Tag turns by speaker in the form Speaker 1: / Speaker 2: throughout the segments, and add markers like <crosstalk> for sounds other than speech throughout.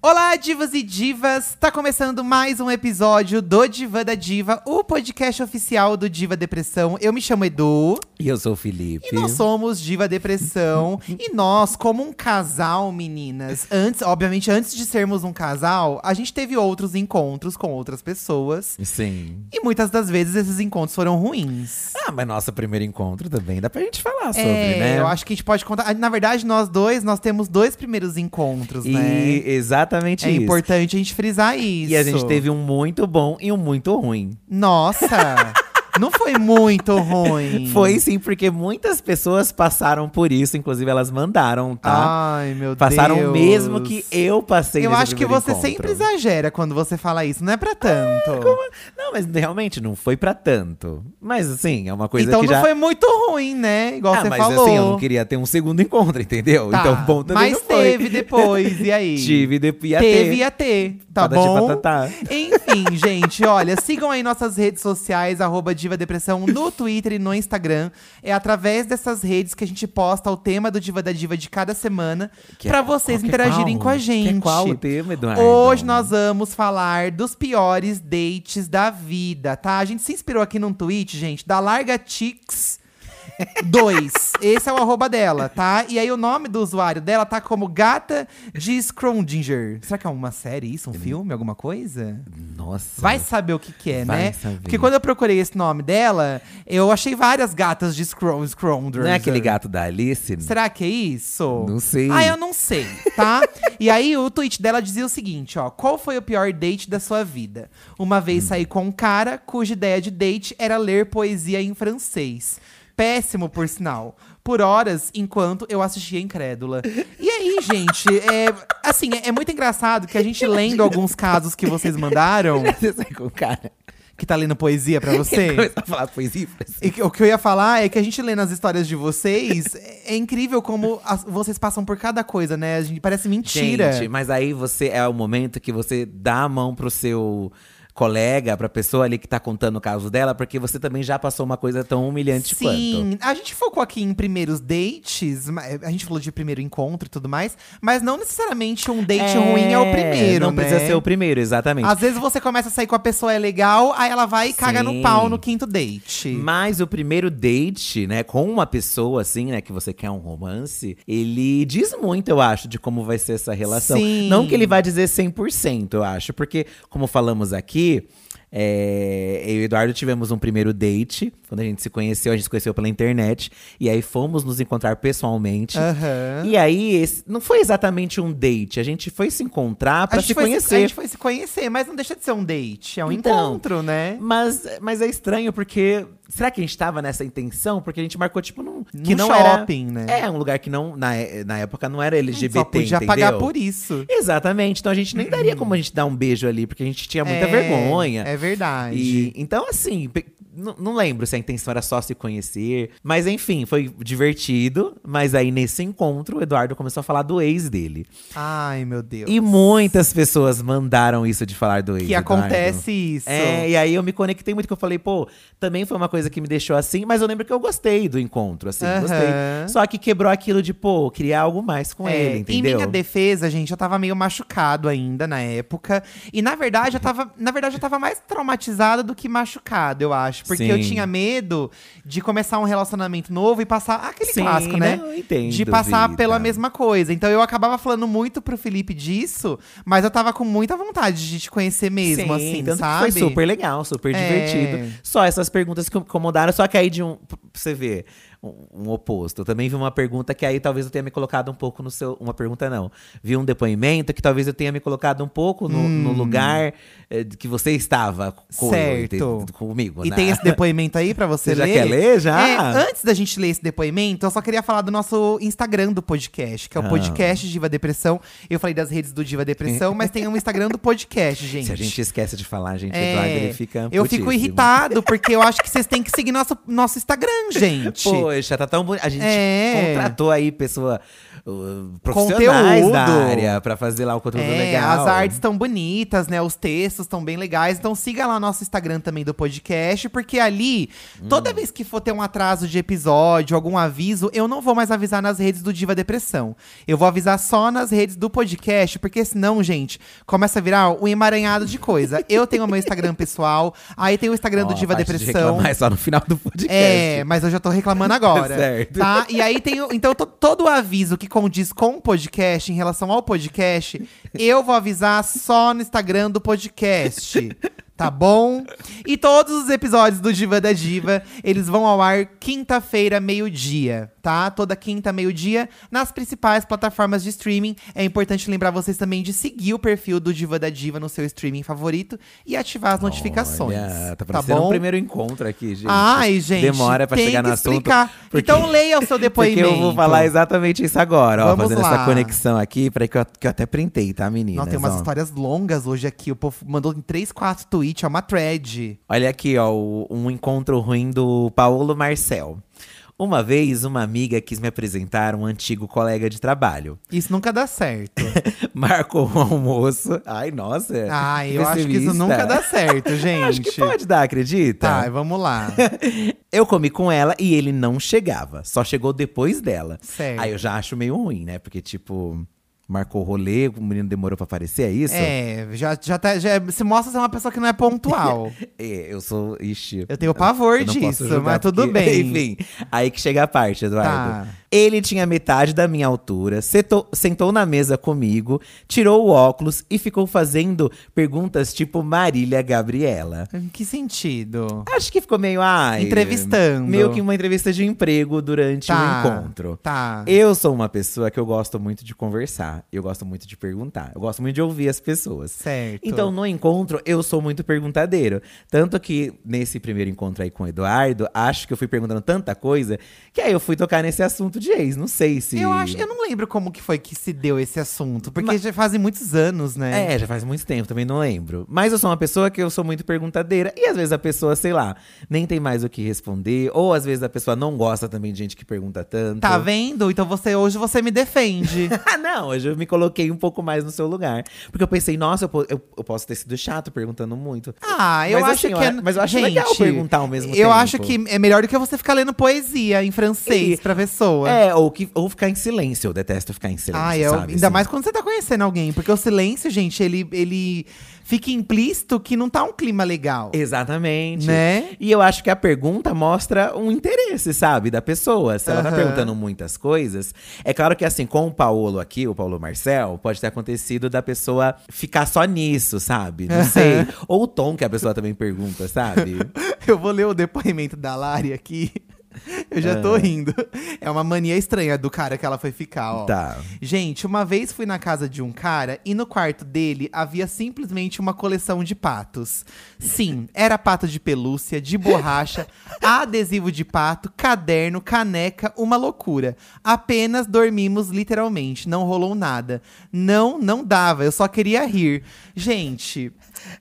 Speaker 1: Olá, divas e divas! Tá começando mais um episódio do Diva da Diva, o podcast oficial do Diva Depressão. Eu me chamo Edu.
Speaker 2: E eu sou o Felipe.
Speaker 1: E nós somos Diva Depressão. e nós, como um casal, meninas, antes, obviamente, antes de sermos um casal, a gente teve outros encontros com outras pessoas.
Speaker 2: Sim.
Speaker 1: E muitas das vezes esses encontros foram ruins.
Speaker 2: Ah, mas nosso primeiro encontro também dá pra gente falar sobre,
Speaker 1: é,
Speaker 2: né?
Speaker 1: eu acho que a gente pode contar. Na verdade, nós dois, nós temos dois primeiros encontros,
Speaker 2: e
Speaker 1: né?
Speaker 2: exatamente
Speaker 1: É
Speaker 2: isso.
Speaker 1: importante a gente frisar isso.
Speaker 2: E a gente teve um muito bom e um muito ruim.
Speaker 1: Nossa! não foi muito ruim.
Speaker 2: Foi sim, porque muitas pessoas passaram por isso, inclusive elas mandaram, tá?
Speaker 1: Ai, meu
Speaker 2: passaram
Speaker 1: Ah, Deus.
Speaker 2: o mesmo que eu passei
Speaker 1: Eu
Speaker 2: nesse
Speaker 1: acho que
Speaker 2: primeiro
Speaker 1: você
Speaker 2: encontro.
Speaker 1: sempre exagera quando você fala isso, não é pra tanto.
Speaker 2: Não, mas realmente não foi pra tanto. Mas assim, é uma coisa
Speaker 1: então
Speaker 2: que
Speaker 1: não
Speaker 2: já
Speaker 1: foi muito ruim, né? Igual
Speaker 2: ah,
Speaker 1: você
Speaker 2: mas
Speaker 1: falou.
Speaker 2: assim, eu não queria ter um segundo encontro, entendeu?
Speaker 1: Tá,
Speaker 2: Então bom também
Speaker 1: Mas
Speaker 2: não foi.
Speaker 1: teve depois, e aí?
Speaker 2: <laughs> Tive, de... ia
Speaker 1: teve
Speaker 2: ter.
Speaker 1: e a ter, tá
Speaker 2: Patati
Speaker 1: bom?
Speaker 2: patatá.
Speaker 1: Enfim, gente, olha, sigam aí nossas redes sociais, arroba Diva Depressão, no Twitter e no Instagram. É através dessas redes que a gente posta o tema do Diva da Diva de cada semana
Speaker 2: Que é-
Speaker 1: pra vocês
Speaker 2: qual que é
Speaker 1: interagirem
Speaker 2: qual?
Speaker 1: com a
Speaker 2: Que é
Speaker 1: gente.
Speaker 2: qual o tema, Eduardo?
Speaker 1: Hoje nós vamos falar dos piores dates da vida, tá? A gente se inspirou aqui num tweet, gente, da Larga Chicks 2.
Speaker 2: <laughs>
Speaker 1: Esse é o arroba dela, tá? E aí o nome do usuário dela tá como Gata de Scrondinger. Será que é uma série isso? Um filme? Alguma coisa?
Speaker 2: Nossa.
Speaker 1: Vai saber o que, que é,
Speaker 2: Vai
Speaker 1: né?
Speaker 2: saber.
Speaker 1: Porque quando eu procurei esse nome dela, eu achei várias gatas de Scro Scronders.
Speaker 2: Não é aquele gato da Alice?
Speaker 1: Será que é isso?
Speaker 2: Não sei.
Speaker 1: Ah, eu não sei, tá? e aí o tweet dela dizia o seguinte, ó. Qual foi o pior date da sua vida? Uma vez
Speaker 2: Hum.
Speaker 1: saí com um cara cuja ideia de date era ler poesia em francês. Péssimo, por sinal. Por horas, enquanto eu assistia incrédula. E aí, gente, é, assim, é, é muito engraçado que a gente lendo alguns casos que vocês mandaram,
Speaker 2: <laughs> Você sai com o cara.
Speaker 1: que tá lendo poesia
Speaker 2: <laughs>
Speaker 1: pra
Speaker 2: Ele
Speaker 1: você.
Speaker 2: começa a falar poesia. assim, pra você.
Speaker 1: E que- o que eu ia falar é que a gente lê nas histórias de
Speaker 2: <laughs>
Speaker 1: vocês, é é incrível como as- vocês passam por cada coisa, né? A gente, parece mentira.
Speaker 2: Gente, mas aí você é o momento que você dá a mão pro seu colega, pra pessoa ali que tá contando o caso dela, porque você também já passou uma coisa tão humilhante quanto.
Speaker 1: Sim, a gente focou aqui em primeiros dates, ma- a gente falou de primeiro encontro e tudo mais, mas não necessariamente um date ruim é o primeiro,
Speaker 2: Não
Speaker 1: né?
Speaker 2: precisa ser o primeiro, exatamente.
Speaker 1: Às vezes você começa a sair com a pessoa, é legal, aí ela vai e caga no
Speaker 2: Sim.
Speaker 1: pau no quinto date.
Speaker 2: Mas o primeiro date, né, com uma pessoa assim, né, que você quer um romance, ele diz muito, eu acho, de como vai ser essa relação.
Speaker 1: Sim.
Speaker 2: Não que ele vai dizer 100%, eu acho, porque, como falamos aqui. é, eu e o Eduardo tivemos um primeiro date. Quando a gente se conheceu, a gente se conheceu pela internet. E aí fomos nos encontrar pessoalmente.
Speaker 1: Aham.
Speaker 2: E aí, esse- não foi exatamente um date. A gente foi se encontrar
Speaker 1: A
Speaker 2: pra
Speaker 1: gente
Speaker 2: se
Speaker 1: foi
Speaker 2: conhecer.
Speaker 1: a gente foi se conhecer, mas não deixa de ser um date, é um
Speaker 2: Então,
Speaker 1: encontro, né?
Speaker 2: Mas, mas é estranho porque. Será que a gente tava nessa intenção? Porque a gente marcou, tipo, num. Que
Speaker 1: Num
Speaker 2: não
Speaker 1: shopping, né?
Speaker 2: era, É, um lugar que não. Na, é- na época não era LGBT.
Speaker 1: Só podia
Speaker 2: entendeu?
Speaker 1: pagar por isso.
Speaker 2: Exatamente. Então a gente nem daria como a gente dar um beijo ali, porque a gente tinha
Speaker 1: É,
Speaker 2: muita vergonha.
Speaker 1: É verdade.
Speaker 2: E, então, assim, pe- n- não lembro se a intenção era só se conhecer. Mas enfim, foi divertido. Mas aí, nesse encontro, o Eduardo começou a falar do ex dele.
Speaker 1: Ai, meu Deus.
Speaker 2: E muitas pessoas mandaram isso de falar do ex.
Speaker 1: que
Speaker 2: Eduardo.
Speaker 1: acontece isso.
Speaker 2: É, e aí eu me conectei muito, que eu falei, pô, também foi uma coisa que me deixou assim, mas eu lembro que eu gostei do encontro, assim,
Speaker 1: Aham.
Speaker 2: gostei. Só que quebrou aquilo de, pô, criar algo mais com
Speaker 1: É,
Speaker 2: ele, entendeu?
Speaker 1: Em minha defesa, gente, eu tava meio machucado ainda na época. E na verdade, eu tava, na verdade, eu tava mais traumatizada do que machucado, eu acho. Porque eu
Speaker 2: Sim.
Speaker 1: tinha medo de começar um relacionamento novo e passar aquele
Speaker 2: Sim,
Speaker 1: clássico, né?
Speaker 2: não, eu entendo,
Speaker 1: de passar
Speaker 2: vida.
Speaker 1: pela mesma coisa. Então eu acabava falando muito pro Felipe disso, mas eu tava com muita vontade de te conhecer mesmo,
Speaker 2: Sim,
Speaker 1: assim,
Speaker 2: tanto que
Speaker 1: sabe?
Speaker 2: foi super legal, super
Speaker 1: É.
Speaker 2: divertido. Só essas perguntas que me incomodaram, só que aí de um. Pra você ver, um, um oposto. Eu também vi uma pergunta que aí talvez eu tenha me colocado um pouco no seu. Uma pergunta não. Vi um depoimento que talvez eu tenha me colocado um pouco no,
Speaker 1: Hum.
Speaker 2: no lugar eh, que você estava com eu, ente-
Speaker 1: Certo.
Speaker 2: comigo.
Speaker 1: E
Speaker 2: né?
Speaker 1: tem esse depoimento aí pra você,
Speaker 2: Você já
Speaker 1: ler?
Speaker 2: quer ler, já?
Speaker 1: É, antes da gente ler esse depoimento, eu só queria falar do nosso Instagram do podcast, que é o
Speaker 2: Ah.
Speaker 1: podcast Diva Depressão. Eu falei das redes do Diva Depressão, mas tem um Instagram do podcast, gente.
Speaker 2: <laughs> Se a gente esquece de falar, gente,
Speaker 1: É,
Speaker 2: Eduardo, ele fica
Speaker 1: eu fico
Speaker 2: putíssimo.
Speaker 1: irritado, porque eu acho que vocês têm que seguir
Speaker 2: <laughs>
Speaker 1: nosso, nosso Instagram, gente.
Speaker 2: Poxa, tá tão bonito. A gente
Speaker 1: É.
Speaker 2: contratou aí pessoa, uh, profissionais da
Speaker 1: Conteúdo.
Speaker 2: área pra fazer lá o conteúdo
Speaker 1: É,
Speaker 2: legal.
Speaker 1: As artes estão bonitas, né? Os textos estão bem legais. Então siga lá nosso Instagram também do podcast, porque ali,
Speaker 2: Hum.
Speaker 1: toda vez que for ter um atraso de episódio, algum aviso, eu não vou mais avisar nas redes do Diva Depressão. Eu vou avisar só nas redes do podcast, porque senão, gente, começa a virar um emaranhado de coisa. eu tenho o meu Instagram pessoal, aí tem o Instagram
Speaker 2: Ó,
Speaker 1: do
Speaker 2: a
Speaker 1: Diva
Speaker 2: parte de
Speaker 1: Depressão.
Speaker 2: reclamar É só no final do podcast.
Speaker 1: É, mas eu já tô reclamando agora.
Speaker 2: <laughs> Certo.
Speaker 1: Tá? E aí tem. o- Então, to- todo o aviso que condiz com o podcast, em relação ao podcast, eu vou avisar só no Instagram do podcast. Tá bom? E todos os episódios do Diva da Diva, eles vão ao ar quinta-feira, meio-dia, tá? Toda quinta, meio-dia, nas principais plataformas de streaming. É importante lembrar vocês também de seguir o perfil do Diva da Diva no seu streaming favorito e ativar as notificações.
Speaker 2: Olha,
Speaker 1: tá
Speaker 2: tá parecendo um
Speaker 1: bom?
Speaker 2: primeiro encontro aqui, gente.
Speaker 1: Ai, gente.
Speaker 2: Demora pra
Speaker 1: tem
Speaker 2: chegar
Speaker 1: que
Speaker 2: no assunto,
Speaker 1: explicar.
Speaker 2: porque-
Speaker 1: Então leia o seu
Speaker 2: <laughs> Porque
Speaker 1: depoimento.
Speaker 2: eu vou falar exatamente isso agora, ó.
Speaker 1: Vamos
Speaker 2: Fazendo
Speaker 1: lá.
Speaker 2: essa conexão aqui, peraí que eu, que eu até printei, tá, menina?
Speaker 1: Nossa, tem umas histórias longas hoje aqui. O povo mandou em 3, 4 tweets, é uma thread.
Speaker 2: Olha aqui, ó, o- um encontro ruim do Paulo Marcel. Uma vez, uma amiga quis me apresentar um antigo colega de trabalho.
Speaker 1: Isso nunca dá
Speaker 2: <laughs>
Speaker 1: certo.
Speaker 2: Marcou um almoço. Ai, nossa.
Speaker 1: Ai, Ah, eu acho que isso
Speaker 2: pessimista.
Speaker 1: nunca dá certo, gente.
Speaker 2: <laughs> Acho que pode dar, acredita?
Speaker 1: Tá, vamos
Speaker 2: <laughs>
Speaker 1: lá.
Speaker 2: Eu comi com ela e ele não chegava. Só chegou depois dela.
Speaker 1: Certo.
Speaker 2: Aí eu já acho meio ruim, né? Porque, tipo, marcou o rolê, o menino demorou pra aparecer, é isso?
Speaker 1: É, já, já, tá, já se mostra ser uma pessoa que não é
Speaker 2: <laughs>
Speaker 1: pontual.
Speaker 2: É, eu sou. Ixi.
Speaker 1: Eu tenho pavor
Speaker 2: eu não posso
Speaker 1: disso,
Speaker 2: julgar,
Speaker 1: mas tudo
Speaker 2: porque- <laughs>
Speaker 1: bem.
Speaker 2: Enfim, aí que chega a parte, Eduardo.
Speaker 1: Tá.
Speaker 2: Ele tinha metade da minha altura, setou- sentou na mesa comigo, tirou o óculos e ficou fazendo perguntas tipo Marília Gabriela.
Speaker 1: Em que sentido?
Speaker 2: Acho que ficou meio. Ai,
Speaker 1: Entrevistando.
Speaker 2: Meio que uma entrevista de emprego durante o
Speaker 1: Tá,
Speaker 2: encontro.
Speaker 1: Tá.
Speaker 2: Eu sou uma pessoa que eu gosto muito de conversar, eu gosto muito de perguntar, eu gosto muito de ouvir as pessoas.
Speaker 1: Certo.
Speaker 2: Então, no encontro, eu sou muito perguntadeiro. Tanto que nesse primeiro encontro aí com o Eduardo, acho que eu fui perguntando tanta coisa que aí eu fui tocar nesse assunto de ex. Não sei se.
Speaker 1: Eu acho, eu não lembro como que foi que se deu esse assunto, porque já fazem muitos anos, né?
Speaker 2: É, já faz muito tempo, também não lembro. Mas eu sou uma pessoa que eu sou muito perguntadeira. E às vezes a pessoa, sei lá, nem tem mais o que responder. Ou às vezes a pessoa não gosta também de gente que pergunta tanto.
Speaker 1: Tá vendo? Então você hoje você me defende.
Speaker 2: <laughs> Ah, não, hoje eu me coloquei um pouco mais no seu lugar. Porque eu pensei, nossa, eu, po- eu- eu posso ter sido chato perguntando muito.
Speaker 1: Ah, eu
Speaker 2: Mas
Speaker 1: acho
Speaker 2: assim,
Speaker 1: que.
Speaker 2: eu a- mas eu acho legal perguntar ao mesmo
Speaker 1: eu
Speaker 2: tempo.
Speaker 1: acho que é melhor do que você ficar lendo poesia em francês
Speaker 2: E-
Speaker 1: pra pessoa.
Speaker 2: É, ou, que, ou ficar em silêncio. Eu detesto ficar em silêncio.
Speaker 1: Ah, é, o-
Speaker 2: sabe,
Speaker 1: ainda
Speaker 2: assim.
Speaker 1: mais quando você tá conhecendo alguém. Porque o silêncio, gente, ele, ele fica implícito que não tá um clima legal. <laughs>
Speaker 2: Exatamente.
Speaker 1: Né?
Speaker 2: E eu acho que a pergunta mostra um interesse, sabe, da pessoa. Se ela tá
Speaker 1: Aham.
Speaker 2: perguntando muitas coisas. É claro que, assim, com o Paolo aqui, o Paulo Marcel, pode ter acontecido da pessoa ficar só nisso, sabe? Não sei. Ou o tom que a pessoa também pergunta, sabe?
Speaker 1: Eu vou ler o depoimento da Lari
Speaker 2: <laughs>
Speaker 1: aqui. Eu já tô rindo. É uma mania estranha do cara que ela foi ficar, <laughs> ó.
Speaker 2: tá.
Speaker 1: Gente, uma vez fui na casa de um cara e no quarto dele havia simplesmente uma coleção de patos. Sim, era pato de pelúcia, de
Speaker 2: <laughs>
Speaker 1: borracha, adesivo de pato, caderno, caneca, uma loucura. Apenas dormimos literalmente, não rolou nada. Não, não dava, eu só queria rir. Gente,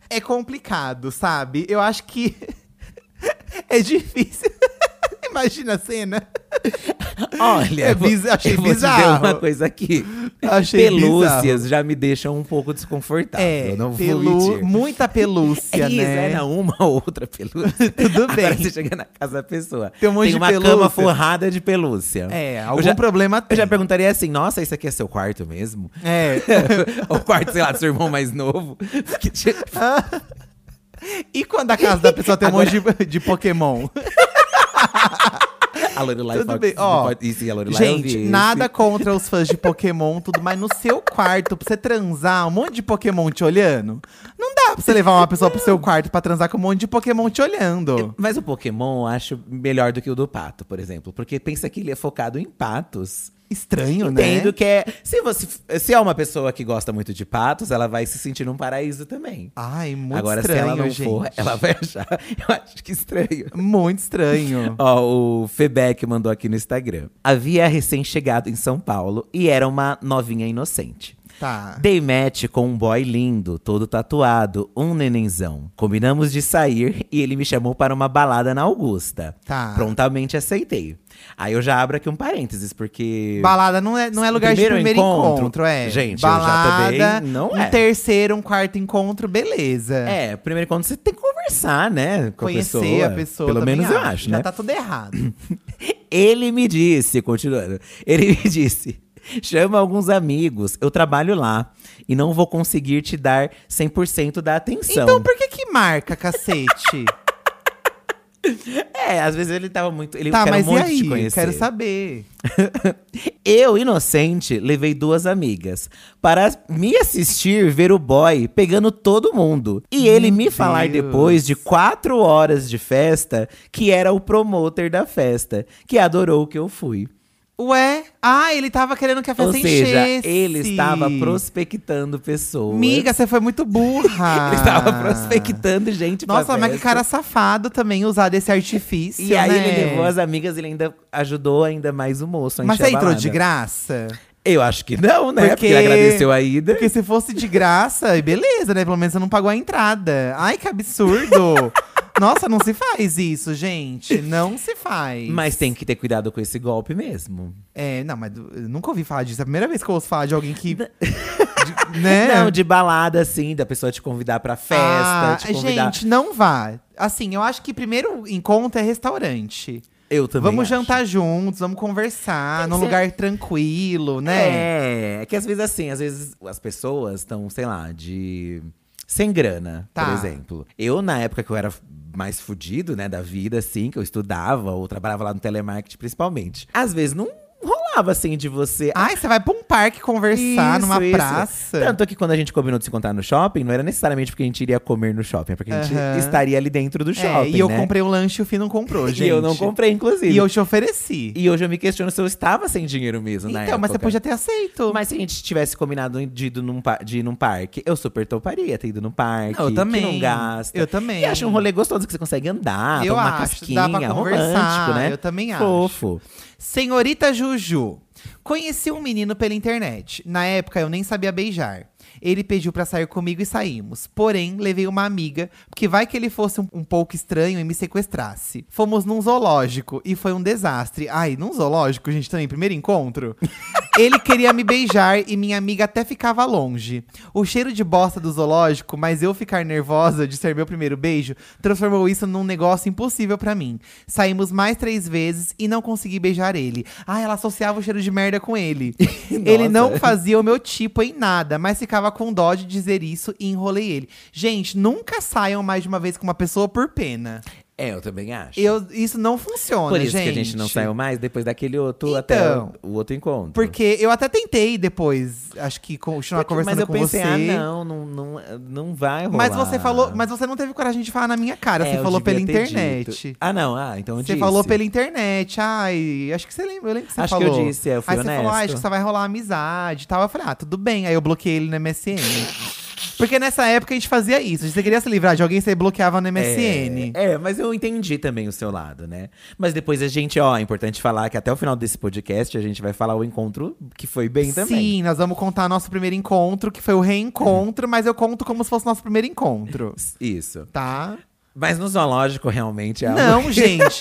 Speaker 1: é complicado, sabe? Eu acho que <laughs> é difícil. <laughs> Imagina a cena.
Speaker 2: Tá, Olha,
Speaker 1: É
Speaker 2: eu vou-
Speaker 1: biz- achei
Speaker 2: eu vou te dizer
Speaker 1: bizarro.
Speaker 2: uma coisa aqui.
Speaker 1: Achei
Speaker 2: Pelúcias
Speaker 1: bizarro.
Speaker 2: já me deixam um pouco desconfortável.
Speaker 1: É,
Speaker 2: eu não vou
Speaker 1: pelu-
Speaker 2: mentir.
Speaker 1: muita pelúcia,
Speaker 2: É isso,
Speaker 1: né?
Speaker 2: é na uma ou outra
Speaker 1: <laughs>
Speaker 2: pelúcia.
Speaker 1: Tudo
Speaker 2: Agora
Speaker 1: bem.
Speaker 2: você chega na casa da pessoa.
Speaker 1: Tem um monte de
Speaker 2: uma
Speaker 1: pelúcia.
Speaker 2: cama forrada de pelúcia.
Speaker 1: É,
Speaker 2: Eu
Speaker 1: algum
Speaker 2: já-
Speaker 1: problema
Speaker 2: Eu
Speaker 1: tem.
Speaker 2: já perguntaria assim, nossa, isso aqui é seu quarto mesmo? <laughs>
Speaker 1: É.
Speaker 2: ou o quarto, sei lá, do seu irmão mais novo? Porque, tipo,
Speaker 1: E quando a casa da pessoa tem um monte de, de Pokémon?
Speaker 2: a Lorelai
Speaker 1: Tudo
Speaker 2: Fox
Speaker 1: bem,
Speaker 2: não
Speaker 1: ó.
Speaker 2: pode- Isso, e a Lorelai
Speaker 1: Gente,
Speaker 2: ouve esse.
Speaker 1: nada contra os fãs de Pokémon, tudo, mas no seu quarto, pra você transar, um monte de Pokémon te olhando, não dá pra você levar uma pessoa pro seu quarto pra transar com um monte de Pokémon te olhando.
Speaker 2: Mas o Pokémon eu acho melhor do que o do Pato, por exemplo. Porque pensa que ele é focado em patos.
Speaker 1: Estranho,
Speaker 2: Entendo
Speaker 1: né?
Speaker 2: que é. Se, você, se é uma pessoa que gosta muito de patos, ela vai se sentir num paraíso também.
Speaker 1: Ai, muito
Speaker 2: Agora,
Speaker 1: estranho,
Speaker 2: se ela não
Speaker 1: gente.
Speaker 2: for, ela vai achar. <laughs> Eu acho que estranho.
Speaker 1: Muito
Speaker 2: <laughs>
Speaker 1: estranho.
Speaker 2: Ó, o Febeck mandou aqui no Instagram. Havia recém-chegado em São Paulo e era uma novinha inocente.
Speaker 1: Tá.
Speaker 2: Dei match com um boy lindo, todo tatuado, um nenenzão. Combinamos de sair e ele me chamou para uma balada na Augusta.
Speaker 1: Tá.
Speaker 2: Prontamente aceitei. Aí eu já abro aqui um parênteses, porque.
Speaker 1: Balada não é, não é lugar
Speaker 2: Primeiro
Speaker 1: de primeiro encontro,
Speaker 2: encontro,
Speaker 1: é.
Speaker 2: gente, eu já
Speaker 1: Balada,
Speaker 2: também não
Speaker 1: Um
Speaker 2: é.
Speaker 1: terceiro, um quarto encontro, beleza.
Speaker 2: É, primeiro encontro você tem que conversar, né? Com
Speaker 1: Conhecer
Speaker 2: a pessoa.
Speaker 1: a pessoa.
Speaker 2: Pelo
Speaker 1: também
Speaker 2: menos eu acho,
Speaker 1: Já
Speaker 2: né?
Speaker 1: tá tudo errado.
Speaker 2: <clears throat> Ele me disse, continuando, ele me <laughs> disse. Chama alguns amigos, eu trabalho lá e não vou conseguir te dar 100% da atenção.
Speaker 1: Então por que que marca,
Speaker 2: <laughs>
Speaker 1: cacete?
Speaker 2: é, às vezes ele tava muito. Ele
Speaker 1: tá,
Speaker 2: quer
Speaker 1: mas
Speaker 2: muito
Speaker 1: e aí?
Speaker 2: te conhecer.
Speaker 1: Quero saber.
Speaker 2: Eu, inocente, levei duas amigas para me assistir ver o boy pegando todo mundo. E ele me
Speaker 1: Deus.
Speaker 2: falar depois de quatro horas de festa que era o promoter da festa, que adorou que eu fui.
Speaker 1: Ué? Ah, ele tava querendo que a festa
Speaker 2: Ou seja,
Speaker 1: enchesse.
Speaker 2: ele estava prospectando pessoas.
Speaker 1: Miga, você foi muito burra.
Speaker 2: <laughs> Ele estava prospectando gente pra
Speaker 1: Ah. Nossa, mas que
Speaker 2: festa.
Speaker 1: cara safado também usar desse artifício,
Speaker 2: E aí
Speaker 1: né?
Speaker 2: ele levou as amigas, ele ainda ajudou ainda mais o moço a
Speaker 1: Mas
Speaker 2: encher a
Speaker 1: você entrou
Speaker 2: balada.
Speaker 1: de graça?
Speaker 2: Eu acho que não, né? Porque,
Speaker 1: Porque-
Speaker 2: ele agradeceu a ida.
Speaker 1: Porque se fosse de graça, aí beleza, né? Pelo menos você não pagou a entrada. Ai, que
Speaker 2: <laughs>
Speaker 1: absurdo! Nossa, não se faz isso, gente. Não se faz.
Speaker 2: Mas tem que ter cuidado com esse golpe mesmo.
Speaker 1: É, não, mas eu nunca ouvi falar disso. É a primeira vez que eu ouço falar de alguém
Speaker 2: <laughs>
Speaker 1: que. de- né?
Speaker 2: Não, de balada, assim, da pessoa te convidar pra festa,
Speaker 1: Ah,
Speaker 2: te convidar.
Speaker 1: Gente, não vá. Assim, eu acho que primeiro encontro é restaurante.
Speaker 2: eu também.
Speaker 1: vamos
Speaker 2: acho.
Speaker 1: jantar juntos, vamos conversar
Speaker 2: Tem que
Speaker 1: num
Speaker 2: ser-
Speaker 1: lugar tranquilo, né?
Speaker 2: É, que às vezes assim, às vezes as pessoas estão, sei lá, de. Sem grana,
Speaker 1: Tá.
Speaker 2: por exemplo. Eu, na época que eu era mais fudido, né, da vida, assim, que eu estudava ou trabalhava lá no telemarketing principalmente. Às vezes não rolava assim de você.
Speaker 1: Ai, você vai pra um parque conversar
Speaker 2: Isso,
Speaker 1: numa
Speaker 2: isso. Tá
Speaker 1: praça.
Speaker 2: Tanto que quando a gente combinou de se encontrar no shopping, não era necessariamente porque a gente iria comer no shopping, é porque a gente
Speaker 1: Aham.
Speaker 2: estaria ali dentro do
Speaker 1: É,
Speaker 2: shopping.
Speaker 1: e eu
Speaker 2: né?
Speaker 1: comprei o lanche e o Fih não comprou, gente.
Speaker 2: <laughs> E eu não comprei, inclusive.
Speaker 1: E eu te ofereci.
Speaker 2: E hoje eu me questiono se eu estava sem dinheiro mesmo na
Speaker 1: Então,
Speaker 2: época.
Speaker 1: mas você podia ter aceito.
Speaker 2: Mas se a gente tivesse combinado de, ir num par- de ir num parque, eu super toparia ter ido num parque.
Speaker 1: eu também.
Speaker 2: Que não gasta.
Speaker 1: Eu também.
Speaker 2: E acho um rolê gostoso que você consegue andar,
Speaker 1: Eu
Speaker 2: tomar uma
Speaker 1: acho,
Speaker 2: casquinha,
Speaker 1: dá pra conversar,
Speaker 2: romântico, né?
Speaker 1: eu também acho.
Speaker 2: Fofo.
Speaker 1: Senhorita Juju. Conheci um menino pela internet. Na época eu nem sabia beijar. Ele pediu pra sair comigo e saímos. Porém, levei uma amiga, porque vai que ele fosse um, um pouco estranho e me sequestrasse. Fomos num zoológico e foi um desastre. Ai, num zoológico, gente, também, primeiro encontro? ele queria me beijar e minha amiga até ficava longe. O cheiro de bosta do zoológico, mas eu ficar nervosa de ser meu primeiro beijo, transformou isso num negócio impossível pra mim. Saímos mais três vezes e não consegui beijar ele. Ah, ela associava o cheiro de merda com
Speaker 2: <laughs>
Speaker 1: ele. ele não fazia o meu tipo em nada, mas ficava com dó de dizer isso e enrolei ele. Gente, nunca saiam mais de uma vez com uma pessoa por pena.
Speaker 2: É, eu também acho.
Speaker 1: Eu, isso não funciona,
Speaker 2: Por isso
Speaker 1: gente.
Speaker 2: que a gente não saiu mais depois daquele outro
Speaker 1: Então.
Speaker 2: até o- o outro encontro.
Speaker 1: Porque eu até tentei depois, acho que continuar
Speaker 2: Porque-
Speaker 1: conversando
Speaker 2: Mas eu
Speaker 1: com
Speaker 2: pensei,
Speaker 1: você.
Speaker 2: ah, não, não, não, não vai rolar.
Speaker 1: Mas você falou, mas você não teve coragem de falar na minha cara,
Speaker 2: É,
Speaker 1: você
Speaker 2: eu
Speaker 1: falou pela
Speaker 2: devia ter
Speaker 1: internet.
Speaker 2: dito. Ah, não, ah, então eu
Speaker 1: Você
Speaker 2: disse.
Speaker 1: falou pela internet, ai, acho que você lembra, eu lembro que você
Speaker 2: Acho que
Speaker 1: falou.
Speaker 2: eu disse, é, eu fui
Speaker 1: Aí você falou, ah,
Speaker 2: honesto.
Speaker 1: acho que só vai rolar amizade e tal. Eu falei, ah, tudo bem. Aí eu bloqueei ele no MSN. Porque nessa época a gente fazia isso. Se você queria se livrar de alguém, você bloqueava no MSN.
Speaker 2: É, é, mas eu entendi também o seu lado, né? Mas depois a gente, ó, é importante falar que até o final desse podcast a gente vai falar o encontro que foi bem também.
Speaker 1: Sim, nós vamos contar nosso primeiro encontro, que foi o reencontro, mas eu conto como se fosse nosso primeiro encontro.
Speaker 2: Isso.
Speaker 1: Tá?
Speaker 2: Mas no zoológico realmente é
Speaker 1: <laughs>
Speaker 2: algo-
Speaker 1: Não, gente.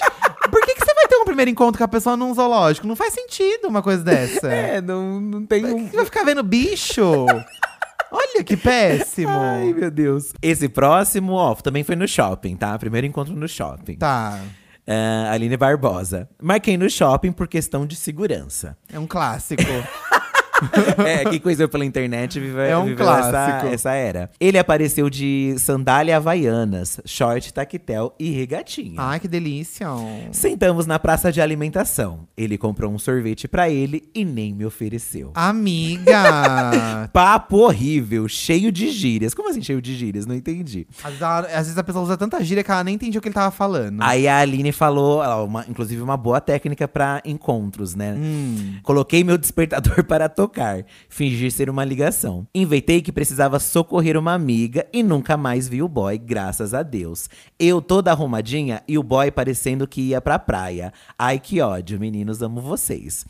Speaker 1: Por que, que você vai ter um primeiro encontro com a pessoa num zoológico? Não faz sentido uma coisa dessa.
Speaker 2: <laughs> É, não, não tem um.
Speaker 1: Você vai ficar vendo bicho? Olha que péssimo.
Speaker 2: Ai, meu Deus. Esse próximo, ó, também foi no shopping, tá? Primeiro encontro no shopping.
Speaker 1: Tá,
Speaker 2: Ah, Aline Barbosa. Marquei no shopping por questão de segurança.
Speaker 1: é um <laughs> clássico.
Speaker 2: É, quem conheceu pela internet vive,
Speaker 1: É um
Speaker 2: viveu essa-
Speaker 1: clássico.
Speaker 2: Essa, era. Ele apareceu de sandália havaianas, short, taquetel e regatinha.
Speaker 1: Ai, que delícia.
Speaker 2: Sentamos na praça de alimentação. Ele comprou um sorvete pra ele e nem me ofereceu.
Speaker 1: <laughs> Amiga!
Speaker 2: Papo horrível, cheio de gírias. Como assim cheio de gírias? Não entendi.
Speaker 1: Às, às vezes a pessoa usa tanta gíria que ela nem entendia o que ele tava falando.
Speaker 2: Aí a Aline falou, ó, uma- inclusive, uma boa técnica pra encontros, né?
Speaker 1: Hum.
Speaker 2: Coloquei meu despertador <laughs> para tocar, fingir ser uma ligação. Inventei que precisava socorrer uma amiga e nunca mais vi o boy, graças a Deus. Eu toda arrumadinha e o boy parecendo que ia pra praia. Ai que ódio, meninos, amo vocês.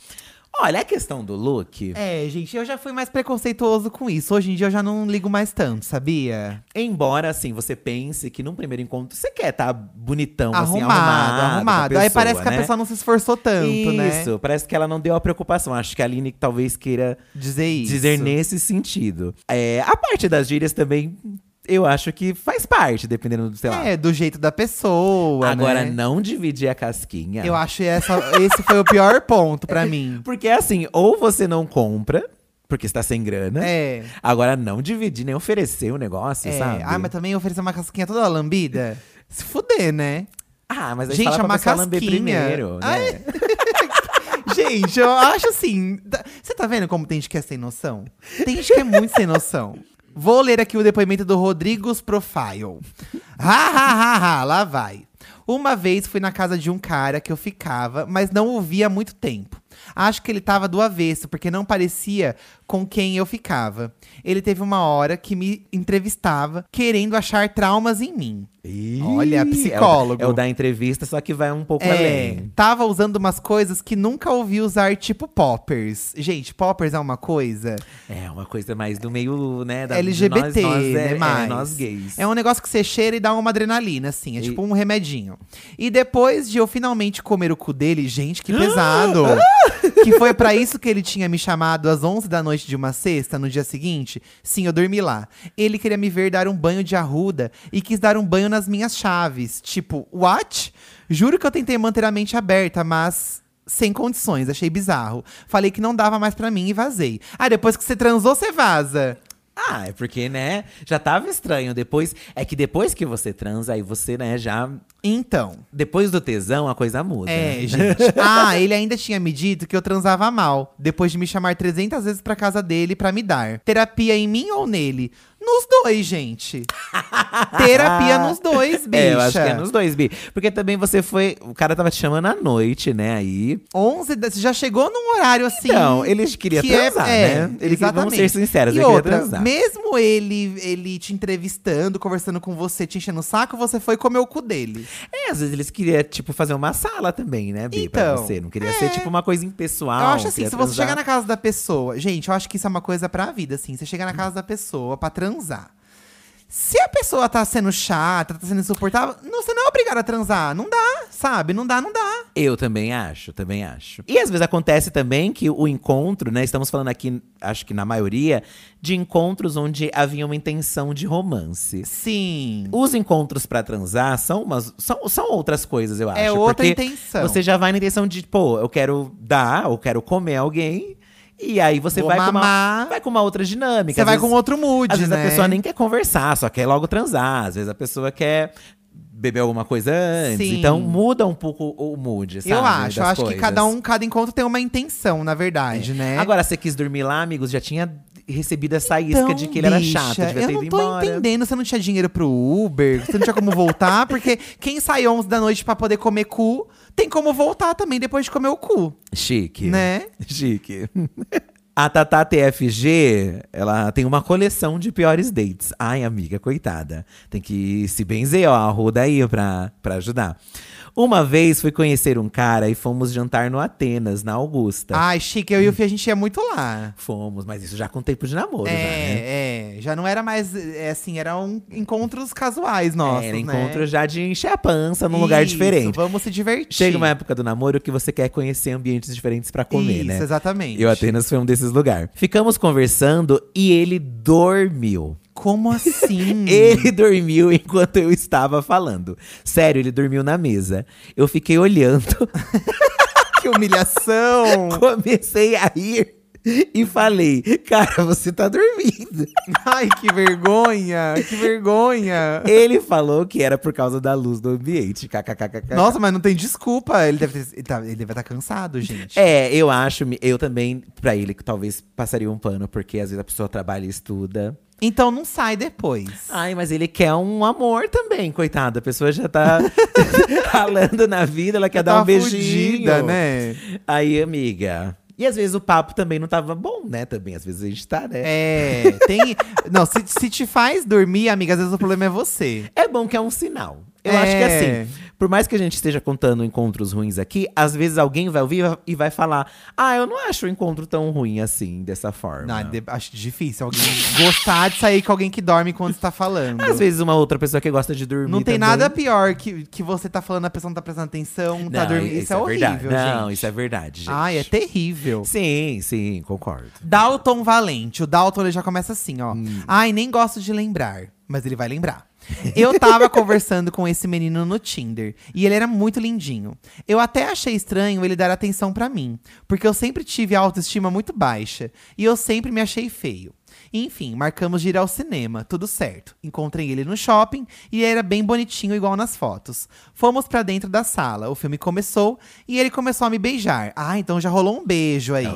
Speaker 2: Olha, a questão do look.
Speaker 1: É, gente, eu já fui mais preconceituoso com isso. Hoje em dia eu já não ligo mais tanto, sabia?
Speaker 2: Embora, assim, você pense que num primeiro encontro você quer tá bonitão, assim,
Speaker 1: arrumado,
Speaker 2: arrumado. com a
Speaker 1: arrumado. Aí
Speaker 2: pessoa,
Speaker 1: parece que a
Speaker 2: né?
Speaker 1: pessoa não se esforçou tanto, né?
Speaker 2: Isso, parece que ela não deu a preocupação. Acho que a Aline talvez queira
Speaker 1: Dizer isso.
Speaker 2: dizer nesse sentido. É, a parte das gírias também, eu acho que faz parte, dependendo do, sei lá.
Speaker 1: É, do jeito da pessoa.
Speaker 2: Agora,
Speaker 1: né?
Speaker 2: não dividir a casquinha.
Speaker 1: Eu acho essa, esse foi o pior ponto
Speaker 2: <laughs>
Speaker 1: pra mim.
Speaker 2: Porque assim, ou você não compra, porque está sem grana.
Speaker 1: É.
Speaker 2: Agora, não dividir, nem oferecer o negócio,
Speaker 1: é.
Speaker 2: sabe?
Speaker 1: Ah, mas também oferecer uma casquinha toda lambida? Se fuder, né?
Speaker 2: Ah, mas aí
Speaker 1: Gente,
Speaker 2: fala
Speaker 1: é
Speaker 2: pra
Speaker 1: uma
Speaker 2: pessoa lamber
Speaker 1: casquinha.
Speaker 2: primeiro,
Speaker 1: Ah,
Speaker 2: né?
Speaker 1: Gente, eu acho assim. tá- Você tá vendo como tem gente que é sem noção? Tem gente que é muito sem noção. Vou ler aqui o depoimento do Rodrigos Profile. Ha, ha, ha, ha, lá vai. Uma vez fui na casa de um cara que eu ficava, mas não o via há muito tempo. Acho que ele tava do avesso, porque não parecia com quem eu ficava. Ele teve uma hora que me entrevistava, querendo achar traumas em mim.
Speaker 2: Ih,
Speaker 1: Olha,
Speaker 2: é o da-
Speaker 1: psicólogo.
Speaker 2: É o, da entrevista, só que vai um pouco
Speaker 1: É,
Speaker 2: além.
Speaker 1: tava usando umas coisas que nunca ouvi usar, tipo poppers. Gente, poppers é uma coisa.
Speaker 2: É uma coisa mais do meio, né? Da,
Speaker 1: LGBT,
Speaker 2: de nós, nós,
Speaker 1: né,
Speaker 2: é,
Speaker 1: mais.
Speaker 2: é, nós gays.
Speaker 1: É um negócio que você cheira e dá uma adrenalina, assim. É
Speaker 2: E-
Speaker 1: tipo um remedinho. E depois de eu finalmente comer o cu dele, gente, que pesado!
Speaker 2: <gasps> Ah!
Speaker 1: que foi pra isso que ele tinha me chamado às 11 da noite de uma sexta, no dia seguinte. Sim, eu dormi lá. Ele queria me ver dar um banho de arruda e quis dar um banho nas minhas chaves. Tipo, what? Juro que eu tentei manter a mente aberta, mas. Sem condições, achei bizarro. Falei que não dava mais pra mim e vazei. Ah, depois que você transou, você vaza.
Speaker 2: Ah, é porque, né? Já tava estranho. Depois. É que depois que você transa, aí você, né, já.
Speaker 1: Então.
Speaker 2: Depois do tesão, a coisa muda.
Speaker 1: É,
Speaker 2: <laughs> né?
Speaker 1: gente. Ah, ele ainda tinha me dito que eu transava mal, depois de me chamar 300 vezes pra casa dele pra me dar. Terapia em mim ou nele? Nos dois,
Speaker 2: <laughs>
Speaker 1: gente. Terapia nos dois, bicha.
Speaker 2: É, eu acho que é nos dois, Bi. Porque também você foi. O cara tava te chamando à noite, né? Aí.
Speaker 1: 11 da... Você já chegou num horário assim.
Speaker 2: Então, ele queria
Speaker 1: que é-
Speaker 2: transar,
Speaker 1: é,
Speaker 2: né? Ele queria, vamos
Speaker 1: exatamente.
Speaker 2: ser sinceros,
Speaker 1: e
Speaker 2: ele
Speaker 1: outra,
Speaker 2: queria transar.
Speaker 1: mesmo ele, ele te entrevistando, conversando com você, te enchendo o saco, você foi comer o cu dele.
Speaker 2: É, às vezes eles queriam, tipo, fazer uma sala também, né, Bi? pra
Speaker 1: Então,
Speaker 2: você. Não queria ser, tipo, uma coisa impessoal.
Speaker 1: Eu acho assim,
Speaker 2: queria
Speaker 1: se você
Speaker 2: transar.
Speaker 1: chegar na casa da pessoa. Gente, eu acho que isso é uma coisa pra vida, assim. Você chegar na casa da pessoa pra transar. Se a pessoa tá sendo chata, tá sendo insuportável, não, você não é obrigado a transar. Não dá, sabe? Não dá, não dá.
Speaker 2: Eu também acho, também acho. E às vezes acontece também que o encontro, né? Estamos falando aqui, acho que na maioria, de encontros onde havia uma intenção de romance.
Speaker 1: Sim.
Speaker 2: Os encontros pra transar são umas são, são outras coisas, eu acho.
Speaker 1: É outra
Speaker 2: porque
Speaker 1: intenção.
Speaker 2: Você já vai na intenção de, pô, eu quero dar, eu quero comer alguém. E aí você
Speaker 1: Vou
Speaker 2: vai com, uma,
Speaker 1: mamar.
Speaker 2: vai com uma outra dinâmica.
Speaker 1: Você
Speaker 2: Às
Speaker 1: vai
Speaker 2: vezes-
Speaker 1: com outro mood,
Speaker 2: Às vezes
Speaker 1: né?
Speaker 2: a pessoa nem quer conversar, só quer logo transar. Às vezes a pessoa quer beber alguma coisa antes.
Speaker 1: Sim.
Speaker 2: Então muda um pouco o mood, sabe?
Speaker 1: Eu acho, eu
Speaker 2: das
Speaker 1: acho que
Speaker 2: coisas. É.
Speaker 1: cada um, cada encontro tem uma intenção, na verdade, né?
Speaker 2: Agora, você quis dormir lá, amigos, já tinha recebido essa isca
Speaker 1: Então,
Speaker 2: de que ele era
Speaker 1: bicha,
Speaker 2: chato, devia
Speaker 1: Eu
Speaker 2: ter
Speaker 1: não
Speaker 2: ido
Speaker 1: tô
Speaker 2: embora.
Speaker 1: entendendo, você não tinha dinheiro pro Uber, você não tinha como
Speaker 2: <laughs>
Speaker 1: voltar, porque quem sai 11 da noite pra poder comer cu, tem como voltar também depois de comer o cu,
Speaker 2: Chique.
Speaker 1: né?
Speaker 2: <laughs> Chique. A Tatá TFG, ela tem uma coleção de piores dates. Ai, amiga, coitada. Tem que se benzer, ó, a roda aí pra, pra ajudar. Uma vez fui conhecer um cara e fomos jantar no Atenas, na Augusta.
Speaker 1: Ai, chique, eu e o Fih, a gente ia muito lá.
Speaker 2: Fomos, mas isso já com tempo de namoro, já, né?
Speaker 1: É, é, já não era mais, é, assim, eram encontros casuais nossos,
Speaker 2: Era
Speaker 1: né?
Speaker 2: encontro já de encher a pança num lugar
Speaker 1: Isso,
Speaker 2: diferente.
Speaker 1: vamos se divertir.
Speaker 2: Chega uma época do namoro que você quer conhecer ambientes diferentes pra comer,
Speaker 1: Isso,
Speaker 2: né?
Speaker 1: exatamente.
Speaker 2: Eu Atenas foi um desses lugares. Ficamos conversando e ele dormiu.
Speaker 1: Como assim?
Speaker 2: <laughs> Ele dormiu enquanto eu estava falando. Sério, ele dormiu na mesa. Eu fiquei olhando, <laughs>
Speaker 1: que humilhação!
Speaker 2: comecei a rir e falei: Cara, você tá dormindo.
Speaker 1: <laughs> Ai, que vergonha, que vergonha.
Speaker 2: Ele falou que era por causa da luz do ambiente. KKKKK.
Speaker 1: Nossa, mas não tem desculpa. Ele deve, ter- ele tá- ele deve estar cansado, gente.
Speaker 2: É, eu acho, eu também, pra ele, que talvez passaria um pano, porque às vezes a pessoa trabalha e estuda.
Speaker 1: Então não sai depois.
Speaker 2: Ai, mas ele quer um amor também, coitada. A pessoa já tá <laughs> ralando na vida, ela quer dar
Speaker 1: Tá
Speaker 2: um beijinho.
Speaker 1: fudida, né?
Speaker 2: Aí, amiga. E às vezes o papo também não tava bom, né? Também, às vezes a gente tá, né? É.
Speaker 1: É, tem. Não, se, se te faz dormir, amiga, às vezes o problema é você.
Speaker 2: bom que é um sinal. Eu
Speaker 1: É.
Speaker 2: acho que assim, por mais que a gente esteja contando encontros ruins aqui, às vezes alguém vai ouvir e vai falar: Ah, eu não acho o encontro tão ruim assim, dessa forma.
Speaker 1: Não, é de- acho difícil alguém gostar de sair com alguém que dorme quando está falando.
Speaker 2: Às vezes uma outra pessoa que gosta de dormir.
Speaker 1: Não tem
Speaker 2: também.
Speaker 1: nada pior que, que você tá falando, a pessoa não tá prestando atenção, tá
Speaker 2: Não,
Speaker 1: dormindo. Isso, é, horrível,
Speaker 2: verdade. Não,
Speaker 1: gente.
Speaker 2: isso é verdade, gente.
Speaker 1: Ai, é terrível.
Speaker 2: Sim, sim, concordo.
Speaker 1: Dalton Valente. O Dalton ele já começa assim, ó. Ai, nem gosto de lembrar, mas ele vai lembrar. Eu tava conversando com esse menino no Tinder e ele era muito lindinho. Eu até achei estranho ele dar atenção pra mim, porque eu sempre tive a autoestima muito baixa e eu sempre me achei feio. Enfim, marcamos de ir ao cinema, tudo certo. Encontrei ele no shopping e ele era bem bonitinho, igual nas fotos. Fomos pra dentro da sala, o filme começou e ele começou a me beijar. Ah, então já rolou um beijo aí.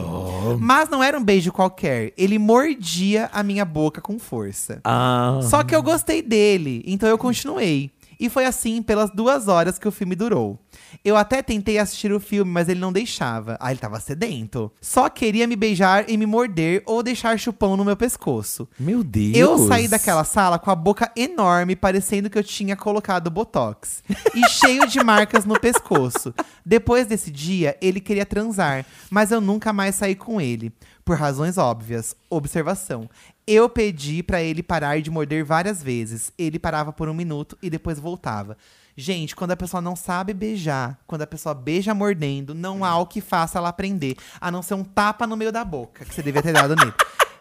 Speaker 1: Mas não era um beijo qualquer, ele mordia a minha boca com força.
Speaker 2: Ah,
Speaker 1: Só que eu gostei dele, então eu continuei. E foi assim pelas duas horas que o filme durou. Eu até tentei assistir o filme, mas ele não deixava. Ah, ele tava sedento. Só queria me beijar e me morder ou deixar chupão no meu pescoço.
Speaker 2: meu Deus.
Speaker 1: Eu saí daquela sala com a boca enorme, parecendo que eu tinha colocado botox. E cheio de marcas no pescoço. Depois desse dia, ele queria transar, mas eu nunca mais saí com ele. Por razões óbvias. Observação. Eu pedi pra ele parar de morder várias vezes. Ele parava por um minuto e depois voltava. Gente, quando a pessoa não sabe beijar, quando a pessoa beija mordendo, não há o que faça ela aprender, a não ser um tapa no meio da boca, que você devia ter dado nele.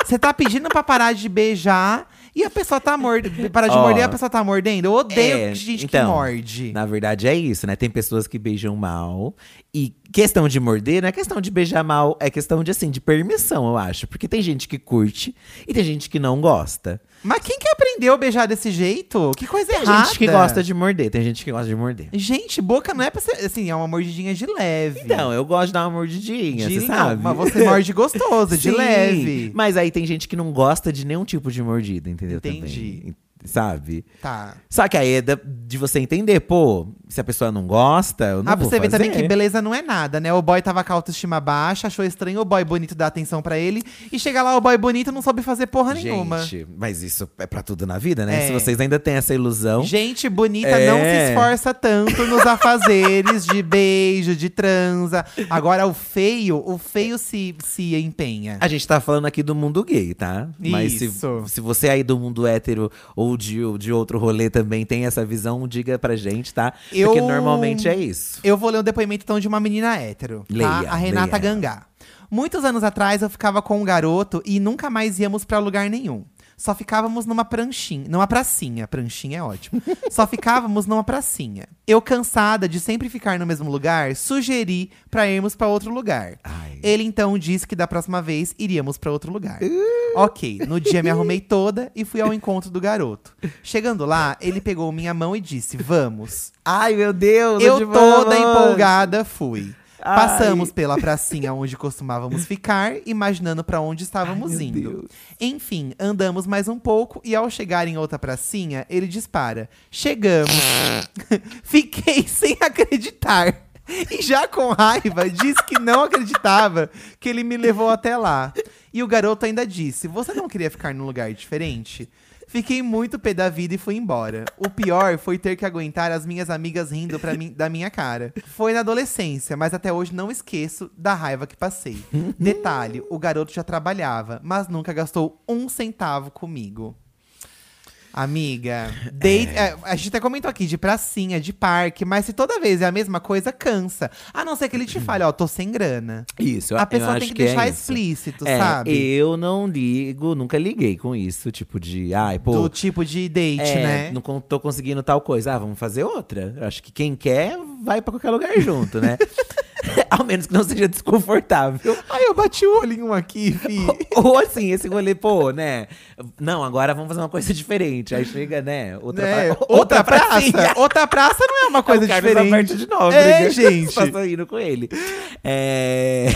Speaker 1: Você tá pedindo pra parar de beijar e a pessoa tá mordendo. Parar de
Speaker 2: Ó.
Speaker 1: morder, a pessoa tá mordendo. Eu odeio
Speaker 2: É,
Speaker 1: gente
Speaker 2: então,
Speaker 1: que morde.
Speaker 2: Na verdade é isso, né? Tem pessoas que beijam mal. E questão de morder não é questão de beijar mal, é questão de assim, de permissão, eu acho. Porque tem gente que curte e tem gente que não gosta.
Speaker 1: Mas quem que aprendeu a beijar desse jeito? Que coisa
Speaker 2: Tem
Speaker 1: errada.
Speaker 2: gente que gosta de morder, tem gente que gosta de morder.
Speaker 1: Gente, boca não é pra ser. Assim, é uma mordidinha de leve.
Speaker 2: Então, eu gosto de dar uma mordidinha,
Speaker 1: de,
Speaker 2: você
Speaker 1: não,
Speaker 2: sabe?
Speaker 1: mas você morde gostoso, de
Speaker 2: Sim,
Speaker 1: leve.
Speaker 2: Mas aí tem gente que não gosta de nenhum tipo de mordida, entendeu?
Speaker 1: Entendi.
Speaker 2: Também, sabe?
Speaker 1: Tá.
Speaker 2: Só que aí é da- de você entender, pô, se a pessoa não gosta, eu não
Speaker 1: ah, pra
Speaker 2: vou
Speaker 1: você ver também
Speaker 2: fazer.
Speaker 1: que beleza não é nada, né? O boy tava com a autoestima baixa, achou estranho o boy bonito dar atenção pra ele. E chega lá, o boy bonito não soube fazer porra nenhuma.
Speaker 2: Gente, mas isso é pra tudo na vida, né?
Speaker 1: É.
Speaker 2: Se vocês ainda têm essa ilusão.
Speaker 1: Gente bonita
Speaker 2: É.
Speaker 1: não se esforça tanto nos afazeres de beijo, de transa. Agora, o feio, o feio se, se empenha.
Speaker 2: A gente tá falando aqui do mundo gay, tá? Mas se,
Speaker 1: Isso.
Speaker 2: se você aí do mundo hétero ou de, ou de outro rolê também tem essa visão, diga pra gente, tá? Porque
Speaker 1: Eu-
Speaker 2: normalmente é isso.
Speaker 1: Eu vou ler um depoimento então de uma menina hétero, tá?
Speaker 2: Leia,
Speaker 1: a Renata
Speaker 2: leia.
Speaker 1: Gangá. Muitos anos atrás eu ficava com um garoto e nunca mais íamos pra lugar nenhum. Só ficávamos numa pranchinha, numa pracinha, pranchinha é ótimo. Só ficávamos numa pracinha. Eu cansada de sempre ficar no mesmo lugar, sugeri pra irmos pra outro lugar.
Speaker 2: Ai.
Speaker 1: Ele então disse que da próxima vez iríamos pra outro lugar.
Speaker 2: Uh!
Speaker 1: ok, no dia me arrumei toda e fui ao encontro do garoto. Chegando lá, ele pegou minha mão e disse: "Vamos".
Speaker 2: Ai, meu Deus! onde
Speaker 1: Eu toda
Speaker 2: vamos?
Speaker 1: empolgada fui.
Speaker 2: Ai.
Speaker 1: Passamos pela pracinha onde costumávamos ficar, imaginando pra onde estávamos
Speaker 2: Ai, meu
Speaker 1: indo.
Speaker 2: Deus.
Speaker 1: Enfim, andamos mais um pouco e ao chegar em outra pracinha, ele dispara: Chegamos. <laughs> Fiquei sem acreditar. E já com raiva, disse que não acreditava que ele me levou até lá. E o garoto ainda disse: Você não queria ficar num lugar diferente? Fiquei muito pé da vida e fui embora. O pior foi ter que aguentar as minhas amigas rindo pra mim, da minha cara. Foi na adolescência, mas até hoje não esqueço da raiva que passei. Detalhe: o garoto já trabalhava, mas nunca gastou um centavo comigo. Amiga, dei- é, a gente até comentou aqui de pracinha, de parque, mas se toda vez é a mesma coisa, cansa. A não ser que ele te fale, ó, tô sem grana.
Speaker 2: Isso, eu
Speaker 1: A pessoa
Speaker 2: acho
Speaker 1: tem que,
Speaker 2: é
Speaker 1: deixar
Speaker 2: isso.
Speaker 1: explícito,
Speaker 2: É,
Speaker 1: sabe?
Speaker 2: Eu não ligo, nunca liguei com isso, tipo de, ai, pô,
Speaker 1: Do tipo de date,
Speaker 2: é,
Speaker 1: né?
Speaker 2: não con- tô conseguindo tal coisa, ah, vamos fazer outra. Eu acho que quem quer vai pra qualquer lugar
Speaker 1: <laughs>
Speaker 2: junto, né? <laughs> Ao menos que não seja desconfortável.
Speaker 1: Ai, eu bati o olhinho aqui, vi.
Speaker 2: Ou assim, esse rolê, pô, né? Não, agora vamos fazer uma coisa diferente. Aí chega, né? <laughs> Outra,
Speaker 1: Né?
Speaker 2: pra-
Speaker 1: Outra
Speaker 2: pracinha.
Speaker 1: praça? <laughs> Outra praça não é uma coisa
Speaker 2: o Carlos
Speaker 1: diferente.
Speaker 2: Alberto de novo,
Speaker 1: É,
Speaker 2: né? <laughs>
Speaker 1: gente.
Speaker 2: Passou indo com ele. É.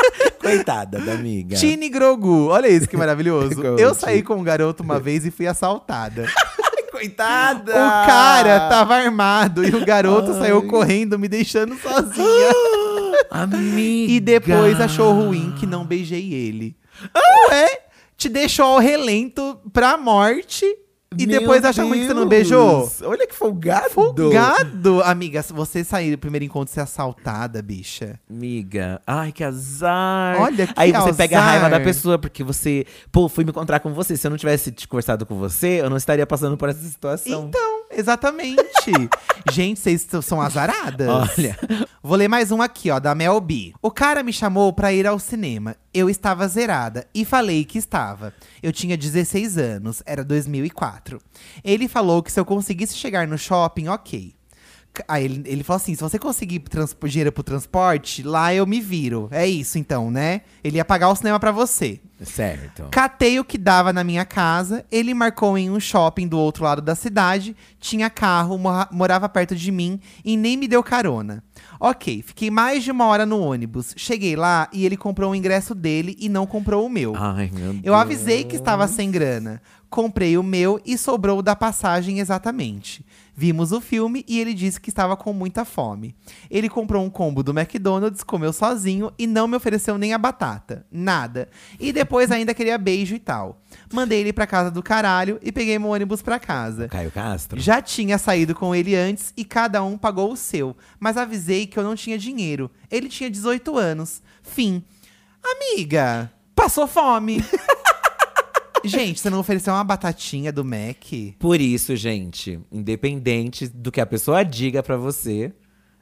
Speaker 2: <laughs> Coitada da amiga.
Speaker 1: Tini Grogu, olha isso que maravilhoso.
Speaker 2: <laughs> Grogu.
Speaker 1: eu saí com um garoto uma vez e fui
Speaker 2: <laughs>
Speaker 1: assaltada.
Speaker 2: Coitada!
Speaker 1: O cara tá tava armado e o garoto
Speaker 2: Ah! Ai.
Speaker 1: saiu correndo, me deixando sozinha.
Speaker 2: Amiga.
Speaker 1: E depois achou ruim que não é, beijei ele. Ué, te deixou ao relento pra morte E
Speaker 2: Meu
Speaker 1: depois achar ruim que você não beijou?
Speaker 2: Deus, Olha que folgado.
Speaker 1: Folgado! Amiga, se você sair do primeiro encontro e ser assaltada, bicha.
Speaker 2: Amiga, ai que azar.
Speaker 1: Olha que
Speaker 2: Aí você pega a raiva
Speaker 1: azar.
Speaker 2: da pessoa, porque você, pô, fui me encontrar com você. Se eu não tivesse te conversado com você, eu não estaria passando por essa situação.
Speaker 1: Então, exatamente. Gente, vocês t- são azaradas.
Speaker 2: Olha.
Speaker 1: Vou ler mais um aqui, ó, da Mel B. O cara me chamou pra ir ao cinema. Eu estava zerada e falei que estava. Eu tinha 16 anos, era 2004. Ele falou que se eu conseguisse chegar no shopping, ok. C- Aí ele, ele falou assim: se você conseguir trans- dinheiro pro transporte, lá eu me viro. É isso então, né? Ele ia pagar o cinema pra você.
Speaker 2: Certo.
Speaker 1: Catei o que dava na minha casa, ele marcou em um shopping do outro lado da cidade, tinha carro, morra- morava perto de mim e nem me deu carona. Ok, fiquei mais de uma hora no ônibus. Cheguei lá e ele comprou o ingresso dele e não comprou o meu.
Speaker 2: Ai, meu Deus.
Speaker 1: Eu avisei que estava sem grana. Comprei o meu e sobrou o da passagem exatamente. Vimos o filme e ele disse que estava com muita fome. Ele comprou um combo do McDonald's, comeu sozinho e não me ofereceu nem a batata. Nada. E depois ainda queria beijo e tal. Mandei ele pra casa do caralho e peguei meu ônibus pra casa.
Speaker 2: Caio Castro.
Speaker 1: Já tinha saído com ele antes e cada um pagou o seu, mas avisei que eu não tinha dinheiro. Ele tinha 18 anos. Fim. Amiga, passou
Speaker 2: <laughs>
Speaker 1: fome. Gente, você não ofereceu uma batatinha do Mac?
Speaker 2: Por isso, gente, independente do que a pessoa diga pra você,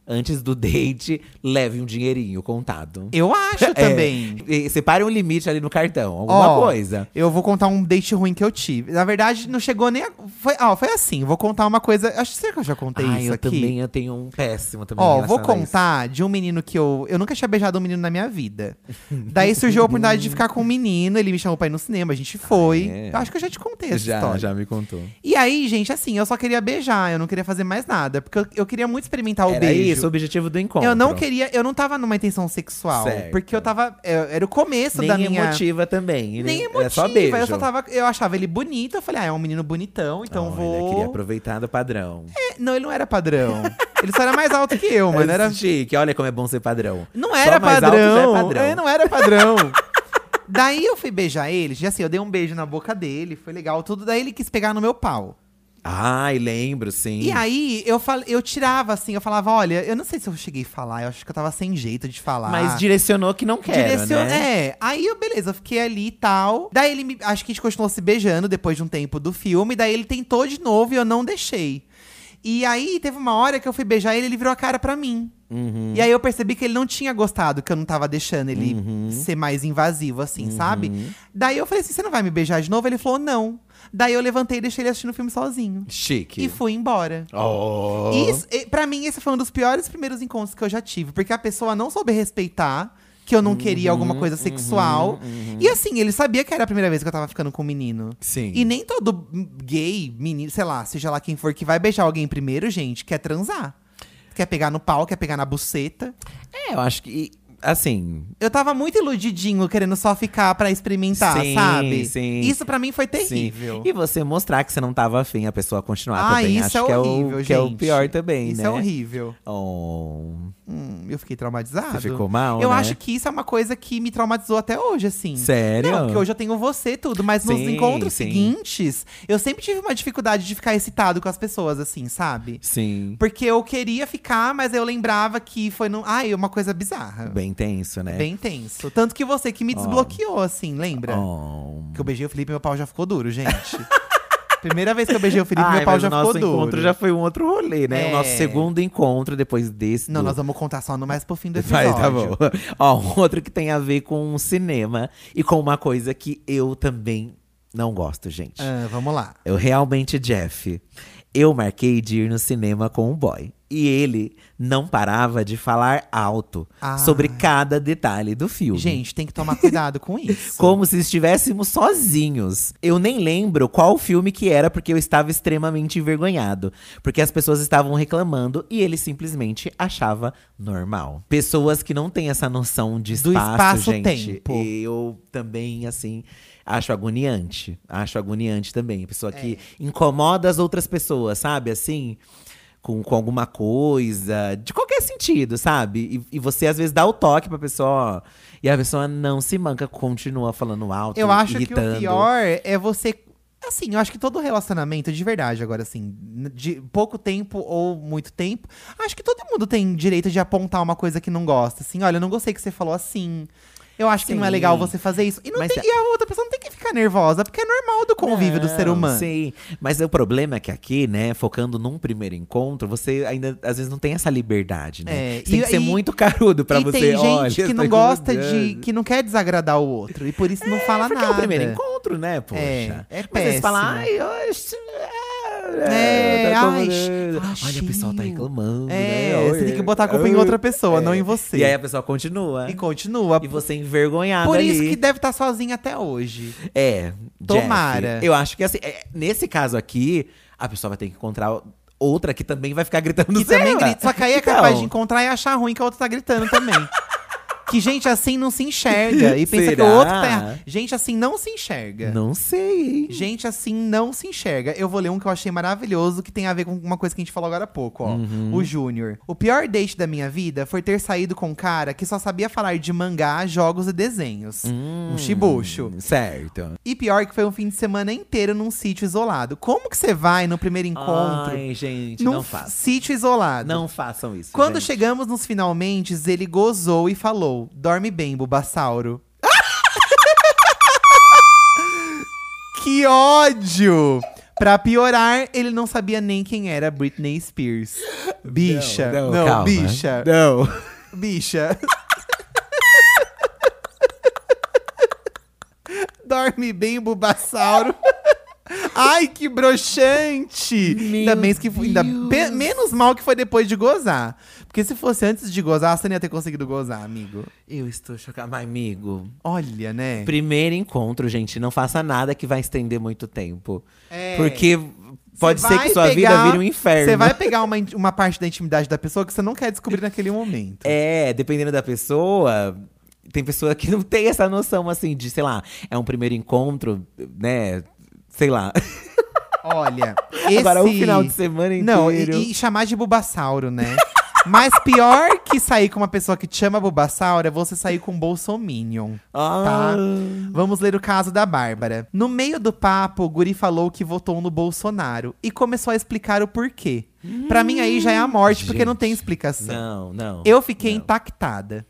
Speaker 2: antes do date, leve um dinheirinho contado.
Speaker 1: Eu
Speaker 2: <laughs> É.
Speaker 1: acho também.
Speaker 2: E separe um limite ali no cartão, alguma
Speaker 1: Ó,
Speaker 2: coisa.
Speaker 1: Eu vou contar um date ruim que eu tive. Na verdade, não chegou nem a... Foi, ó, foi assim, vou contar uma coisa. Acho será que eu já contei
Speaker 2: Ai,
Speaker 1: isso
Speaker 2: eu
Speaker 1: aqui.
Speaker 2: também eu tenho um péssimo também.
Speaker 1: Ó,
Speaker 2: relacionado
Speaker 1: vou
Speaker 2: a
Speaker 1: contar de um menino que eu. Eu nunca tinha beijado um menino na minha vida. Daí surgiu a oportunidade de ficar com um menino, ele me chamou pra ir no cinema, a gente foi.
Speaker 2: é?
Speaker 1: Eu Acho que eu já te contei
Speaker 2: isso.
Speaker 1: essa
Speaker 2: Já,
Speaker 1: história.
Speaker 2: já me contou.
Speaker 1: E aí, gente, assim, eu só queria beijar, eu não queria fazer mais nada. Porque eu, eu queria muito experimentar o
Speaker 2: Era
Speaker 1: beijo.
Speaker 2: isso, o objetivo do encontro.
Speaker 1: eu não queria. Eu não tava numa intenção sexual.
Speaker 2: Certo.
Speaker 1: Porque eu tava. eu- era o começo
Speaker 2: Nem
Speaker 1: da minha.
Speaker 2: emotiva também.
Speaker 1: Nem
Speaker 2: emotiva.
Speaker 1: emotiva,
Speaker 2: É só beijo.
Speaker 1: eu só tava. Eu achava ele bonito, eu falei, ah, é um menino bonitão, então
Speaker 2: Olha,
Speaker 1: vou.
Speaker 2: Queria aproveitar do padrão.
Speaker 1: É, Não, ele não era padrão. ele só era mais alto que
Speaker 2: <laughs>
Speaker 1: eu, mano. Era
Speaker 2: Era chique, olha como é bom ser padrão.
Speaker 1: Não
Speaker 2: Só
Speaker 1: era
Speaker 2: mais alto
Speaker 1: padrão.
Speaker 2: já é padrão.
Speaker 1: É, não era padrão. Daí eu fui beijar ele, já assim, eu dei um beijo na boca dele, foi legal tudo. Daí ele quis pegar no meu pau.
Speaker 2: <laughs> Ai, lembro, sim.
Speaker 1: E aí eu, fal, eu tirava assim, eu falava, olha, eu não sei se eu cheguei a falar, eu acho que eu tava sem jeito de falar.
Speaker 2: Mas direcionou que não quero,
Speaker 1: Direcion-
Speaker 2: né?
Speaker 1: É, aí eu, beleza, eu fiquei ali e tal. Daí ele me. Acho que a gente continuou se beijando depois de um tempo do filme. Daí ele tentou de novo e eu não deixei. E aí teve uma hora que eu fui beijar ele, ele virou a cara pra mim.
Speaker 2: Uhum.
Speaker 1: E aí eu percebi que ele não tinha gostado, que eu não tava deixando ele
Speaker 2: Uhum.
Speaker 1: ser mais invasivo, assim, sabe? Daí eu falei assim: você não vai me beijar de novo? Ele falou, não. Daí eu levantei e deixei ele assistindo o filme sozinho.
Speaker 2: Chique.
Speaker 1: E fui embora.
Speaker 2: Oh.
Speaker 1: Isso, e- pra mim, esse foi um dos piores primeiros encontros que eu já tive. Porque a pessoa não soube respeitar que eu não
Speaker 2: Uhum,
Speaker 1: queria alguma coisa sexual. E assim, ele sabia que era a primeira vez que eu tava ficando com um menino.
Speaker 2: Sim.
Speaker 1: E nem todo gay, menino, sei lá, seja lá quem for, que vai beijar alguém primeiro, gente, quer transar. Quer pegar no pau, quer pegar na buceta.
Speaker 2: É, eu acho que, assim,
Speaker 1: Eu tava muito iludidinho, querendo só ficar pra experimentar,
Speaker 2: Sim,
Speaker 1: sabe?
Speaker 2: sim.
Speaker 1: Isso pra mim foi
Speaker 2: sim.
Speaker 1: terrível.
Speaker 2: E você mostrar que você não tava afim, a pessoa continuar
Speaker 1: Ah,
Speaker 2: também.
Speaker 1: isso
Speaker 2: acho
Speaker 1: é
Speaker 2: que, é
Speaker 1: horrível,
Speaker 2: o, que é o
Speaker 1: gente.
Speaker 2: pior também,
Speaker 1: Isso
Speaker 2: né?
Speaker 1: é horrível.
Speaker 2: Oh.
Speaker 1: Hum, eu fiquei traumatizado.
Speaker 2: Você ficou mal,
Speaker 1: Eu
Speaker 2: né?
Speaker 1: acho que isso é uma coisa que me traumatizou até hoje, assim.
Speaker 2: Sério?
Speaker 1: Não, porque hoje eu tenho você e tudo, mas nos
Speaker 2: Sim,
Speaker 1: encontros
Speaker 2: sim.
Speaker 1: seguintes, eu sempre tive uma dificuldade de ficar excitado com as pessoas, assim, sabe?
Speaker 2: Sim.
Speaker 1: Porque eu queria ficar, mas eu lembrava que foi num. Ai, uma coisa bizarra.
Speaker 2: Bem tenso, né?
Speaker 1: Bem tenso. Tanto que você que me desbloqueou, assim, lembra?
Speaker 2: Oh.
Speaker 1: Que eu beijei o Felipe e meu pau já ficou duro,
Speaker 2: <laughs>
Speaker 1: gente. Primeira vez que eu beijei o Felipe,
Speaker 2: Ai,
Speaker 1: meu pau
Speaker 2: mas
Speaker 1: já
Speaker 2: o nosso
Speaker 1: ficou duro.
Speaker 2: encontro já foi um outro rolê, né? O nosso
Speaker 1: É.
Speaker 2: segundo encontro depois desse.
Speaker 1: Não,
Speaker 2: do-
Speaker 1: nós vamos contar só no mais pro fim do
Speaker 2: <laughs> Vai,
Speaker 1: episódio.
Speaker 2: tá bom. <laughs> Ó, um outro que tem a ver com o cinema e com uma coisa que eu também não gosto, gente.
Speaker 1: Ah, vamos lá.
Speaker 2: Eu realmente, Jeff, eu marquei de ir no cinema com um boy. E ele não parava de falar alto
Speaker 1: Ah.
Speaker 2: sobre cada detalhe do filme.
Speaker 1: Gente, tem que tomar cuidado com isso.
Speaker 2: Como se estivéssemos sozinhos. Eu nem lembro qual filme que era, porque eu estava extremamente envergonhado. Porque as pessoas estavam reclamando e ele simplesmente achava normal. Pessoas que não têm essa noção de
Speaker 1: Do
Speaker 2: espaço, gente.
Speaker 1: espaço-tempo.
Speaker 2: Eu também, assim, acho agoniante. Acho agoniante também. Pessoa que
Speaker 1: É.
Speaker 2: incomoda as outras pessoas, sabe? Assim. Com, com alguma coisa, de qualquer sentido, sabe? E, e você às vezes dá o toque pra pessoa, ó, e a pessoa não se manca, continua falando alto,
Speaker 1: Eu acho
Speaker 2: irritando.
Speaker 1: que o pior é você. Assim, eu acho que todo relacionamento, de verdade, agora assim, n- de pouco tempo ou muito tempo, acho que todo mundo tem direito de apontar uma coisa que não gosta. Assim, olha, eu não gostei que você falou assim. Eu acho que não é
Speaker 2: Sim.
Speaker 1: legal você fazer isso. E, não
Speaker 2: Mas é
Speaker 1: tem-
Speaker 2: a-
Speaker 1: e a outra pessoa não tem que ficar nervosa, porque é normal do convívio do
Speaker 2: Não,
Speaker 1: ser humano.
Speaker 2: Sim, mas o problema é que aqui, né, focando num primeiro encontro, você ainda às vezes não tem essa liberdade,
Speaker 1: É,
Speaker 2: né? Você tem
Speaker 1: e-
Speaker 2: que ser
Speaker 1: e-
Speaker 2: muito carudo pra
Speaker 1: e
Speaker 2: você. tá
Speaker 1: tem gente
Speaker 2: Olha,
Speaker 1: que não
Speaker 2: estou
Speaker 1: gosta de.
Speaker 2: incomodando.
Speaker 1: que não quer desagradar o outro. E por isso não fala
Speaker 2: porque
Speaker 1: nada.
Speaker 2: é o primeiro encontro, né, poxa?
Speaker 1: É, é
Speaker 2: Mas eles falam,
Speaker 1: péssimo.
Speaker 2: ai, oxe,
Speaker 1: É,
Speaker 2: é, tá
Speaker 1: ai,
Speaker 2: incomodando.
Speaker 1: sh-
Speaker 2: Olha, o pessoal tá
Speaker 1: achei.
Speaker 2: reclamando,
Speaker 1: É,
Speaker 2: né?
Speaker 1: você
Speaker 2: Oi,
Speaker 1: tem que botar a culpa em
Speaker 2: oi.
Speaker 1: outra pessoa,
Speaker 2: É.
Speaker 1: não em você.
Speaker 2: E aí a pessoa continua.
Speaker 1: E continua.
Speaker 2: E você envergonhado
Speaker 1: Por
Speaker 2: ali.
Speaker 1: isso que deve estar sozinha até
Speaker 2: <laughs>
Speaker 1: hoje.
Speaker 2: É,
Speaker 1: Tomara.
Speaker 2: Jeff, eu acho que assim, é, nesse caso aqui, a pessoa vai ter que encontrar outra que também vai ficar gritando
Speaker 1: Que também grita. Só que aí é
Speaker 2: Então.
Speaker 1: capaz de encontrar e achar ruim que a outra tá gritando
Speaker 2: <laughs>
Speaker 1: também. que gente assim não se enxerga. E pensa que o
Speaker 2: Será?
Speaker 1: outro tá errado. Gente assim não se enxerga.
Speaker 2: Não sei. hein?
Speaker 1: Gente assim não se enxerga. Eu vou ler um que eu achei maravilhoso, que tem a ver com uma coisa que a gente falou agora há pouco, ó.
Speaker 2: Uhum.
Speaker 1: O Júnior. O pior date da minha vida foi ter saído com um cara que só sabia falar de mangá, jogos e desenhos.
Speaker 2: Hum.
Speaker 1: Um chibucho.
Speaker 2: Certo.
Speaker 1: E pior que foi um fim de semana inteiro num sítio isolado. Como que você vai no primeiro encontro
Speaker 2: Ai, gente,
Speaker 1: num
Speaker 2: não
Speaker 1: f-
Speaker 2: façam.
Speaker 1: sítio isolado?
Speaker 2: Não façam isso.
Speaker 1: Quando
Speaker 2: gente.
Speaker 1: chegamos nos finalmente, ele gozou e falou: Dorme bem, Bubassauro. <laughs> que ódio! Pra piorar, ele não sabia nem quem era Britney Spears. Bicha. Não,
Speaker 2: calma.
Speaker 1: bicha.
Speaker 2: Não.
Speaker 1: Bicha. Dorme bem, Bubassauro. Ai, que broxante!
Speaker 2: Meu
Speaker 1: ainda, bem que, ainda
Speaker 2: Deus.
Speaker 1: pe- menos mal que foi depois de gozar. Porque se fosse antes de gozar, você não ia ter conseguido gozar, amigo.
Speaker 2: Eu estou chocado, mas amigo.
Speaker 1: Olha, né?
Speaker 2: É. Primeiro encontro, gente, não faça nada que vai estender muito tempo.
Speaker 1: É.
Speaker 2: Porque pode
Speaker 1: Você
Speaker 2: ser
Speaker 1: vai
Speaker 2: que sua
Speaker 1: pegar-
Speaker 2: vida vire um inferno.
Speaker 1: Você vai pegar uma, in- uma parte da intimidade da pessoa que você não quer descobrir naquele momento.
Speaker 2: É, dependendo da pessoa. Tem pessoa que não tem essa noção, assim, de, sei lá, é um primeiro encontro, né? Sei lá. <laughs>
Speaker 1: Olha, esse…
Speaker 2: Agora, um final de semana inteiro.
Speaker 1: Não, e, e chamar de Bubassauro, né? <laughs> Mas pior que sair com uma pessoa que te chama Bubassauro é você sair com um Bolsominion.
Speaker 2: Ah,
Speaker 1: tá. Vamos ler o caso da Bárbara. No meio do papo, o Guri falou que votou no Bolsonaro e começou a explicar o porquê. Pra mim, aí já é a morte, porque não tem explicação.
Speaker 2: Hum. Não, não.
Speaker 1: Eu fiquei impactada.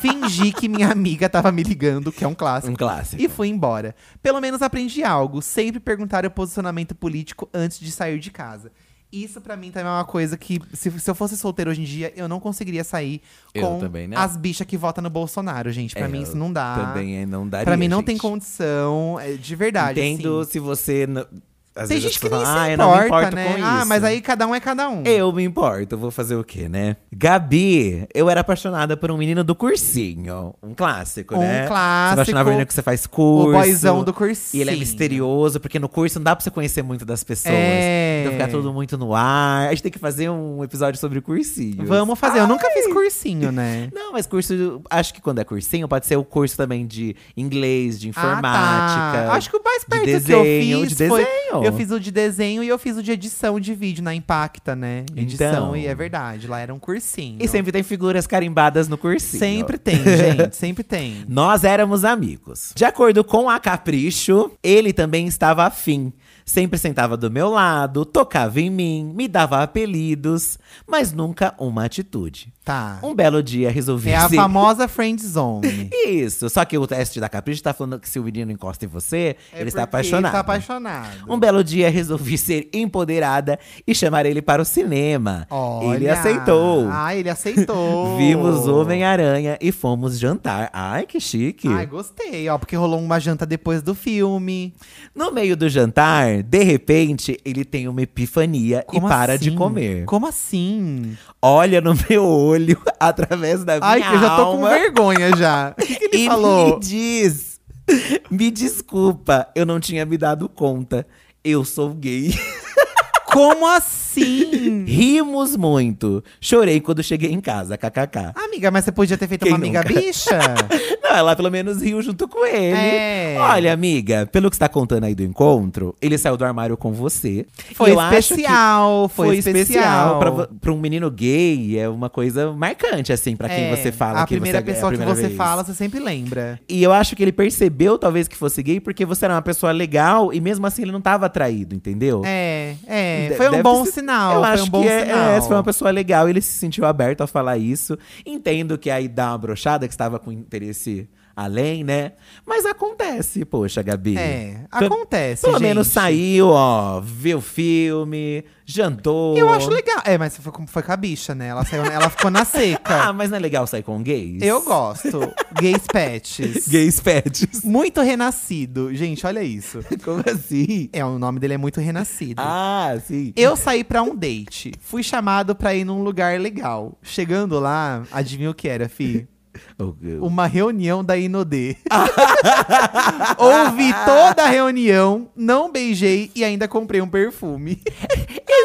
Speaker 1: Fingi que minha amiga tava me ligando, que é um clássico.
Speaker 2: Um clássico.
Speaker 1: E fui embora. Pelo menos aprendi algo. Sempre perguntar o posicionamento político antes de sair de casa. Isso pra mim também é uma coisa que, se, se eu fosse solteiro hoje em dia, eu não conseguiria sair
Speaker 2: Eu
Speaker 1: com
Speaker 2: também não.
Speaker 1: as bichas que votam no Bolsonaro, gente. Pra
Speaker 2: É,
Speaker 1: mim isso
Speaker 2: eu
Speaker 1: não dá.
Speaker 2: Também é, não daria,
Speaker 1: ah, Pra mim não
Speaker 2: gente.
Speaker 1: tem condição, é, de verdade.
Speaker 2: Entendo
Speaker 1: assim.
Speaker 2: se você… não- às
Speaker 1: Tem
Speaker 2: vezes
Speaker 1: gente
Speaker 2: as
Speaker 1: que nem
Speaker 2: pessoas
Speaker 1: se importa,
Speaker 2: falam, ah, eu não me importo
Speaker 1: né?
Speaker 2: com isso.
Speaker 1: Ah, mas aí cada um é cada um.
Speaker 2: Eu me importo, vou fazer o quê, né? Gabi, eu era apaixonada por um menino do cursinho. Um clássico,
Speaker 1: Um
Speaker 2: né? Você
Speaker 1: clássico.
Speaker 2: apaixonava por um menino que você faz curso.
Speaker 1: o boyzão do
Speaker 2: E
Speaker 1: cursinho.
Speaker 2: ele é misterioso, porque no curso não dá pra você conhecer muito das pessoas.
Speaker 1: É.
Speaker 2: Então fica tudo muito no ar. A gente tem que fazer um episódio sobre cursinho.
Speaker 1: Vamos fazer. um. Eu nunca fiz cursinho, né?
Speaker 2: Não, mas curso, acho que quando é cursinho, pode ser o curso também de inglês, de
Speaker 1: Ah,
Speaker 2: informática.
Speaker 1: tá. Acho que o mais
Speaker 2: de
Speaker 1: perto que eu
Speaker 2: desenho,
Speaker 1: fiz
Speaker 2: de
Speaker 1: foi…
Speaker 2: desenho.
Speaker 1: Eu fiz o de desenho e eu fiz o de edição de vídeo na Impacta, né? Edição,
Speaker 2: Então.
Speaker 1: e é verdade. Lá era um cursinho.
Speaker 2: E sempre tem figuras carimbadas no cursinho.
Speaker 1: Sempre tem,
Speaker 2: <laughs>
Speaker 1: gente. Sempre tem.
Speaker 2: Nós éramos amigos. De acordo com a Capricho, ele também estava afim. Sempre sentava do meu lado, tocava em mim, me dava apelidos, mas nunca uma atitude.
Speaker 1: Tá.
Speaker 2: Um belo dia resolvi
Speaker 1: É a
Speaker 2: ser-
Speaker 1: famosa friend zone.
Speaker 2: Isso, só que o teste da Capricho tá falando que se o menino encosta em você,
Speaker 1: É
Speaker 2: ele está
Speaker 1: porque Ele
Speaker 2: apaixonado.
Speaker 1: tá apaixonado.
Speaker 2: Um belo dia resolvi ser empoderada e chamar ele para o cinema. Ele
Speaker 1: Olha!
Speaker 2: aceitou.
Speaker 1: Ah, ele aceitou.
Speaker 2: Vimos Homem-Aranha e fomos jantar. Ai, que chique.
Speaker 1: Oh. Ai, gostei, ó, porque rolou uma janta depois do filme.
Speaker 2: No meio do jantar, de repente, ele tem uma epifania
Speaker 1: Como
Speaker 2: e para
Speaker 1: assim?
Speaker 2: de comer.
Speaker 1: Como assim?
Speaker 2: Olha no meu olho, <laughs> através da minha
Speaker 1: Ai, que eu já tô com
Speaker 2: alma,
Speaker 1: vergonha já.
Speaker 2: <laughs>
Speaker 1: O que, que ele
Speaker 2: e
Speaker 1: falou?
Speaker 2: me diz… Me desculpa, eu não tinha me dado conta. Eu sou gay.
Speaker 1: Como assim? Hum.
Speaker 2: assim? Rimos muito. Chorei quando cheguei em casa, kkk.
Speaker 1: amiga, mas você podia ter feito
Speaker 2: Quem
Speaker 1: uma amiga
Speaker 2: nunca? <laughs>
Speaker 1: bicha.
Speaker 2: Não, ela pelo menos riu junto com ele.
Speaker 1: É.
Speaker 2: Olha, amiga, pelo que você tá contando aí do encontro, ele saiu do armário com você.
Speaker 1: Foi
Speaker 2: Eu acho
Speaker 1: especial,
Speaker 2: que
Speaker 1: foi, especial.
Speaker 2: pra vo- pra um menino gay, é uma coisa marcante, assim, pra quem
Speaker 1: É,
Speaker 2: você fala
Speaker 1: A
Speaker 2: que
Speaker 1: primeira
Speaker 2: você é
Speaker 1: pessoa
Speaker 2: a primeira
Speaker 1: que você
Speaker 2: vez.
Speaker 1: fala, você sempre lembra.
Speaker 2: E eu acho que ele percebeu, talvez, que fosse gay, porque você era uma pessoa legal e mesmo assim ele não tava atraído, entendeu?
Speaker 1: É, é.
Speaker 2: De-
Speaker 1: Foi um
Speaker 2: deve
Speaker 1: bom sinal.
Speaker 2: ser- eu
Speaker 1: foi
Speaker 2: acho
Speaker 1: um bom
Speaker 2: que é,
Speaker 1: sinal.
Speaker 2: é, essa foi uma pessoa legal, ele se sentiu aberto a falar isso. Entendo que aí dá uma brochada, que estava com interesse além, né? Mas acontece, poxa, Gabi.
Speaker 1: É,
Speaker 2: Pe-
Speaker 1: acontece.
Speaker 2: Pelo
Speaker 1: gente.
Speaker 2: menos saiu, ó, viu o filme, jantou.
Speaker 1: Eu acho legal. É, mas foi como foi com a bicha, né? Ela, saiu, ela ficou na seca.
Speaker 2: Ah, mas não é legal sair com gays?
Speaker 1: Eu gosto. Gays pets.
Speaker 2: Gays pets.
Speaker 1: Muito renascido. Gente, olha isso.
Speaker 2: <laughs> Como assim?
Speaker 1: É, o nome dele é muito renascido.
Speaker 2: Ah, sim.
Speaker 1: Eu saí pra um date. Fui chamado pra ir num lugar legal. Chegando lá, adivinha o que era, fi?
Speaker 2: Oh, eu-
Speaker 1: Uma reunião da Inodê. <laughs> Ouvi toda a reunião, não beijei e ainda comprei um perfume.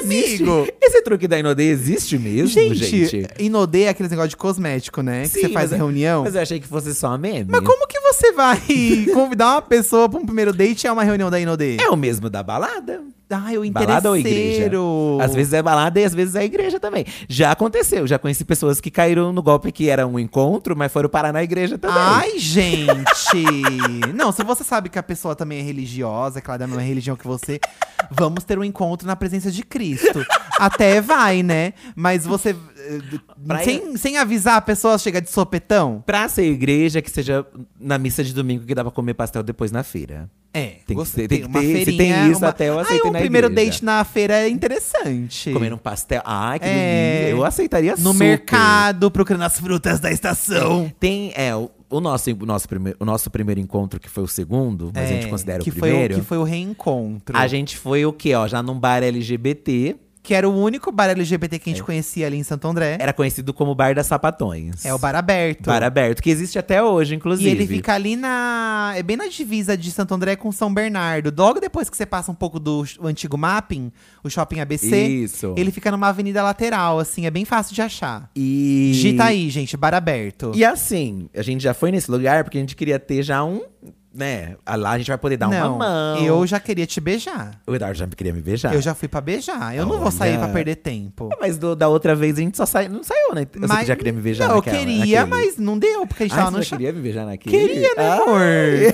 Speaker 2: Existe-
Speaker 1: Amigo!
Speaker 2: Esse truque da Inodê existe mesmo, gente? é
Speaker 1: Gente, Inodê é aqueles negócios de cosmético, né? que
Speaker 2: Sim,
Speaker 1: você faz
Speaker 2: mas-
Speaker 1: reunião.
Speaker 2: Mas é eu achei que fosse só meme.
Speaker 1: Mas como que você vai <laughs> convidar uma pessoa pra um primeiro date e é uma reunião da Inodê?
Speaker 2: É o mesmo da balada.
Speaker 1: Ah, eu
Speaker 2: Balada ou igreja?
Speaker 1: interesseiro.
Speaker 2: Às vezes é balada e às vezes é igreja também. Já aconteceu, já conheci pessoas que caíram no golpe que era um encontro, mas foram parar na igreja também.
Speaker 1: Ai, gente! <laughs> não, se você sabe que a pessoa também é religiosa, que ela é da mesma religião que você, vamos ter um encontro na presença de Cristo. Até vai, né? Mas você. eh,
Speaker 2: Pra-
Speaker 1: Sem, sem avisar, a pessoa chega de sopetão?
Speaker 2: Pra ser igreja, que seja na missa de domingo que dá pra comer pastel depois na feira.
Speaker 1: É,
Speaker 2: que
Speaker 1: gostei.
Speaker 2: ter- tem que
Speaker 1: uma
Speaker 2: ter- se tem
Speaker 1: feirinha,
Speaker 2: isso até eu aceito
Speaker 1: Ai, um
Speaker 2: na
Speaker 1: primeiro
Speaker 2: igreja.
Speaker 1: date na feira é interessante.
Speaker 2: Comer um pastel. Ai, que
Speaker 1: É.
Speaker 2: delícia. Eu aceitaria
Speaker 1: no
Speaker 2: super.
Speaker 1: mercado, procurando as frutas da estação.
Speaker 2: Tem, é, o, o nosso, o, nosso primeiro, o nosso primeiro encontro, que foi o segundo, mas a gente
Speaker 1: É,
Speaker 2: considera
Speaker 1: que
Speaker 2: o primeiro.
Speaker 1: Foi o, que foi o reencontro.
Speaker 2: A gente foi o quê, ó? Já num bar LGBT.
Speaker 1: Que era o único bar LGBT que a
Speaker 2: É.
Speaker 1: gente conhecia ali em Santo André.
Speaker 2: Era conhecido como Bar das Sapatões.
Speaker 1: É o bar aberto.
Speaker 2: É. Bar aberto, que existe até hoje,
Speaker 1: e
Speaker 2: inclusive.
Speaker 1: ele fica ali na. É bem na divisa de Santo André com São Bernardo. Logo depois que você passa um pouco do sh- o antigo mapping, o shopping ABC,
Speaker 2: Isso.
Speaker 1: ele fica numa avenida lateral, assim, é bem fácil de achar.
Speaker 2: E...
Speaker 1: Digita aí, gente, bar aberto.
Speaker 2: E assim, a gente já foi nesse lugar porque a gente queria ter já um, né? Ah, Lá a gente vai poder dar
Speaker 1: não,
Speaker 2: uma mão.
Speaker 1: Eu já queria te beijar.
Speaker 2: O Eduardo já queria me beijar.
Speaker 1: Eu já fui pra beijar. Eu não vou
Speaker 2: Olha.
Speaker 1: sair pra perder tempo.
Speaker 2: Mas do- da outra vez a gente só saiu. Não saiu, né? Eu sei que já queria me beijar
Speaker 1: Não,
Speaker 2: naquela.
Speaker 1: eu queria,
Speaker 2: naquele.
Speaker 1: mas não deu, porque a gente
Speaker 2: Ah,
Speaker 1: tava
Speaker 2: você
Speaker 1: no
Speaker 2: já
Speaker 1: chá.
Speaker 2: queria me beijar naquele?
Speaker 1: Queria, né,
Speaker 2: Ah,
Speaker 1: amor?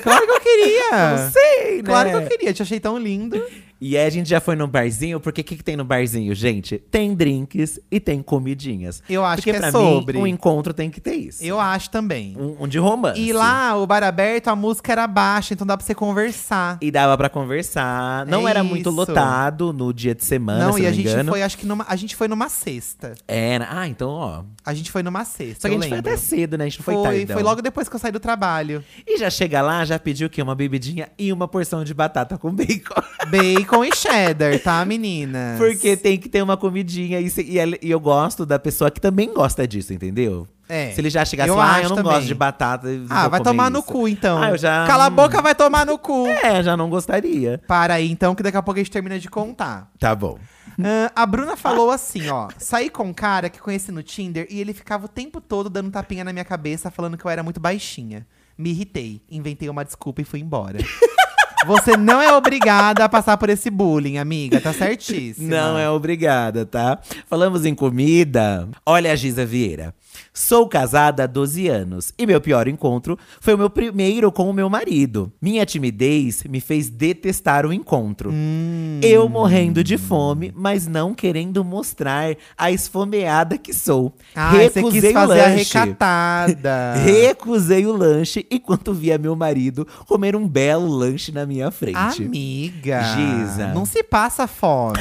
Speaker 1: Claro que
Speaker 2: <laughs>
Speaker 1: eu queria.
Speaker 2: Não sei, né?
Speaker 1: Claro que eu queria, te achei tão lindo.
Speaker 2: E aí a gente já foi num barzinho, porque o que, que tem no barzinho, gente? Tem drinks e tem comidinhas.
Speaker 1: Eu acho
Speaker 2: porque
Speaker 1: que é
Speaker 2: pra
Speaker 1: sobre.
Speaker 2: mim, um encontro tem que ter isso.
Speaker 1: Eu acho também.
Speaker 2: Um, um de romance.
Speaker 1: E lá, o bar aberto, a música era baixa, então dá pra você conversar.
Speaker 2: E dava pra conversar. Não
Speaker 1: É
Speaker 2: era muito
Speaker 1: isso.
Speaker 2: lotado no dia de semana,
Speaker 1: não,
Speaker 2: se
Speaker 1: e
Speaker 2: não
Speaker 1: a
Speaker 2: me
Speaker 1: gente
Speaker 2: engano.
Speaker 1: foi, acho que numa, a gente foi numa sexta.
Speaker 2: Era. Ah, então, ó.
Speaker 1: A gente foi numa sexta,
Speaker 2: Só que a
Speaker 1: eu
Speaker 2: gente
Speaker 1: lembro.
Speaker 2: foi até cedo, né? A gente não foi,
Speaker 1: foi,
Speaker 2: tarde.
Speaker 1: foi logo depois que eu saí do trabalho.
Speaker 2: E já chega lá, já pediu o quê? Uma bebidinha e uma porção de batata com bacon.
Speaker 1: Bacon e cheddar, tá, meninas?
Speaker 2: Porque tem que ter uma comidinha. E, se- e ela- e eu gosto da pessoa que também gosta disso, entendeu?
Speaker 1: É.
Speaker 2: Se ele já chegasse
Speaker 1: Eu
Speaker 2: lá, ah,
Speaker 1: acho
Speaker 2: eu não
Speaker 1: também.
Speaker 2: gosto de batata. eu
Speaker 1: Ah,
Speaker 2: vou
Speaker 1: vai
Speaker 2: comer
Speaker 1: tomar no
Speaker 2: isso."
Speaker 1: cu, então.
Speaker 2: Ah, eu já-
Speaker 1: Cala a boca, vai tomar no cu.
Speaker 2: É, já não gostaria.
Speaker 1: Para aí, então, que daqui a pouco a gente termina de contar.
Speaker 2: Tá bom.
Speaker 1: Ah, a Bruna falou assim, ó. Saí com um cara que conheci no Tinder e ele ficava o tempo todo dando tapinha na minha cabeça, falando que eu era muito baixinha. Me irritei, inventei uma desculpa e fui embora. <laughs> Você não é obrigada a passar por esse bullying, amiga. Tá certíssima.
Speaker 2: Não é obrigada, tá? Falamos em comida. Olha a Giza Vieira. Sou casada há 12 anos e meu pior encontro foi o meu primeiro com o meu marido. Minha timidez me fez detestar o encontro.
Speaker 1: Hum.
Speaker 2: Eu morrendo de fome, mas não querendo mostrar a esfomeada que sou.
Speaker 1: Ai, Ah, você quis
Speaker 2: o
Speaker 1: fazer a
Speaker 2: lanche. <laughs>
Speaker 1: recatada.
Speaker 2: Recusei o lanche enquanto via meu marido comer um belo lanche na minha frente.
Speaker 1: Ah, Amiga.
Speaker 2: Giza.
Speaker 1: Não se passa fome.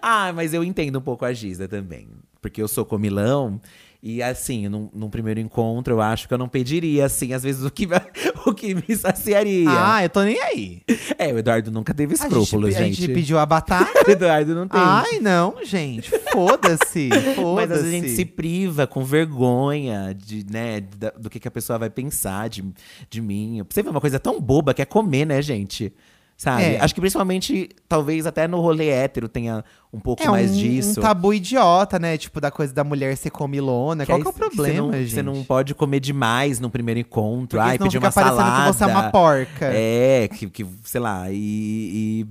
Speaker 2: Ah, mas eu entendo um pouco a Giza também. Porque eu sou comilão. E assim, num, num primeiro encontro, eu acho que eu não pediria, assim, às vezes o que, me- <laughs> o que me saciaria.
Speaker 1: ah, eu tô nem aí.
Speaker 2: É, o Eduardo nunca teve
Speaker 1: A gente-
Speaker 2: escrúpulos,
Speaker 1: a
Speaker 2: gente.
Speaker 1: gente Ah, pediu a batata.
Speaker 2: <laughs> O Eduardo não tem.
Speaker 1: Ai, não, gente. Foda-se.
Speaker 2: Mas às
Speaker 1: Foda-se.
Speaker 2: vezes a gente se priva com vergonha de, né, da- do que, que a pessoa vai pensar de, de mim. Você vê uma coisa tão boba que é comer, né, gente? Sabe?
Speaker 1: É.
Speaker 2: Acho que principalmente, talvez até no rolê hétero tenha um pouco
Speaker 1: É
Speaker 2: mais
Speaker 1: um,
Speaker 2: disso.
Speaker 1: um tabu idiota, né? Tipo, da coisa da mulher ser comilona. Qual
Speaker 2: aí
Speaker 1: que é o
Speaker 2: Você não,
Speaker 1: problema, gente?
Speaker 2: você não pode comer demais no primeiro encontro.
Speaker 1: Porque
Speaker 2: Ai,
Speaker 1: senão
Speaker 2: pedir
Speaker 1: fica
Speaker 2: uma
Speaker 1: parecendo
Speaker 2: salada.
Speaker 1: que você é uma porca.
Speaker 2: É, que, que sei lá, e, e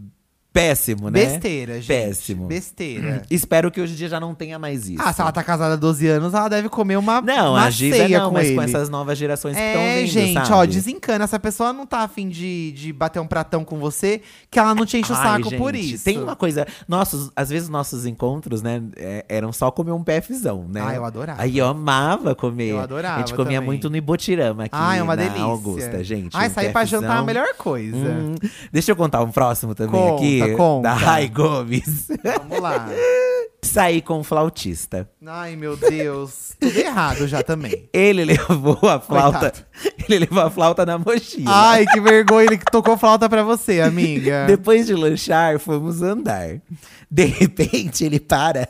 Speaker 2: péssimo, né?
Speaker 1: Besteira, gente.
Speaker 2: Péssimo.
Speaker 1: Besteira.
Speaker 2: Espero que hoje em dia já não tenha mais isso.
Speaker 1: Ah, se ela tá casada há 12 anos, ela deve comer uma,
Speaker 2: Não,
Speaker 1: uma
Speaker 2: a Giza
Speaker 1: ceia
Speaker 2: não,
Speaker 1: com
Speaker 2: mas
Speaker 1: ele.
Speaker 2: com essas novas gerações que estão
Speaker 1: É,
Speaker 2: vindo,
Speaker 1: gente,
Speaker 2: sabe?
Speaker 1: ó, desencana. Essa pessoa não tá afim de, de bater um pratão com você, que ela não te enche o
Speaker 2: Ai,
Speaker 1: saco por
Speaker 2: gente,
Speaker 1: isso.
Speaker 2: Tem uma coisa. Nossos, às vezes nossos encontros, né, é, eram só comer um PFzão, né?
Speaker 1: Ah, eu adorava.
Speaker 2: Aí eu amava comer.
Speaker 1: Eu adorava
Speaker 2: A gente comia
Speaker 1: também.
Speaker 2: muito no Ibotirama aqui.
Speaker 1: Ai, é uma
Speaker 2: na
Speaker 1: delícia.
Speaker 2: Augusta, gente.
Speaker 1: Ai,
Speaker 2: um
Speaker 1: sair pra jantar é a
Speaker 2: PFzão.
Speaker 1: melhor coisa.
Speaker 2: Hum, deixa eu contar um próximo também
Speaker 1: Conta,
Speaker 2: aqui.
Speaker 1: conta.
Speaker 2: Da Rai Gomes. <laughs>
Speaker 1: Vamos lá.
Speaker 2: Saí com um flautista.
Speaker 1: Ai, meu Deus. Tudo errado já também.
Speaker 2: Ele <laughs> levou a flauta.
Speaker 1: Coitado. Ah,
Speaker 2: Ele levou a flauta na mochila.
Speaker 1: Ai, que vergonha. Ele que tocou flauta pra você, amiga.
Speaker 2: Depois de lanchar, fomos andar. De repente, ele para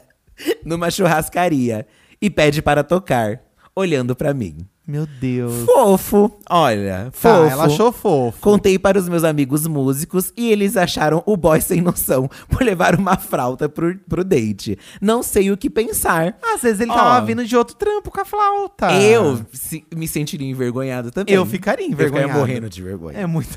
Speaker 2: numa churrascaria e pede para tocar, olhando para mim.
Speaker 1: Meu Deus.
Speaker 2: Fofo, olha,
Speaker 1: Tá,
Speaker 2: fofo.
Speaker 1: ela achou fofo.
Speaker 2: Contei para os meus amigos músicos e eles acharam o boy sem noção <laughs> por levar uma fralda pro, pro date. Não sei o que pensar.
Speaker 1: Às vezes ele
Speaker 2: Ó.
Speaker 1: tava vindo de outro trampo com a flauta.
Speaker 2: Eu se- me sentiria envergonhado também.
Speaker 1: Tá. Eu ficaria envergonhado.
Speaker 2: Eu ficaria morrendo de vergonha.
Speaker 1: É
Speaker 2: <laughs>
Speaker 1: muita.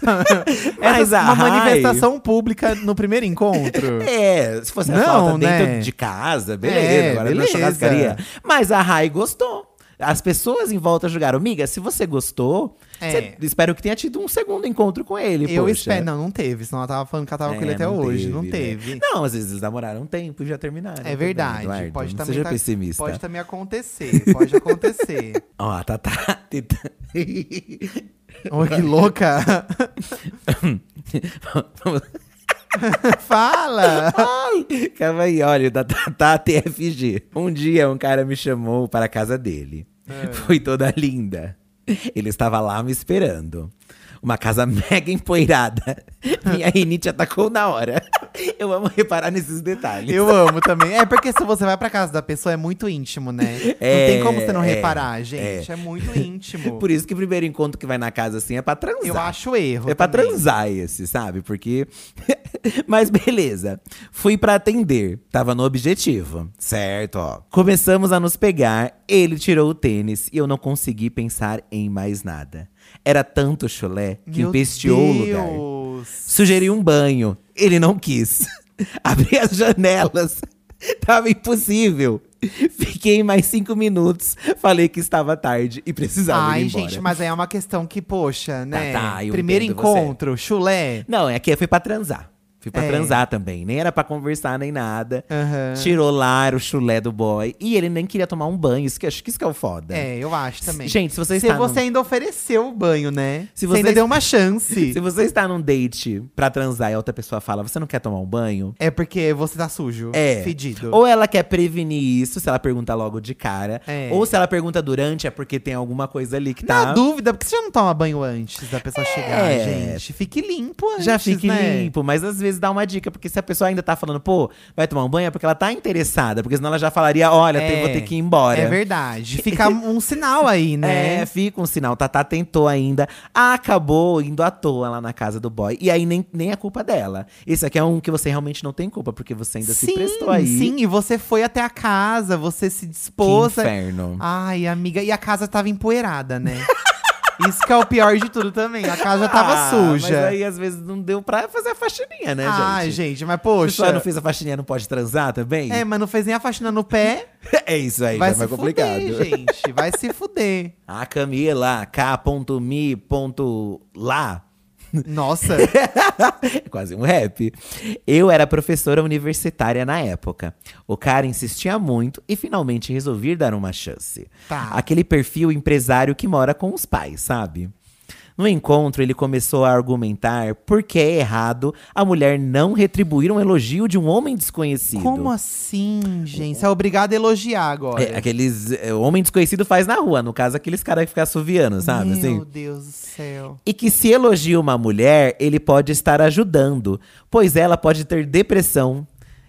Speaker 2: Mas ah,
Speaker 1: Essa,
Speaker 2: a
Speaker 1: uma
Speaker 2: Rai-
Speaker 1: manifestação pública no primeiro
Speaker 2: <laughs>
Speaker 1: encontro.
Speaker 2: É, se fosse a
Speaker 1: Não,
Speaker 2: flauta
Speaker 1: né?
Speaker 2: dentro de casa, beleza,
Speaker 1: É,
Speaker 2: agora
Speaker 1: beleza.
Speaker 2: na churrascaria. Mas a Rai gostou. As pessoas em volta julgaram. Miga, se você gostou,
Speaker 1: É.
Speaker 2: cê- espero que tenha tido um segundo encontro com ele,
Speaker 1: Eu
Speaker 2: poxa.
Speaker 1: espero. Não, não teve. Senão ela tava falando que ela tava com
Speaker 2: É,
Speaker 1: ele até
Speaker 2: não
Speaker 1: hoje.
Speaker 2: teve,
Speaker 1: não
Speaker 2: né?
Speaker 1: teve.
Speaker 2: Não, às vezes eles namoraram um tempo e já terminaram.
Speaker 1: É
Speaker 2: também,
Speaker 1: verdade.
Speaker 2: Eduardo.
Speaker 1: pode,
Speaker 2: não
Speaker 1: também
Speaker 2: seja
Speaker 1: tá-
Speaker 2: pessimista.
Speaker 1: pode também acontecer. Pode acontecer.
Speaker 2: <laughs> Ó, a Tatá. tenta- <laughs>
Speaker 1: Ô, que louca.
Speaker 2: Vamos-
Speaker 1: Fala!
Speaker 2: Ai, Calma aí, olha, da <laughs> Tatá TFG. Um dia um cara me chamou para a casa dele. <laughs> Fui toda linda. Ele estava lá me esperando. Uma casa mega empoeirada. <laughs> Minha rinite atacou na hora. <laughs> Eu amo reparar nesses detalhes.
Speaker 1: Eu amo também. É porque se você vai pra casa da pessoa, é muito íntimo, né? não
Speaker 2: É,
Speaker 1: tem como você não
Speaker 2: é,
Speaker 1: reparar, gente. É,
Speaker 2: <laughs>
Speaker 1: muito íntimo.
Speaker 2: Por isso que o primeiro encontro que vai na casa assim é pra transar.
Speaker 1: Eu acho erro.
Speaker 2: É pra
Speaker 1: também.
Speaker 2: transar esse, sabe? Porque. <laughs> Mas beleza. Fui pra atender. Tava no objetivo. Certo, ó. Começamos a nos pegar. Ele tirou o tênis e eu não consegui pensar em mais nada. Era tanto chulé que
Speaker 1: Meu
Speaker 2: empesteou o lugar.
Speaker 1: Deus.
Speaker 2: Sugeri um banho. Ele não quis. <laughs> Abri as janelas. <laughs> Tava impossível. Fiquei mais cinco minutos. Falei que estava tarde e precisava
Speaker 1: Ai,
Speaker 2: ir embora.
Speaker 1: gente, mas aí é uma questão que, poxa, né?
Speaker 2: tá, eu
Speaker 1: Primeiro
Speaker 2: entendo
Speaker 1: encontro, chulé.
Speaker 2: Não, é que foi pra transar. Fui pra
Speaker 1: É.
Speaker 2: transar também. Nem era pra conversar, nem nada.
Speaker 1: Aham.
Speaker 2: Tirou lá era o chulé do boy. E ele nem queria tomar um banho. Isso que, acho que isso que é o foda.
Speaker 1: É, eu acho também.
Speaker 2: Gente, se você
Speaker 1: se
Speaker 2: está num-
Speaker 1: você é ainda ofereceu o banho, né?
Speaker 2: Se
Speaker 1: você ainda
Speaker 2: você-
Speaker 1: deu uma chance.
Speaker 2: <laughs> Se você está num date pra transar e a outra pessoa fala, você não quer tomar um banho?
Speaker 1: É porque você tá sujo.
Speaker 2: É.
Speaker 1: Fedido.
Speaker 2: Ou ela quer prevenir isso, se ela pergunta logo de cara.
Speaker 1: É.
Speaker 2: Ou se ela pergunta durante, é porque tem alguma coisa ali que tá. É.
Speaker 1: Na dúvida, porque você já não toma banho antes da pessoa chegar, gente. Fique limpo antes,
Speaker 2: Já fique
Speaker 1: né?
Speaker 2: limpo, mas às vezes dá uma dica, porque se a pessoa ainda tá falando, pô, vai tomar um banho, é porque ela tá interessada, porque senão ela já falaria, olha,
Speaker 1: É.
Speaker 2: eu vou ter que ir embora.
Speaker 1: É verdade. Fica um sinal aí, né?
Speaker 2: É, fica um sinal. Tatá tentou ainda. Acabou indo à toa lá na casa do boy. E aí nem, nem é culpa dela. Esse aqui é um que você realmente não tem culpa, porque você ainda se prestou aí.
Speaker 1: sim, e você foi até a casa, você se
Speaker 2: Que
Speaker 1: dispôs. a-
Speaker 2: inferno.
Speaker 1: Ai, amiga, e a casa tava empoeirada, né? <laughs> Isso que é o pior de tudo também. A casa tava
Speaker 2: Ah,
Speaker 1: suja.
Speaker 2: Mas aí às vezes não deu pra fazer a faxininha, né,
Speaker 1: Ai,
Speaker 2: gente?
Speaker 1: gente, mas
Speaker 2: Se a pessoa
Speaker 1: poxa.
Speaker 2: não fez a faxininha, não pode transar também?
Speaker 1: É, mas não fez nem a faxina no pé.
Speaker 2: <laughs> É isso aí,
Speaker 1: vai
Speaker 2: vai
Speaker 1: se
Speaker 2: mais complicado.
Speaker 1: fuder, gente. Vai se
Speaker 2: <laughs>
Speaker 1: fuder.
Speaker 2: A Camila, k.me.lá.
Speaker 1: Nossa.
Speaker 2: <laughs> É Quase um rap. Eu era professora universitária na época. O cara insistia muito e finalmente resolvi dar uma chance.
Speaker 1: Tá.
Speaker 2: Aquele perfil empresário que mora com os pais, sabe? No encontro, ele começou a argumentar por que é errado a mulher não retribuir um elogio de um homem desconhecido.
Speaker 1: Como assim, gente? Você é obrigado a elogiar agora.
Speaker 2: É, aqueles. é, homem desconhecido faz na rua, no caso, aqueles caras que ficam assoviando, sabe?
Speaker 1: Meu
Speaker 2: assim.
Speaker 1: Deus do céu.
Speaker 2: E que se elogia uma mulher, ele pode <laughs> estar ajudando, pois ela pode ter depressão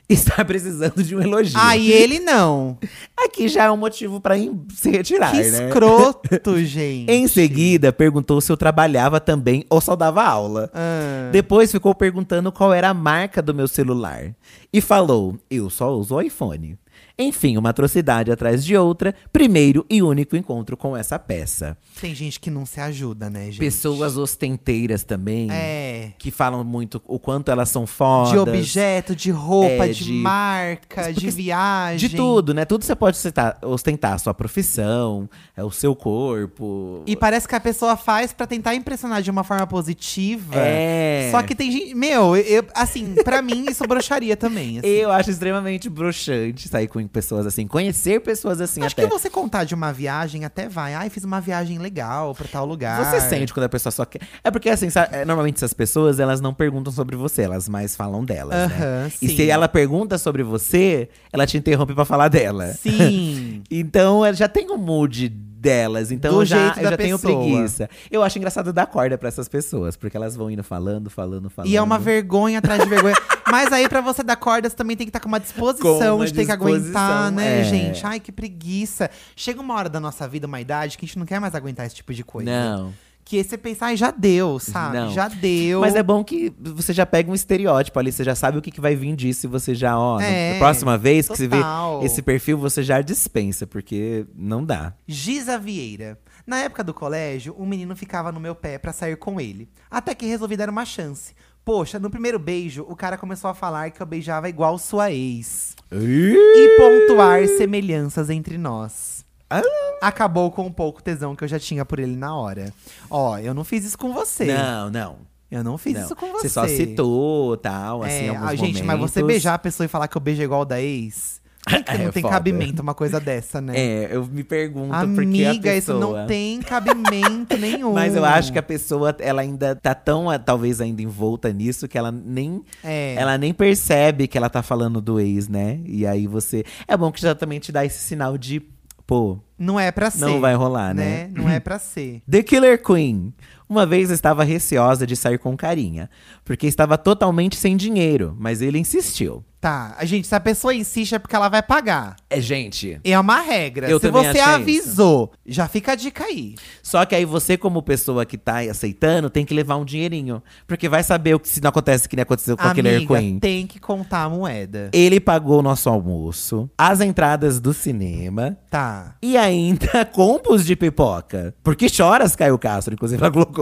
Speaker 2: está precisando de um elogio.
Speaker 1: Aí Ah, ele não.
Speaker 2: Aqui já é um motivo para se retirar,
Speaker 1: que
Speaker 2: né? <laughs>
Speaker 1: escroto, gente.
Speaker 2: Em seguida, perguntou se eu trabalhava também ou só dava aula.
Speaker 1: Ah.
Speaker 2: Depois ficou perguntando qual era a marca do meu celular. E falou: eu só uso iPhone. Enfim, uma atrocidade atrás de outra, primeiro e único encontro com essa peça.
Speaker 1: Tem gente que não se ajuda, né, gente?
Speaker 2: Pessoas ostenteiras também,
Speaker 1: É.
Speaker 2: que falam muito o quanto elas são fodas.
Speaker 1: De objeto, de roupa,
Speaker 2: É,
Speaker 1: de,
Speaker 2: de-
Speaker 1: marca, de
Speaker 2: Porque-
Speaker 1: viagem.
Speaker 2: De tudo, né? Tudo você pode citar- ostentar. a Sua profissão, é o seu corpo.
Speaker 1: E parece que a pessoa faz pra tentar impressionar de uma forma positiva.
Speaker 2: É.
Speaker 1: Só que tem gente. Meu, eu, assim, pra mim isso broxaria
Speaker 2: <laughs>
Speaker 1: também. assim.
Speaker 2: Eu acho extremamente broxante sair com pessoas assim, conhecer pessoas assim
Speaker 1: Acho
Speaker 2: até.
Speaker 1: que você contar de uma viagem até vai. Ai, fiz uma viagem legal pra tal lugar.
Speaker 2: Você sente quando a pessoa só quer. É porque, assim, sa- é, normalmente essas pessoas, elas não perguntam sobre você, elas mais falam delas, né?
Speaker 1: Aham,
Speaker 2: E
Speaker 1: sim.
Speaker 2: se ela pergunta sobre você, ela te interrompe pra falar dela.
Speaker 1: Sim.
Speaker 2: Então, ela já tem o mood delas, então
Speaker 1: Do
Speaker 2: eu já,
Speaker 1: jeito
Speaker 2: eu
Speaker 1: da
Speaker 2: já tenho
Speaker 1: pessoa.
Speaker 2: preguiça. Eu acho engraçado dar corda pra essas pessoas, porque elas vão indo falando, falando, <laughs> falando.
Speaker 1: E é uma vergonha atrás de vergonha. Mas aí, pra você dar corda, você também tem que estar com uma disposição
Speaker 2: Com uma
Speaker 1: de ter que aguentar,
Speaker 2: disposição,
Speaker 1: né,
Speaker 2: é.
Speaker 1: gente? Ai, que preguiça. Chega uma hora da nossa vida, uma idade, que a gente não quer mais aguentar esse tipo de coisa.
Speaker 2: Não.
Speaker 1: Que aí você pensa, ai, já deu, sabe?
Speaker 2: Não.
Speaker 1: Já deu.
Speaker 2: Mas é bom que você já pega um estereótipo ali, você já sabe o que, que vai vir disso e você já, ó,
Speaker 1: É,
Speaker 2: na próxima vez que você
Speaker 1: total.
Speaker 2: vê esse perfil, você já dispensa, porque não dá.
Speaker 1: Giza Vieira. Na época do colégio, um menino ficava no meu pé pra sair com ele. Até que resolvi dar uma chance. Poxa, no primeiro beijo, o cara começou a falar que eu beijava igual sua ex. E pontuar semelhanças entre nós.
Speaker 2: Ah.
Speaker 1: Acabou com um pouco tesão que eu já tinha por ele na hora. Ó, eu não fiz isso com você.
Speaker 2: Não, não.
Speaker 1: Eu não fiz
Speaker 2: não.
Speaker 1: isso com você.
Speaker 2: Você só citou, tal, assim,
Speaker 1: É,
Speaker 2: alguns
Speaker 1: ah, gente, mas você
Speaker 2: momentos.
Speaker 1: beijar a pessoa e falar que eu beijo igual da
Speaker 2: <laughs>
Speaker 1: ex? Como que
Speaker 2: É
Speaker 1: não tem
Speaker 2: foda.
Speaker 1: cabimento uma coisa dessa,
Speaker 2: <laughs>
Speaker 1: né?
Speaker 2: É, eu me pergunto porque a
Speaker 1: Amiga,
Speaker 2: pessoa…
Speaker 1: isso não tem cabimento
Speaker 2: <laughs>
Speaker 1: nenhum.
Speaker 2: Mas eu acho que a pessoa, ela ainda tá tão, ah, talvez, ainda envolta nisso que ela nem…
Speaker 1: É.
Speaker 2: Ela nem percebe que ela tá falando do ex, né? E aí você… É bom que já também te dá esse sinal de… Pô,
Speaker 1: Não é pra ser.
Speaker 2: não vai rolar, né?
Speaker 1: né? Não é
Speaker 2: <laughs>
Speaker 1: pra ser.
Speaker 2: The Killer Queen. Uma vez estava receosa de sair com carinha, porque estava totalmente sem dinheiro, mas ele insistiu.
Speaker 1: Tá, a gente, se a pessoa insiste é porque ela vai pagar.
Speaker 2: É, gente.
Speaker 1: É uma regra.
Speaker 2: Eu
Speaker 1: se
Speaker 2: também
Speaker 1: você
Speaker 2: achei
Speaker 1: avisou, já fica a dica aí.
Speaker 2: Só que aí você, como pessoa que tá aceitando, tem que levar um dinheirinho. Porque vai saber o que se não acontece que nem aconteceu com a Killer
Speaker 1: Amiga,
Speaker 2: Queen.
Speaker 1: tem que contar a moeda.
Speaker 2: Ele pagou o nosso almoço, as entradas do cinema
Speaker 1: Tá.
Speaker 2: e ainda <laughs> combos de pipoca. Porque choras, Caio Castro, inclusive ela colocou.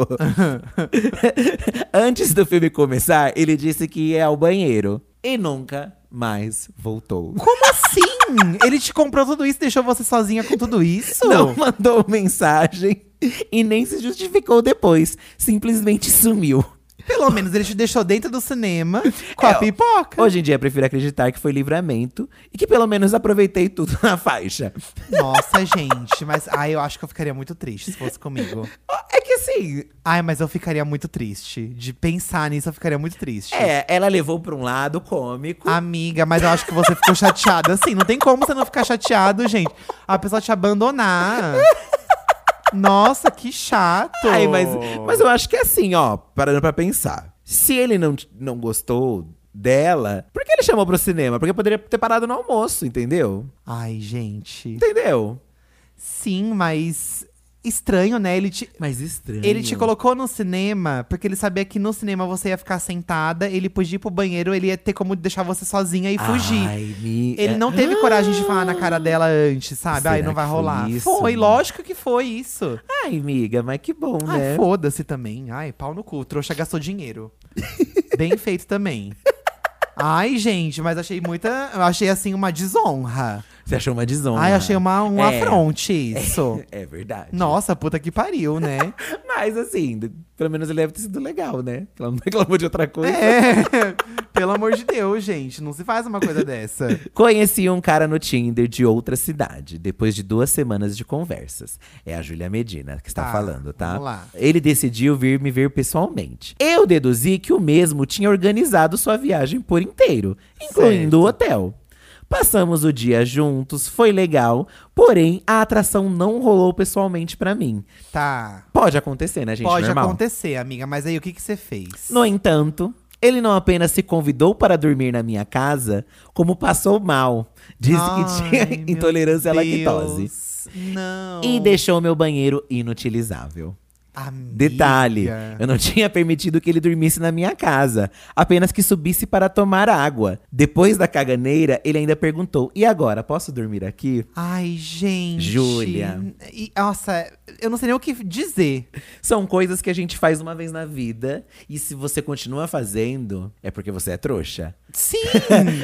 Speaker 2: Antes do filme começar, ele disse que ia ao banheiro e nunca mais voltou.
Speaker 1: Como assim? Ele te comprou tudo isso, deixou você sozinha com tudo isso?
Speaker 2: Não mandou mensagem e nem se justificou depois. Simplesmente sumiu.
Speaker 1: Pelo menos ele te deixou dentro do cinema com a
Speaker 2: É,
Speaker 1: pipoca.
Speaker 2: Hoje em dia, prefiro acreditar que foi livramento e que pelo menos aproveitei tudo na faixa.
Speaker 1: Nossa, gente, mas ai, eu acho que eu ficaria muito triste se fosse comigo.
Speaker 2: É que assim,
Speaker 1: Ai, mas eu ficaria muito triste. De pensar nisso, eu ficaria muito triste.
Speaker 2: é, ela levou pra um lado cômico.
Speaker 1: Amiga, mas eu acho que você ficou chateada. Assim, não tem como você não ficar chateado, gente. A pessoa te abandonar. Nossa, que chato.
Speaker 2: Ai, mas, mas eu acho que é assim, ó, parando pra pensar. Se ele não, não gostou dela, por que ele chamou pro cinema? Porque poderia ter parado no almoço, entendeu?
Speaker 1: Ai, gente.
Speaker 2: Entendeu?
Speaker 1: Sim, mas estranho, né? Ele te,
Speaker 2: Mas estranho.
Speaker 1: ele te colocou no cinema porque ele sabia que no cinema você ia ficar sentada, ele podia ir pro banheiro, ele ia ter como deixar você sozinha e fugir.
Speaker 2: Ai, é- me...
Speaker 1: Ele não teve coragem de falar na cara dela antes, sabe? Ai,
Speaker 2: Ah! Será
Speaker 1: não vai
Speaker 2: que foi
Speaker 1: rolar.
Speaker 2: isso?
Speaker 1: foi, lógico que foi isso.
Speaker 2: Ai, amiga, mas que bom,
Speaker 1: Ai,
Speaker 2: né?
Speaker 1: foda-se também. Ai, pau no cu. Trouxa gastou
Speaker 2: <laughs>
Speaker 1: dinheiro. Bem feito também. Ai, gente, mas achei muita. eu Achei assim uma desonra.
Speaker 2: Você achou uma desonra.
Speaker 1: Ai, achei uma, um
Speaker 2: É.
Speaker 1: afronte
Speaker 2: <laughs>
Speaker 1: isso.
Speaker 2: É verdade.
Speaker 1: Nossa, puta que pariu,
Speaker 2: <laughs>
Speaker 1: né?
Speaker 2: Mas assim, d- pelo menos ele deve ter sido legal, né? Ela não <laughs> reclamou de outra coisa.
Speaker 1: é. Pelo amor de Deus, gente. Não se faz uma coisa dessa.
Speaker 2: Conheci um cara no Tinder de outra cidade, depois de duas semanas de conversas. É a Júlia Medina que está
Speaker 1: Tá,
Speaker 2: falando, tá?
Speaker 1: vamos lá.
Speaker 2: Ele decidiu vir me ver pessoalmente. Eu deduzi que o mesmo tinha organizado sua viagem por inteiro, incluindo o hotel. Passamos o dia juntos, foi legal, porém a atração não rolou pessoalmente pra mim.
Speaker 1: Tá.
Speaker 2: Pode acontecer, né, gente?
Speaker 1: Pode
Speaker 2: Normal.
Speaker 1: acontecer, amiga. Mas aí o que, que você fez?
Speaker 2: No entanto, Ele não apenas se convidou para dormir na minha casa, como passou mal. Disse que tinha
Speaker 1: Ai, meu
Speaker 2: intolerância à lactose.
Speaker 1: Deus. Não.
Speaker 2: E deixou meu banheiro inutilizável.
Speaker 1: Amiga.
Speaker 2: Detalhe, eu não tinha permitido que ele dormisse na minha casa, apenas que subisse para tomar água. Depois da caganeira, ele ainda perguntou: "E agora, posso dormir aqui?"
Speaker 1: Ai, gente.
Speaker 2: Júlia.
Speaker 1: E, nossa, eu não sei nem o que dizer.
Speaker 2: São coisas que a gente faz uma vez na vida e se você continua fazendo, é porque você é trouxa. <laughs>
Speaker 1: Sim!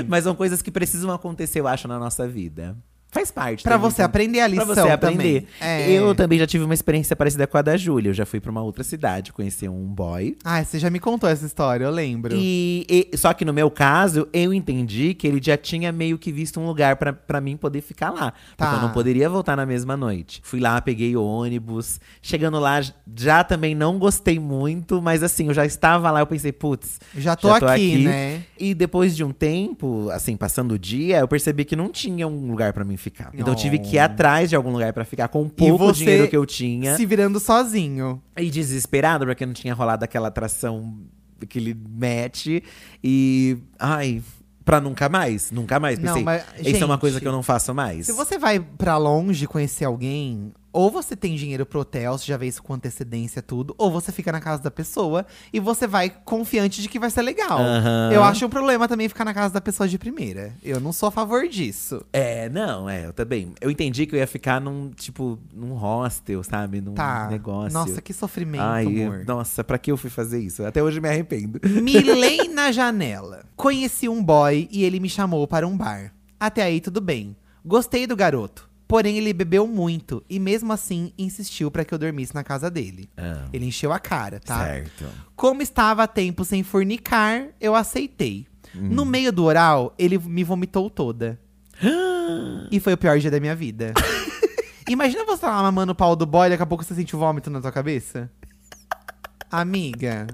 Speaker 2: Mas são coisas que precisam acontecer, eu acho, na nossa vida. Faz parte.
Speaker 1: pra
Speaker 2: da
Speaker 1: você
Speaker 2: vida.
Speaker 1: aprender a lição
Speaker 2: Pra você aprender.
Speaker 1: também. É.
Speaker 2: Eu também já tive uma experiência parecida com a da Júlia. Eu já fui pra uma outra cidade, conheci um boy.
Speaker 1: Ai, você já me contou essa história, eu lembro.
Speaker 2: E, e- só que no meu caso, eu entendi que ele já tinha meio que visto um lugar pra- pra mim poder ficar lá.
Speaker 1: Tá.
Speaker 2: Porque eu não poderia voltar na mesma noite. Fui lá, peguei o ônibus. Chegando lá, j- já também não gostei muito, mas assim, eu já estava lá, eu pensei, putz.
Speaker 1: já tô,
Speaker 2: já tô
Speaker 1: aqui,
Speaker 2: aqui.
Speaker 1: né?
Speaker 2: E depois de um tempo, assim, passando o dia, eu percebi que não tinha um lugar pra mim ficar. Então eu tive que ir
Speaker 1: Oh.
Speaker 2: atrás de algum lugar pra ficar com o pouco
Speaker 1: você
Speaker 2: dinheiro que eu tinha.
Speaker 1: Se virando sozinho.
Speaker 2: E desesperado, porque não tinha rolado aquela atração, aquele match. E. Ai, pra nunca mais. Nunca mais.
Speaker 1: Não,
Speaker 2: Pensei,
Speaker 1: mas,
Speaker 2: isso é uma coisa
Speaker 1: gente,
Speaker 2: que eu não faço mais.
Speaker 1: Se você vai pra longe conhecer alguém, ou você tem dinheiro pro hotel, você já vê isso com antecedência tudo, ou você fica na casa da pessoa e você vai confiante de que vai ser legal.
Speaker 2: Aham.
Speaker 1: Eu acho um problema também ficar na casa da pessoa de primeira. Eu não sou a favor disso.
Speaker 2: É, não, é, eu também. Eu entendi que eu ia ficar num, tipo, num hostel, sabe? Num
Speaker 1: Tá.
Speaker 2: negócio.
Speaker 1: Nossa, que sofrimento,
Speaker 2: Ai,
Speaker 1: amor.
Speaker 2: <laughs> nossa, pra que eu fui fazer isso? Até hoje eu me arrependo.
Speaker 1: Milei na janela. Conheci um boy e ele me chamou para um bar. Até aí tudo bem. Gostei do garoto. Porém, ele bebeu muito e mesmo assim insistiu para que eu dormisse na casa dele.
Speaker 2: Ah,
Speaker 1: Ele encheu a cara, tá?
Speaker 2: Certo.
Speaker 1: Como estava há tempo sem fornicar, eu aceitei.
Speaker 2: Hum.
Speaker 1: No meio do oral, ele me vomitou
Speaker 2: <gasps>
Speaker 1: toda. e foi o pior dia da minha
Speaker 2: <laughs>
Speaker 1: vida. Imagina você lá mamando o pau do boy e daqui a pouco você sente o vômito na tua cabeça. Amiga.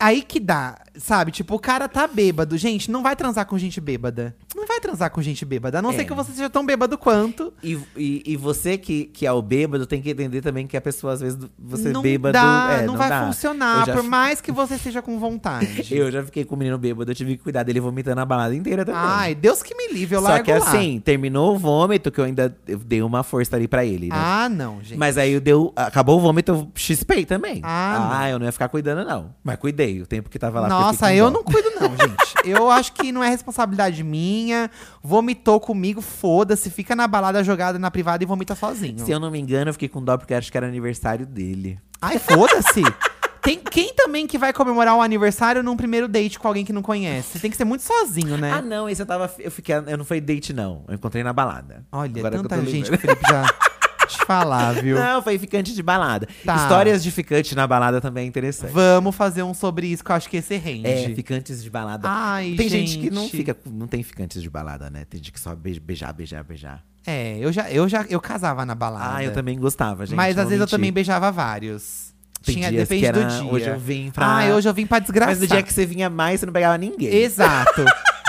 Speaker 1: Aí que dá, sabe? Tipo, o cara tá bêbado. Gente, não vai transar com gente bêbada. Não vai transar com gente bêbada. A não
Speaker 2: É.
Speaker 1: ser que você seja tão bêbado quanto.
Speaker 2: E, e, e você que, que é o bêbado tem que entender também que a pessoa, às vezes, você
Speaker 1: não
Speaker 2: bêbado.
Speaker 1: dá,
Speaker 2: é,
Speaker 1: não, vai
Speaker 2: dá. Eu
Speaker 1: funcionar.
Speaker 2: já
Speaker 1: Por
Speaker 2: fi-
Speaker 1: mais que você seja com vontade.
Speaker 2: <laughs> Eu já fiquei com o menino bêbado, eu tive que cuidar dele vomitando a balada inteira também.
Speaker 1: Ai, Deus que me livre, eu
Speaker 2: Só
Speaker 1: largo
Speaker 2: que
Speaker 1: lá.
Speaker 2: assim, terminou o vômito, que eu ainda eu dei uma força ali pra ele, né?
Speaker 1: Ah, não, gente.
Speaker 2: Mas aí eu deu, acabou o vômito, eu chispei também.
Speaker 1: Ah, não.
Speaker 2: eu não ia ficar cuidando, não. Mas cuidei, o tempo que tava lá. porque
Speaker 1: Nossa,
Speaker 2: fiquei com
Speaker 1: eu
Speaker 2: dó.
Speaker 1: não cuido não, gente.
Speaker 2: <laughs>
Speaker 1: Eu acho que não é responsabilidade minha. Vomitou comigo, foda-se. Fica na balada jogada na privada e vomita sozinho.
Speaker 2: Se eu não me engano, eu fiquei com dó porque eu acho que era aniversário dele.
Speaker 1: Ai, foda-se. Tem quem também que vai comemorar um aniversário num primeiro date com alguém que não conhece? Tem que ser muito sozinho, né?
Speaker 2: Ah, não, esse eu tava. Eu fiquei. Eu não foi date, não. Eu encontrei na balada.
Speaker 1: Olha,
Speaker 2: Agora que eu
Speaker 1: tanta
Speaker 2: tô
Speaker 1: gente que o
Speaker 2: lembrando.
Speaker 1: Felipe
Speaker 2: <laughs>
Speaker 1: já te falar, viu?
Speaker 2: Não, foi ficante de balada.
Speaker 1: Tá.
Speaker 2: Histórias de ficante na balada também é interessante.
Speaker 1: Vamos fazer um sobre isso, que eu acho que esse rende.
Speaker 2: É, ficantes de balada.
Speaker 1: Ai,
Speaker 2: tem gente. que não fica, não tem ficantes de balada, né? Tem gente que só beija, beijar, beijar, beijar.
Speaker 1: É, eu já, eu já eu casava na balada.
Speaker 2: Ah, eu também gostava, gente.
Speaker 1: Mas
Speaker 2: não
Speaker 1: às vezes eu
Speaker 2: mentir.
Speaker 1: também beijava vários.
Speaker 2: Tem
Speaker 1: Tinha,
Speaker 2: dias
Speaker 1: depende
Speaker 2: que era,
Speaker 1: do dia.
Speaker 2: Hoje eu vim pra.
Speaker 1: Ah, hoje eu vim pra desgraçar.
Speaker 2: Mas no dia que você vinha mais, você não pegava ninguém.
Speaker 1: Exato.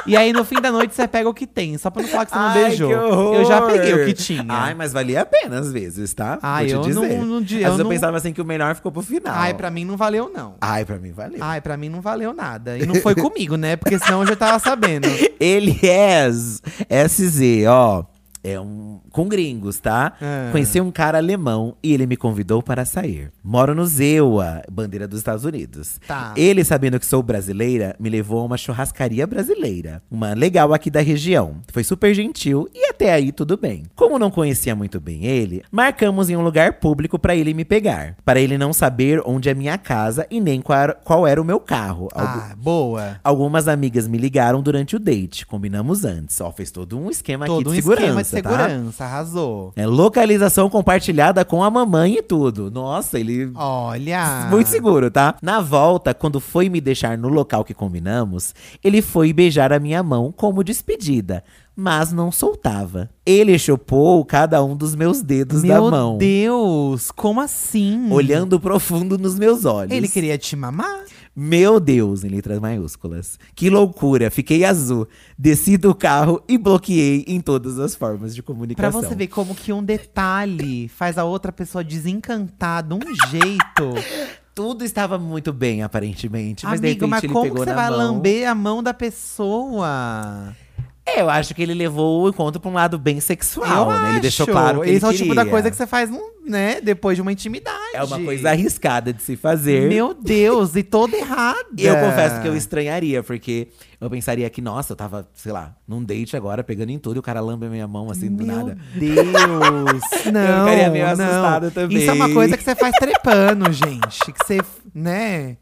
Speaker 1: e aí no fim da noite você pega o que tem, só pra não falar que você não
Speaker 2: Ai,
Speaker 1: beijou.
Speaker 2: que horror!
Speaker 1: eu já peguei o que tinha.
Speaker 2: Ai, mas valia a pena às vezes, tá?
Speaker 1: Ai,
Speaker 2: Vou
Speaker 1: eu
Speaker 2: te dizer.
Speaker 1: não- não di- eu
Speaker 2: Às vezes eu
Speaker 1: não-
Speaker 2: pensava assim que o melhor ficou pro final.
Speaker 1: Ai, pra mim não valeu não.
Speaker 2: Ai, pra mim valeu.
Speaker 1: Ai, pra mim não valeu nada. E não
Speaker 2: <laughs>
Speaker 1: foi comigo, né? Porque senão eu já tava sabendo.
Speaker 2: Ele é s- SZ, ó. É um. Com gringos, tá?
Speaker 1: Ah.
Speaker 2: Conheci um cara alemão e ele me convidou para sair. Moro no Zewa, bandeira dos Estados Unidos.
Speaker 1: Tá.
Speaker 2: Ele, sabendo que sou brasileira, me levou a uma churrascaria brasileira. Uma legal aqui da região. Foi super gentil e até aí tudo bem. Como não conhecia muito bem ele, marcamos em um lugar público para ele me pegar. Para ele não saber onde é minha casa e nem qual era, qual era o meu carro. Algu-
Speaker 1: Ah, boa.
Speaker 2: Algumas amigas me ligaram durante o date, combinamos antes. Ó, fez todo um esquema
Speaker 1: Todo um
Speaker 2: aqui de segurança,
Speaker 1: esquema de
Speaker 2: tá?
Speaker 1: segurança, arrasou.
Speaker 2: É localização compartilhada com a mamãe e tudo. Nossa, ele
Speaker 1: Olha.
Speaker 2: muito seguro, tá? Na volta, quando foi me deixar no local que combinamos, ele foi beijar a minha mão como despedida, mas não soltava. Ele chupou cada um dos meus dedos
Speaker 1: Meu
Speaker 2: da mão,
Speaker 1: Deus, como assim?
Speaker 2: olhando profundo nos meus olhos.
Speaker 1: Ele queria te mamar?
Speaker 2: Meu Deus, em letras maiúsculas. Que loucura, fiquei azul. Desci do carro e bloqueei em todas as formas de
Speaker 1: Pra
Speaker 2: comunicação.
Speaker 1: você ver
Speaker 2: <laughs>
Speaker 1: como que um detalhe faz a outra pessoa desencantar de um jeito.
Speaker 2: Tudo estava muito bem, aparentemente. Mas Tipo, de
Speaker 1: Amigo,
Speaker 2: repente
Speaker 1: mas
Speaker 2: ele
Speaker 1: como que
Speaker 2: pegou
Speaker 1: você
Speaker 2: na
Speaker 1: vai
Speaker 2: mão.
Speaker 1: lamber a mão da pessoa?
Speaker 2: É, eu acho que ele levou o encontro pra um lado bem sexual, né? Ele deixou
Speaker 1: acho.
Speaker 2: claro que
Speaker 1: Esse
Speaker 2: ele
Speaker 1: é o tipo da
Speaker 2: queria.
Speaker 1: coisa que você faz, num- né, depois de uma intimidade.
Speaker 2: É uma coisa arriscada de se fazer.
Speaker 1: Meu Deus, e toda errada.
Speaker 2: E eu confesso que eu estranharia, porque eu pensaria que, nossa, eu tava, sei lá, num date agora, pegando em tudo, e o cara lambe a minha mão assim do
Speaker 1: Meu
Speaker 2: nada. <laughs>
Speaker 1: Deus! Não,
Speaker 2: ficaria meio
Speaker 1: não.
Speaker 2: assustado também.
Speaker 1: Isso é uma coisa que você faz trepando, <laughs> gente. Que você, né?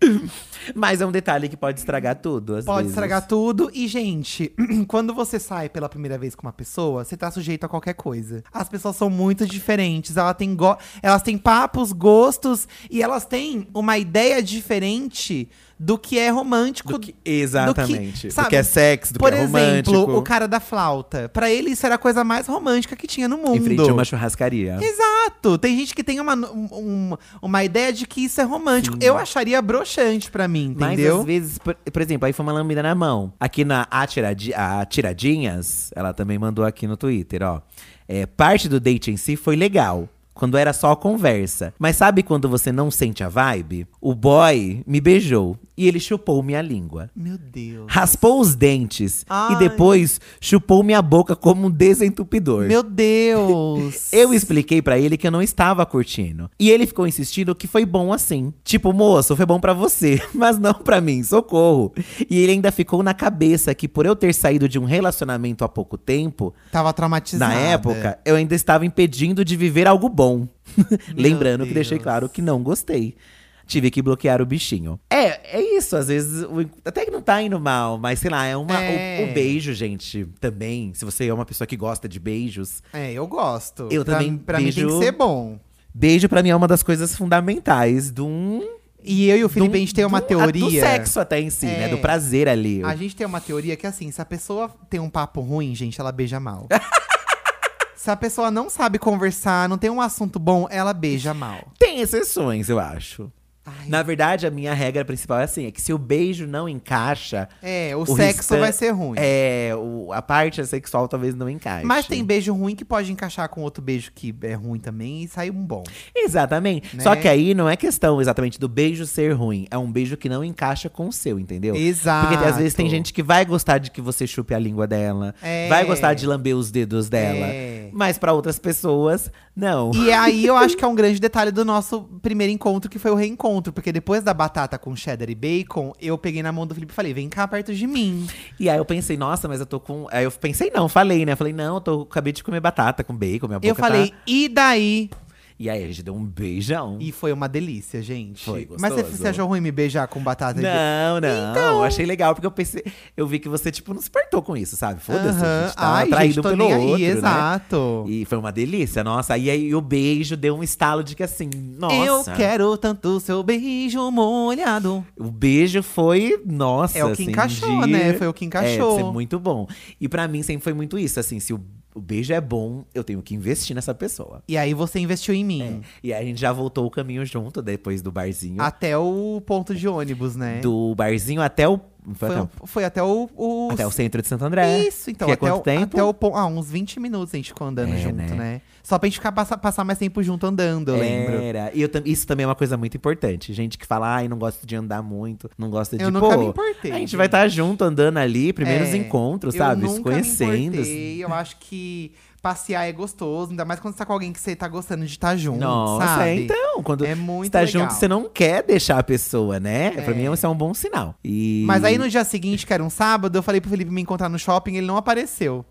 Speaker 2: Mas é um detalhe que pode estragar tudo. às
Speaker 1: Pode
Speaker 2: vezes.
Speaker 1: estragar tudo. E, gente, <clears throat> quando você sai pela primeira vez com uma pessoa, você tá sujeito a qualquer coisa. As pessoas são muito diferentes. Ela tem go- elas têm papos, gostos e elas têm uma ideia diferente do que é romântico.
Speaker 2: Do que- exatamente. Do que,
Speaker 1: sabe?
Speaker 2: é sexo, do
Speaker 1: Por
Speaker 2: que é romântico.
Speaker 1: exemplo, o cara da flauta. Pra ele, isso era a coisa mais romântica que tinha no mundo.
Speaker 2: Em frente a uma churrascaria.
Speaker 1: Exato! Tem gente que tem uma, um- um- uma ideia de que isso é romântico. Eu acharia broxante pra mim,
Speaker 2: Mas
Speaker 1: entendeu?
Speaker 2: às vezes, por, por exemplo, aí foi uma lambida na mão. Aqui na Atiradi- a Tiradinhas, ela também mandou aqui no Twitter, ó. É, parte do date em si foi legal. Quando era só conversa. Mas sabe quando você não sente a vibe? O boy me beijou e ele chupou minha língua.
Speaker 1: Meu Deus.
Speaker 2: Raspou os dentes
Speaker 1: Ai.
Speaker 2: e depois chupou minha boca como um desentupidor.
Speaker 1: Meu Deus!
Speaker 2: <laughs> Eu expliquei pra ele que eu não estava curtindo. E ele ficou insistindo que foi bom assim. Tipo, moço, foi bom pra você, <laughs> mas não pra mim, socorro. E ele ainda ficou na cabeça que por eu ter saído de um relacionamento há pouco tempo,
Speaker 1: Tava traumatizada.
Speaker 2: na época, eu ainda estava impedindo de viver algo bom. <laughs> Lembrando que deixei
Speaker 1: Deus.
Speaker 2: claro que não gostei. Tive que bloquear o bichinho. É, é isso. Às vezes, o- até que não tá indo mal, mas sei lá, é uma. o-
Speaker 1: É.
Speaker 2: O, beijo, gente, também. Se você é uma pessoa que gosta de beijos,
Speaker 1: É, eu gosto.
Speaker 2: Eu
Speaker 1: pra,
Speaker 2: também
Speaker 1: Pra mim tem
Speaker 2: vejo-
Speaker 1: que ser bom.
Speaker 2: Beijo pra mim é uma das coisas fundamentais de um.
Speaker 1: E eu e o Felipe,
Speaker 2: de um-
Speaker 1: a gente tem uma
Speaker 2: do-
Speaker 1: teoria.
Speaker 2: Do sexo até em si, né?
Speaker 1: É.
Speaker 2: Do prazer ali.
Speaker 1: A gente tem uma teoria que, assim, se a pessoa tem um papo ruim, gente, ela beija
Speaker 2: <laughs>
Speaker 1: mal. se a pessoa não sabe conversar, não tem um assunto bom, ela beija mal.
Speaker 2: Tem exceções, eu acho.
Speaker 1: Ai,
Speaker 2: Na verdade, a minha regra principal é assim: é que se o beijo não encaixa,
Speaker 1: é, o,
Speaker 2: o
Speaker 1: sexo
Speaker 2: restan-
Speaker 1: vai ser ruim.
Speaker 2: é, o- a parte sexual talvez não encaixe.
Speaker 1: Mas tem beijo ruim que pode encaixar com outro beijo que é ruim também e sai um bom.
Speaker 2: Exatamente.
Speaker 1: Né?
Speaker 2: Só que aí não é questão exatamente do beijo ser ruim. É um beijo que não encaixa com o seu, entendeu?
Speaker 1: Exato.
Speaker 2: Porque às vezes tem gente que vai gostar de que você chupe a língua dela,
Speaker 1: É.
Speaker 2: vai gostar de lamber os dedos dela.
Speaker 1: É.
Speaker 2: Mas pra outras pessoas, não. <laughs>
Speaker 1: E aí eu acho que é um grande detalhe do nosso primeiro encontro, que foi o reencontro. Porque depois da batata com cheddar e bacon, eu peguei na mão do Felipe e falei, vem cá perto de mim.
Speaker 2: E aí eu pensei, nossa, mas eu tô com. Aí eu pensei, não, falei, né? Falei, não, eu tô, acabei de comer batata com bacon, minha boca
Speaker 1: eu falei,
Speaker 2: tá.
Speaker 1: e daí?
Speaker 2: E aí a gente deu um beijão.
Speaker 1: E foi uma delícia, gente.
Speaker 2: Foi
Speaker 1: Mas você,
Speaker 2: gostoso.
Speaker 1: você achou ruim me beijar com batata e bacon?
Speaker 2: Não, não.
Speaker 1: Então.
Speaker 2: Eu achei legal, porque eu pensei. Eu vi que você, tipo, não se apertou com isso, sabe? Foda-se, a
Speaker 1: Aham.
Speaker 2: gente tá
Speaker 1: Ai,
Speaker 2: atraído
Speaker 1: gente, tô
Speaker 2: pelo
Speaker 1: nem aí,
Speaker 2: outro. né?
Speaker 1: exato.
Speaker 2: E foi uma delícia, nossa. E aí o beijo deu um estalo de que assim, nossa.
Speaker 1: Eu quero tanto seu beijo molhado.
Speaker 2: O beijo foi, nossa.
Speaker 1: É o que
Speaker 2: assim,
Speaker 1: encaixou,
Speaker 2: de-
Speaker 1: né? Foi o que encaixou.
Speaker 2: É, foi muito bom. E pra mim sempre foi muito isso, assim, se o, o beijo é bom, eu tenho que investir nessa pessoa.
Speaker 1: E aí você investiu em mim.
Speaker 2: E aí a gente já voltou o caminho junto depois do barzinho.
Speaker 1: Até o ponto de ônibus, né?
Speaker 2: É, Do barzinho até o. Foi,
Speaker 1: Foi,
Speaker 2: não,
Speaker 1: foi até o. o-
Speaker 2: até o centro de Santo André.
Speaker 1: Isso, então.
Speaker 2: Que é
Speaker 1: até,
Speaker 2: quanto
Speaker 1: o,
Speaker 2: tempo?
Speaker 1: até o pon- Ah, uns 20 minutos a gente ficou andando
Speaker 2: É,
Speaker 1: junto,
Speaker 2: né? É,
Speaker 1: né? Só pra gente ficar, passar, passar mais tempo junto andando, eu lembro.
Speaker 2: Era. E eu tam- isso também é uma coisa muito importante. Gente que fala, ai, não gosto de andar muito, não gosta de
Speaker 1: Eu nunca
Speaker 2: pô,
Speaker 1: me importei,
Speaker 2: A gente vai estar junto andando ali, primeiros
Speaker 1: É,
Speaker 2: encontros,
Speaker 1: eu
Speaker 2: sabe? se
Speaker 1: nunca me
Speaker 2: conhecendo.
Speaker 1: importei, eu acho que passear é gostoso, ainda mais quando você tá com alguém que você tá gostando de estar junto,
Speaker 2: Nossa, é,
Speaker 1: sabe?
Speaker 2: então, quando
Speaker 1: É muito
Speaker 2: você tá
Speaker 1: legal.
Speaker 2: junto, você não quer deixar a pessoa, né? Pra mim, isso é um bom sinal. E...
Speaker 1: Mas aí no dia seguinte, que era um sábado, eu falei pro Felipe me encontrar no shopping, ele não apareceu.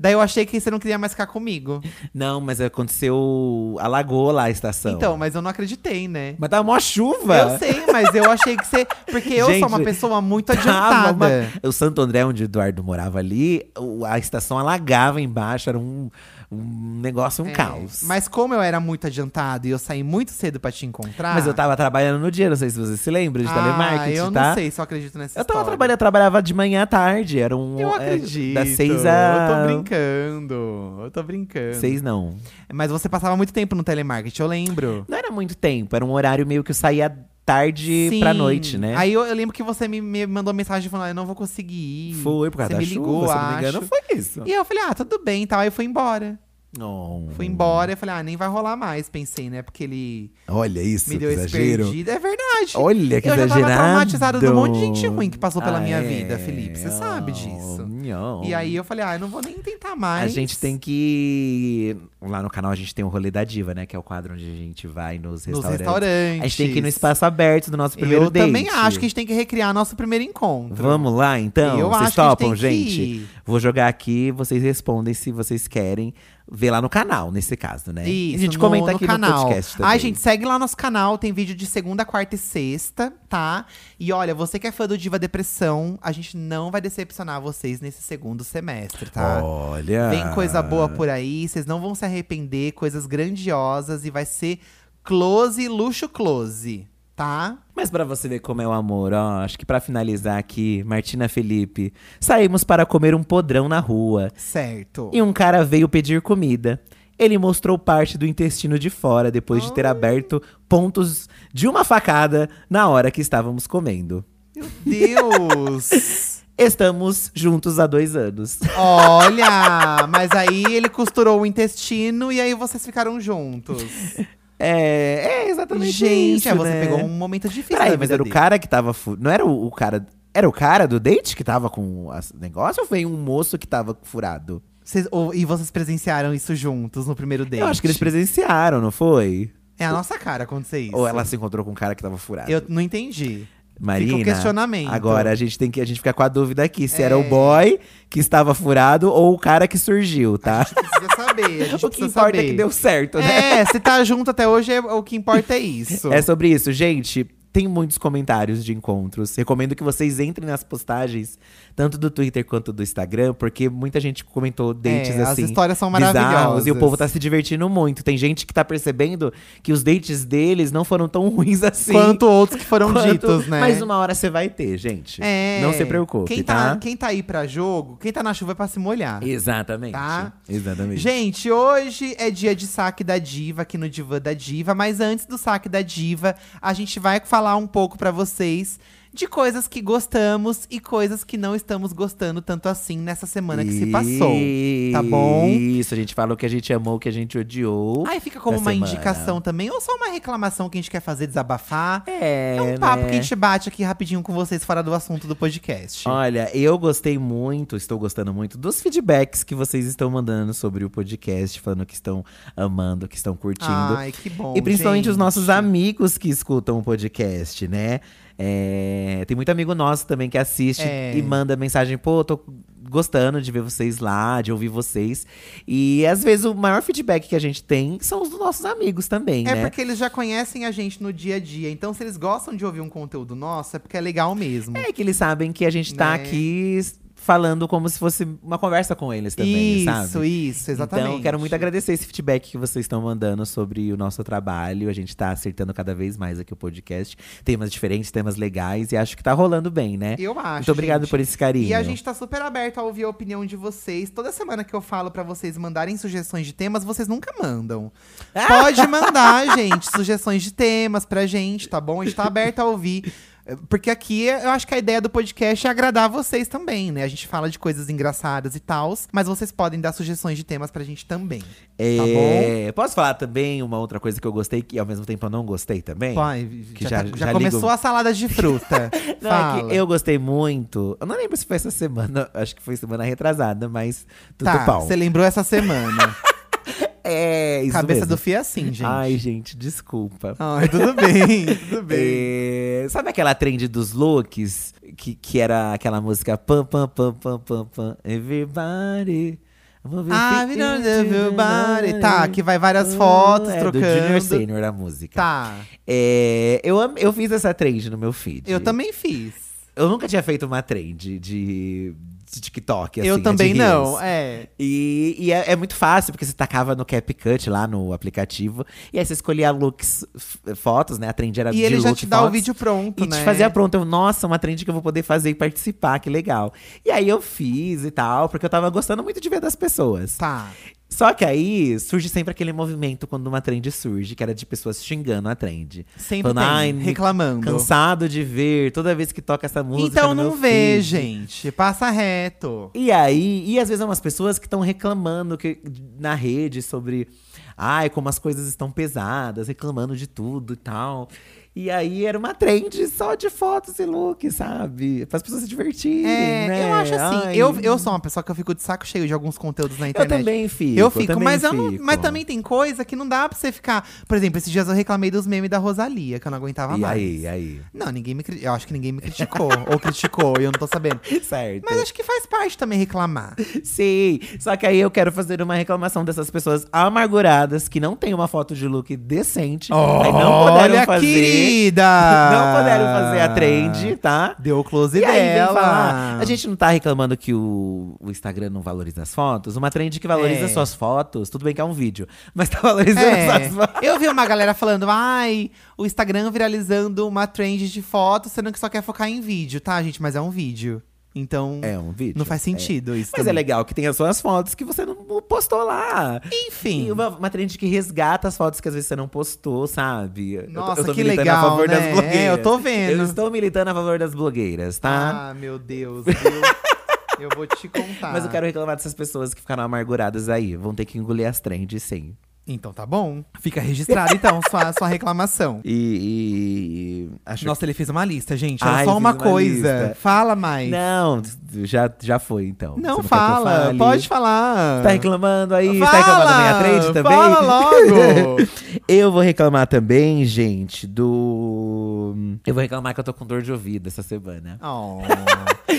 Speaker 1: Daí eu achei que você não queria mais ficar comigo.
Speaker 2: Não, mas aconteceu. Alagou lá a estação.
Speaker 1: Então, mas eu não acreditei, né?
Speaker 2: Mas tava mó chuva.
Speaker 1: Eu sei, mas eu achei que você. Porque eu
Speaker 2: Gente,
Speaker 1: sou uma pessoa muito
Speaker 2: Tava
Speaker 1: adiantada.
Speaker 2: uma- O Santo André, onde o Eduardo morava ali, o- a estação alagava embaixo, era um, um negócio, um
Speaker 1: É,
Speaker 2: caos. Mas...
Speaker 1: Mas como eu era muito adiantado e eu saí muito cedo pra te encontrar.
Speaker 2: eu tava trabalhando no dia, não sei se você se lembra de telemarketing,
Speaker 1: tá. Ah, eu
Speaker 2: tá?
Speaker 1: não sei se eu acredito nessa
Speaker 2: Eu tava
Speaker 1: história.
Speaker 2: trabalhando, eu trabalhava de manhã à tarde, era um.
Speaker 1: Eu
Speaker 2: é,
Speaker 1: acredito.
Speaker 2: das seis a.
Speaker 1: Eu tô brincando. Eu tô brincando.
Speaker 2: Seis não.
Speaker 1: Mas você passava muito tempo no telemarketing, eu lembro.
Speaker 2: Não era muito tempo, era um horário meio que eu saía tarde pra noite, né?
Speaker 1: Aí eu, eu lembro que você me, me mandou mensagem falando: "Ah, eu não vou conseguir. ir."
Speaker 2: foi por causa
Speaker 1: você
Speaker 2: da
Speaker 1: me
Speaker 2: chuva,
Speaker 1: ligou,
Speaker 2: se não me engano,
Speaker 1: acho.
Speaker 2: foi isso.
Speaker 1: E eu falei, ah, tudo bem e tal. Aí eu fui embora.
Speaker 2: Oh.
Speaker 1: Fui embora e falei, ah, nem vai rolar mais, pensei, né? Porque ele
Speaker 2: Olha isso,
Speaker 1: me
Speaker 2: que
Speaker 1: deu esse
Speaker 2: exagero.
Speaker 1: perdido. É verdade.
Speaker 2: Olha que
Speaker 1: eu já
Speaker 2: exagerado.
Speaker 1: tava traumatizado de um monte de gente ruim que passou pela
Speaker 2: Ah,
Speaker 1: minha
Speaker 2: é?
Speaker 1: vida, Felipe. Você sabe disso.
Speaker 2: Não.
Speaker 1: E aí eu falei, ah, eu não vou nem tentar mais.
Speaker 2: A gente tem que. Lá no canal a gente tem o rolê da diva, né? Que é o quadro onde a gente vai
Speaker 1: nos
Speaker 2: nos restaurantes.
Speaker 1: restaurantes.
Speaker 2: A gente tem que ir no espaço aberto do nosso primeiro
Speaker 1: Eu
Speaker 2: date.
Speaker 1: também acho que a gente tem que recriar nosso primeiro encontro.
Speaker 2: Vamos lá, então?
Speaker 1: Eu
Speaker 2: vocês
Speaker 1: acho que a gente
Speaker 2: topam,
Speaker 1: tem que
Speaker 2: gente?
Speaker 1: ir.
Speaker 2: Vou jogar aqui, vocês respondem se vocês querem ver lá no canal, nesse caso, né? E a
Speaker 1: Isso,
Speaker 2: gente
Speaker 1: no-
Speaker 2: comenta
Speaker 1: no
Speaker 2: aqui
Speaker 1: canal.
Speaker 2: no podcast também.
Speaker 1: Ai, gente, segue lá nosso canal, tem vídeo de segunda, quarta e sexta, tá? E olha, você que é fã do Diva Depressão, a gente não vai decepcionar vocês nesse segundo semestre, tá?
Speaker 2: Olha.
Speaker 1: Vem coisa boa por aí, vocês não vão se arrepender, coisas grandiosas e vai ser close, luxo close, tá?
Speaker 2: Mas pra você ver como é o amor, ó, acho que pra finalizar aqui, Martina Felipe, saímos para comer um podrão na rua.
Speaker 1: Certo.
Speaker 2: E um cara veio pedir comida. Ele mostrou parte do intestino de fora depois de ter aberto pontos de uma facada na hora que estávamos comendo.
Speaker 1: Meu
Speaker 2: <laughs>
Speaker 1: Deus!
Speaker 2: Estamos juntos há dois anos. <laughs>
Speaker 1: olha! Mas aí ele costurou o intestino e aí vocês ficaram juntos.
Speaker 2: É, é exatamente
Speaker 1: Gente,
Speaker 2: isso.
Speaker 1: aí você
Speaker 2: né?
Speaker 1: pegou um momento difícil.
Speaker 2: Peraí,
Speaker 1: da
Speaker 2: mas
Speaker 1: vida
Speaker 2: era o
Speaker 1: dele.
Speaker 2: cara que tava. Fu... Não era o, o cara. Era o cara do date que tava com o negócio ou foi um moço que tava furado?
Speaker 1: Vocês- ou- e vocês presenciaram isso juntos no primeiro date?
Speaker 2: Eu acho que eles presenciaram, não foi?
Speaker 1: É a nossa cara acontecer isso.
Speaker 2: Ou ela se encontrou com um cara que tava furado?
Speaker 1: Eu não entendi.
Speaker 2: Marina,
Speaker 1: Fica o questionamento.
Speaker 2: agora a gente tem que a gente fica com a dúvida aqui se era
Speaker 1: É.
Speaker 2: o boy que estava furado ou o cara que surgiu, tá?
Speaker 1: Precisa
Speaker 2: <laughs>
Speaker 1: saber. A gente
Speaker 2: O que
Speaker 1: precisa
Speaker 2: importa
Speaker 1: saber.
Speaker 2: é que deu certo, né?
Speaker 1: É, se tá junto até hoje, é- o que importa é isso.
Speaker 2: É sobre isso, gente. Tem muitos comentários de encontros. Recomendo que vocês entrem nas postagens, tanto do Twitter quanto do Instagram, porque muita gente comentou dates
Speaker 1: É, As
Speaker 2: assim.
Speaker 1: histórias são
Speaker 2: bizarros,
Speaker 1: maravilhosas.
Speaker 2: E o povo tá se divertindo muito. Tem gente que tá percebendo que os dates deles não foram tão <laughs> ruins assim.
Speaker 1: Quanto outros que foram
Speaker 2: quanto-
Speaker 1: ditos, né?
Speaker 2: Mas uma hora você vai ter, gente.
Speaker 1: É.
Speaker 2: Não se preocupe,
Speaker 1: quem tá,
Speaker 2: tá?
Speaker 1: Quem tá aí pra jogo, quem tá na chuva é pra se molhar.
Speaker 2: Exatamente.
Speaker 1: Tá?
Speaker 2: Exatamente.
Speaker 1: Gente, hoje é dia de saque da diva aqui no Divã da Diva, mas antes do saque da diva, a gente vai falar um pouco pra vocês de coisas que gostamos e coisas que não estamos gostando tanto assim nessa semana que se passou. tá bom?
Speaker 2: Isso, a gente falou que a gente amou, o que a gente odiou.
Speaker 1: Aí fica como
Speaker 2: Tipo, da
Speaker 1: uma
Speaker 2: semana.
Speaker 1: indicação também, ou só uma reclamação que a gente quer fazer, desabafar.
Speaker 2: É,
Speaker 1: É um papo
Speaker 2: né?
Speaker 1: que a gente bate aqui rapidinho com vocês fora do assunto do podcast.
Speaker 2: Olha, eu gostei muito, estou gostando muito dos feedbacks que vocês estão mandando sobre o podcast, falando que estão amando, que estão curtindo.
Speaker 1: Ai, que bom.
Speaker 2: e principalmente os
Speaker 1: gente.
Speaker 2: nossos amigos que escutam o podcast, né? É, tem muito amigo nosso também que assiste
Speaker 1: É.
Speaker 2: e manda mensagem, pô, tô gostando de ver vocês lá, de ouvir vocês. E às vezes o maior feedback que a gente tem são os dos nossos amigos também,
Speaker 1: É
Speaker 2: né?
Speaker 1: porque eles já conhecem a gente no dia a dia. Então, se eles gostam de ouvir um conteúdo nosso, é porque é legal mesmo.
Speaker 2: É que eles sabem que a gente tá
Speaker 1: Né?
Speaker 2: aqui s- falando como se fosse uma conversa com eles também,
Speaker 1: isso,
Speaker 2: sabe?
Speaker 1: isso, exatamente.
Speaker 2: Então, quero muito agradecer esse feedback que vocês estão mandando sobre o nosso trabalho. A gente tá acertando cada vez mais aqui o podcast. Temas diferentes, temas legais, e acho que tá rolando bem, né?
Speaker 1: Eu acho.
Speaker 2: muito obrigado
Speaker 1: gente.
Speaker 2: por esse carinho.
Speaker 1: E a gente tá super aberto a ouvir a opinião de vocês. Toda semana que eu falo pra vocês mandarem sugestões de temas, vocês nunca mandam.
Speaker 2: Ah!
Speaker 1: Pode mandar, <laughs> gente, sugestões de temas pra gente, tá bom? A gente tá aberto a ouvir. Porque aqui eu acho que a ideia do podcast é agradar vocês também, né? A gente fala de coisas engraçadas e tals, mas vocês podem dar sugestões de temas pra gente também.
Speaker 2: É, Posso falar também uma outra coisa que eu gostei, que ao mesmo tempo eu não gostei também?
Speaker 1: Pai,
Speaker 2: que
Speaker 1: já,
Speaker 2: já-
Speaker 1: tá- já
Speaker 2: já
Speaker 1: começou
Speaker 2: ligo.
Speaker 1: a salada de fruta.
Speaker 2: <laughs> Não, é
Speaker 1: Fala.
Speaker 2: que eu gostei muito. Eu não lembro se foi essa semana, <laughs> acho que foi semana retrasada, mas tudo
Speaker 1: tá,
Speaker 2: pau.
Speaker 1: você lembrou essa semana.
Speaker 2: É, <laughs> isso
Speaker 1: Cabeça
Speaker 2: mesmo.
Speaker 1: do Fia é assim, gente.
Speaker 2: Ai, gente, desculpa.
Speaker 1: Ai, tudo bem,
Speaker 2: <laughs>
Speaker 1: tudo bem.
Speaker 2: É, sabe aquela trend dos looks? Que, que era aquela música pam, pam, pam, pam, pam, pam. Everybody.
Speaker 1: Ah, we don't love everybody. Tá, que vai várias fotos
Speaker 2: é,
Speaker 1: trocando.
Speaker 2: Do Junior Senior a música.
Speaker 1: Tá,
Speaker 2: É, eu, am- eu fiz essa trend no meu feed.
Speaker 1: eu também fiz.
Speaker 2: Eu nunca tinha feito uma trend de, de TikTok, assim.
Speaker 1: eu
Speaker 2: de
Speaker 1: também
Speaker 2: Reels.
Speaker 1: não, é.
Speaker 2: E, e é, é muito fácil, porque você tacava no CapCut lá no aplicativo. E aí você escolhia looks, f- fotos, né? A trend era
Speaker 1: E
Speaker 2: de
Speaker 1: ele já
Speaker 2: look
Speaker 1: te dá o
Speaker 2: fotos.
Speaker 1: vídeo pronto,
Speaker 2: E
Speaker 1: né?
Speaker 2: te fazia pronto. Eu, nossa, uma trend que eu vou poder fazer e participar, que legal. E aí eu fiz e tal, porque eu tava gostando muito de ver das pessoas.
Speaker 1: Tá.
Speaker 2: Só que aí surge sempre aquele movimento quando uma trend surge, que era de pessoas xingando a trend.
Speaker 1: Sempre
Speaker 2: Falando, "Ai,
Speaker 1: tem,
Speaker 2: me-
Speaker 1: reclamando.
Speaker 2: Cansado de ver, toda vez que toca essa música.
Speaker 1: Então
Speaker 2: no meu
Speaker 1: não vê,
Speaker 2: feed.
Speaker 1: gente. Passa reto.
Speaker 2: E aí, e às vezes é umas pessoas que estão reclamando que, na rede sobre ai, como as coisas estão pesadas, reclamando de tudo e tal. E aí era uma trend só de fotos e looks, sabe? Para as pessoas se divertirem.
Speaker 1: É,
Speaker 2: né?
Speaker 1: eu acho assim.
Speaker 2: Ai,
Speaker 1: Eu, eu sou uma pessoa que eu fico de saco cheio de alguns conteúdos na
Speaker 2: eu
Speaker 1: internet.
Speaker 2: também fico.
Speaker 1: eu fico,
Speaker 2: também
Speaker 1: mas, eu não-
Speaker 2: fico.
Speaker 1: mas também tem coisa que não dá pra você ficar. Por exemplo, esses dias eu reclamei dos memes da Rosalia, que eu não aguentava
Speaker 2: E
Speaker 1: mais.
Speaker 2: aí, e aí?
Speaker 1: Não, ninguém me cri- Eu acho que ninguém me criticou. <laughs> ou criticou, e eu não tô sabendo.
Speaker 2: <laughs> Certo.
Speaker 1: Mas acho que faz parte também reclamar.
Speaker 2: Sim, só que aí eu quero fazer uma reclamação dessas pessoas amarguradas que não tem uma foto de look decente. aí não puderam
Speaker 1: <laughs> Olha,
Speaker 2: fazer.
Speaker 1: querida! <laughs>
Speaker 2: Não puderam fazer a trend, tá?
Speaker 1: Deu o close
Speaker 2: E aí vem
Speaker 1: dela.
Speaker 2: falar, a gente não tá reclamando que o, o Instagram não valoriza as fotos? Uma trend que valoriza
Speaker 1: É.
Speaker 2: suas fotos, tudo bem que é um vídeo, <laughs> mas tá valorizando
Speaker 1: É,
Speaker 2: <laughs> suas fotos.
Speaker 1: eu vi uma galera falando, ai, o Instagram viralizando uma trend de foto, sendo que só quer focar em vídeo, tá, gente? Mas é um vídeo. Então,
Speaker 2: É um vídeo.
Speaker 1: não faz
Speaker 2: É.
Speaker 1: sentido isso.
Speaker 2: Mas é
Speaker 1: também.
Speaker 2: legal que tem as suas fotos que você não postou lá.
Speaker 1: Enfim.
Speaker 2: E uma, uma trend que resgata as fotos que às vezes você não postou, sabe? Eu tô-
Speaker 1: Nossa,
Speaker 2: eu tô
Speaker 1: que
Speaker 2: militando
Speaker 1: legal,
Speaker 2: a favor
Speaker 1: né?
Speaker 2: das blogueiras.
Speaker 1: É, eu tô vendo.
Speaker 2: Eu estou militando a favor das blogueiras, tá?
Speaker 1: Ah, meu Deus, viu? eu vou te contar.
Speaker 2: Mas eu quero reclamar dessas pessoas que ficaram amarguradas aí. Vão ter que engolir as trends, sim.
Speaker 1: Então tá bom. Fica registrado, então, <laughs> sua, sua reclamação.
Speaker 2: E. e- e- acho
Speaker 1: Nossa, ele fez uma lista, gente. Era
Speaker 2: Ai,
Speaker 1: só
Speaker 2: fiz
Speaker 1: uma
Speaker 2: uma
Speaker 1: coisa.
Speaker 2: lista.
Speaker 1: Fala
Speaker 2: que.
Speaker 1: mais.
Speaker 2: Não, já, já foi então.
Speaker 1: é Não
Speaker 2: Você quer que eu
Speaker 1: fala,
Speaker 2: fale?
Speaker 1: pode falar.
Speaker 2: Tá reclamando aí?
Speaker 1: Fala,
Speaker 2: tá reclamando da minha trend também?
Speaker 1: Fala logo!
Speaker 2: Eu vou reclamar também, gente, do. Eu vou reclamar que eu tô com dor de ouvido
Speaker 1: <laughs>
Speaker 2: essa semana.
Speaker 1: Oh.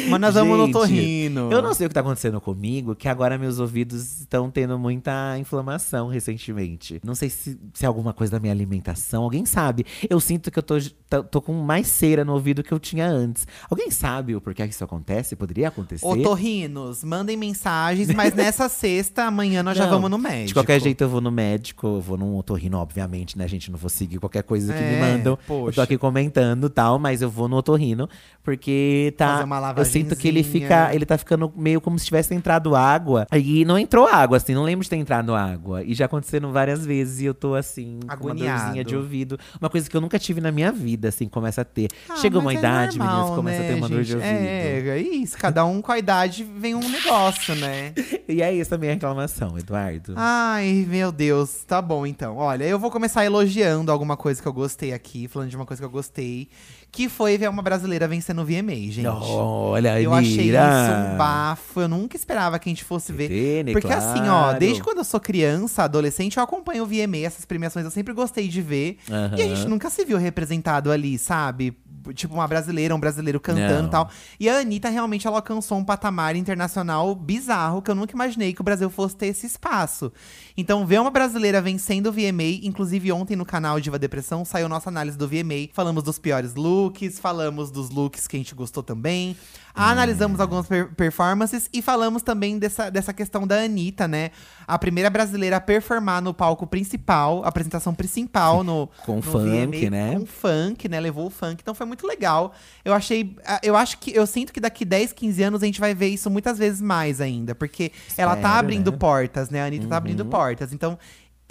Speaker 1: Mas nós vamos no
Speaker 2: Gente,
Speaker 1: Torrino.
Speaker 2: Eu não sei o que tá acontecendo comigo, que agora meus ouvidos estão tendo muita inflamação recentemente. Não sei se, se é alguma coisa da minha alimentação. Alguém sabe? Eu sinto que eu tô, tô, tô com mais cera no ouvido que eu tinha antes. Alguém sabe o porquê que isso acontece? Poderia acontecer?
Speaker 1: Ô, Torrinos, mandem mensagens, mas
Speaker 2: <laughs>
Speaker 1: nessa sexta, amanhã nós já
Speaker 2: Não,
Speaker 1: vamos no médico.
Speaker 2: De qualquer jeito, eu vou no médico, eu vou num otorrino, obviamente, né, gente? Não vou seguir qualquer coisa que
Speaker 1: É,
Speaker 2: me mandam. Eu tô
Speaker 1: poxa.
Speaker 2: aqui comentando e tal, mas eu vou no otorrino, porque
Speaker 1: Fazer
Speaker 2: tá.
Speaker 1: uma
Speaker 2: Eu sinto que ele
Speaker 1: lavagenzinha.
Speaker 2: fica. Ele tá ficando meio como se tivesse entrado água. E não entrou água, assim, não lembro de ter entrado água. E já aconteceram várias vezes e eu tô assim, com
Speaker 1: Agoniado.
Speaker 2: uma dorzinha de ouvido. Uma coisa que eu nunca tive na minha vida, assim, começa a ter.
Speaker 1: Ah,
Speaker 2: Chega uma
Speaker 1: mas é
Speaker 2: idade,
Speaker 1: normal,
Speaker 2: meninas, começa a ter uma dor de
Speaker 1: gente?
Speaker 2: ouvido.
Speaker 1: É, é isso. Cada um com a idade vem um negócio, né?
Speaker 2: <laughs> E é isso a minha reclamação, Eduardo.
Speaker 1: Ah, Ai, meu Deus. Tá bom, então. Olha, eu vou começar elogiando alguma coisa que eu gostei aqui, falando de uma coisa que eu gostei, que foi ver uma brasileira vencendo o VMA, gente.
Speaker 2: Olha,
Speaker 1: eu achei isso
Speaker 2: Elmira.
Speaker 1: um bafo. Eu nunca esperava que a gente fosse ver.
Speaker 2: Tene,
Speaker 1: Porque assim, ó,
Speaker 2: claro.
Speaker 1: desde quando eu sou criança, adolescente, eu acompanho o VMA, essas premiações eu sempre gostei de ver.
Speaker 2: Aham.
Speaker 1: E a gente nunca se viu representado ali, sabe? Tipo, uma brasileira, um brasileiro cantando
Speaker 2: Não.
Speaker 1: e tal. E a Anitta realmente ela alcançou um patamar internacional bizarro que eu nunca imaginei que o Brasil fosse ter esse espaço. Então, ver uma brasileira vencendo o VMA, inclusive ontem no canal Diva Depressão saiu nossa análise do VMA. Falamos dos piores looks, falamos dos looks que a gente gostou também.
Speaker 2: Hum.
Speaker 1: Analisamos algumas per- performances e falamos também dessa, dessa questão da Anitta, né? A primeira brasileira a performar no palco principal, apresentação principal no,
Speaker 2: Com
Speaker 1: no
Speaker 2: funk,
Speaker 1: VMA,
Speaker 2: né?
Speaker 1: Com funk, né? Levou o funk. Então foi muito legal. Eu achei. a- Eu acho que. Eu sinto que daqui 10, 15 anos a gente vai ver isso muitas vezes mais ainda. Porque ela
Speaker 2: Espero,
Speaker 1: tá abrindo
Speaker 2: né? Uhum.
Speaker 1: portas, né? A Anitta tá abrindo portas. Então.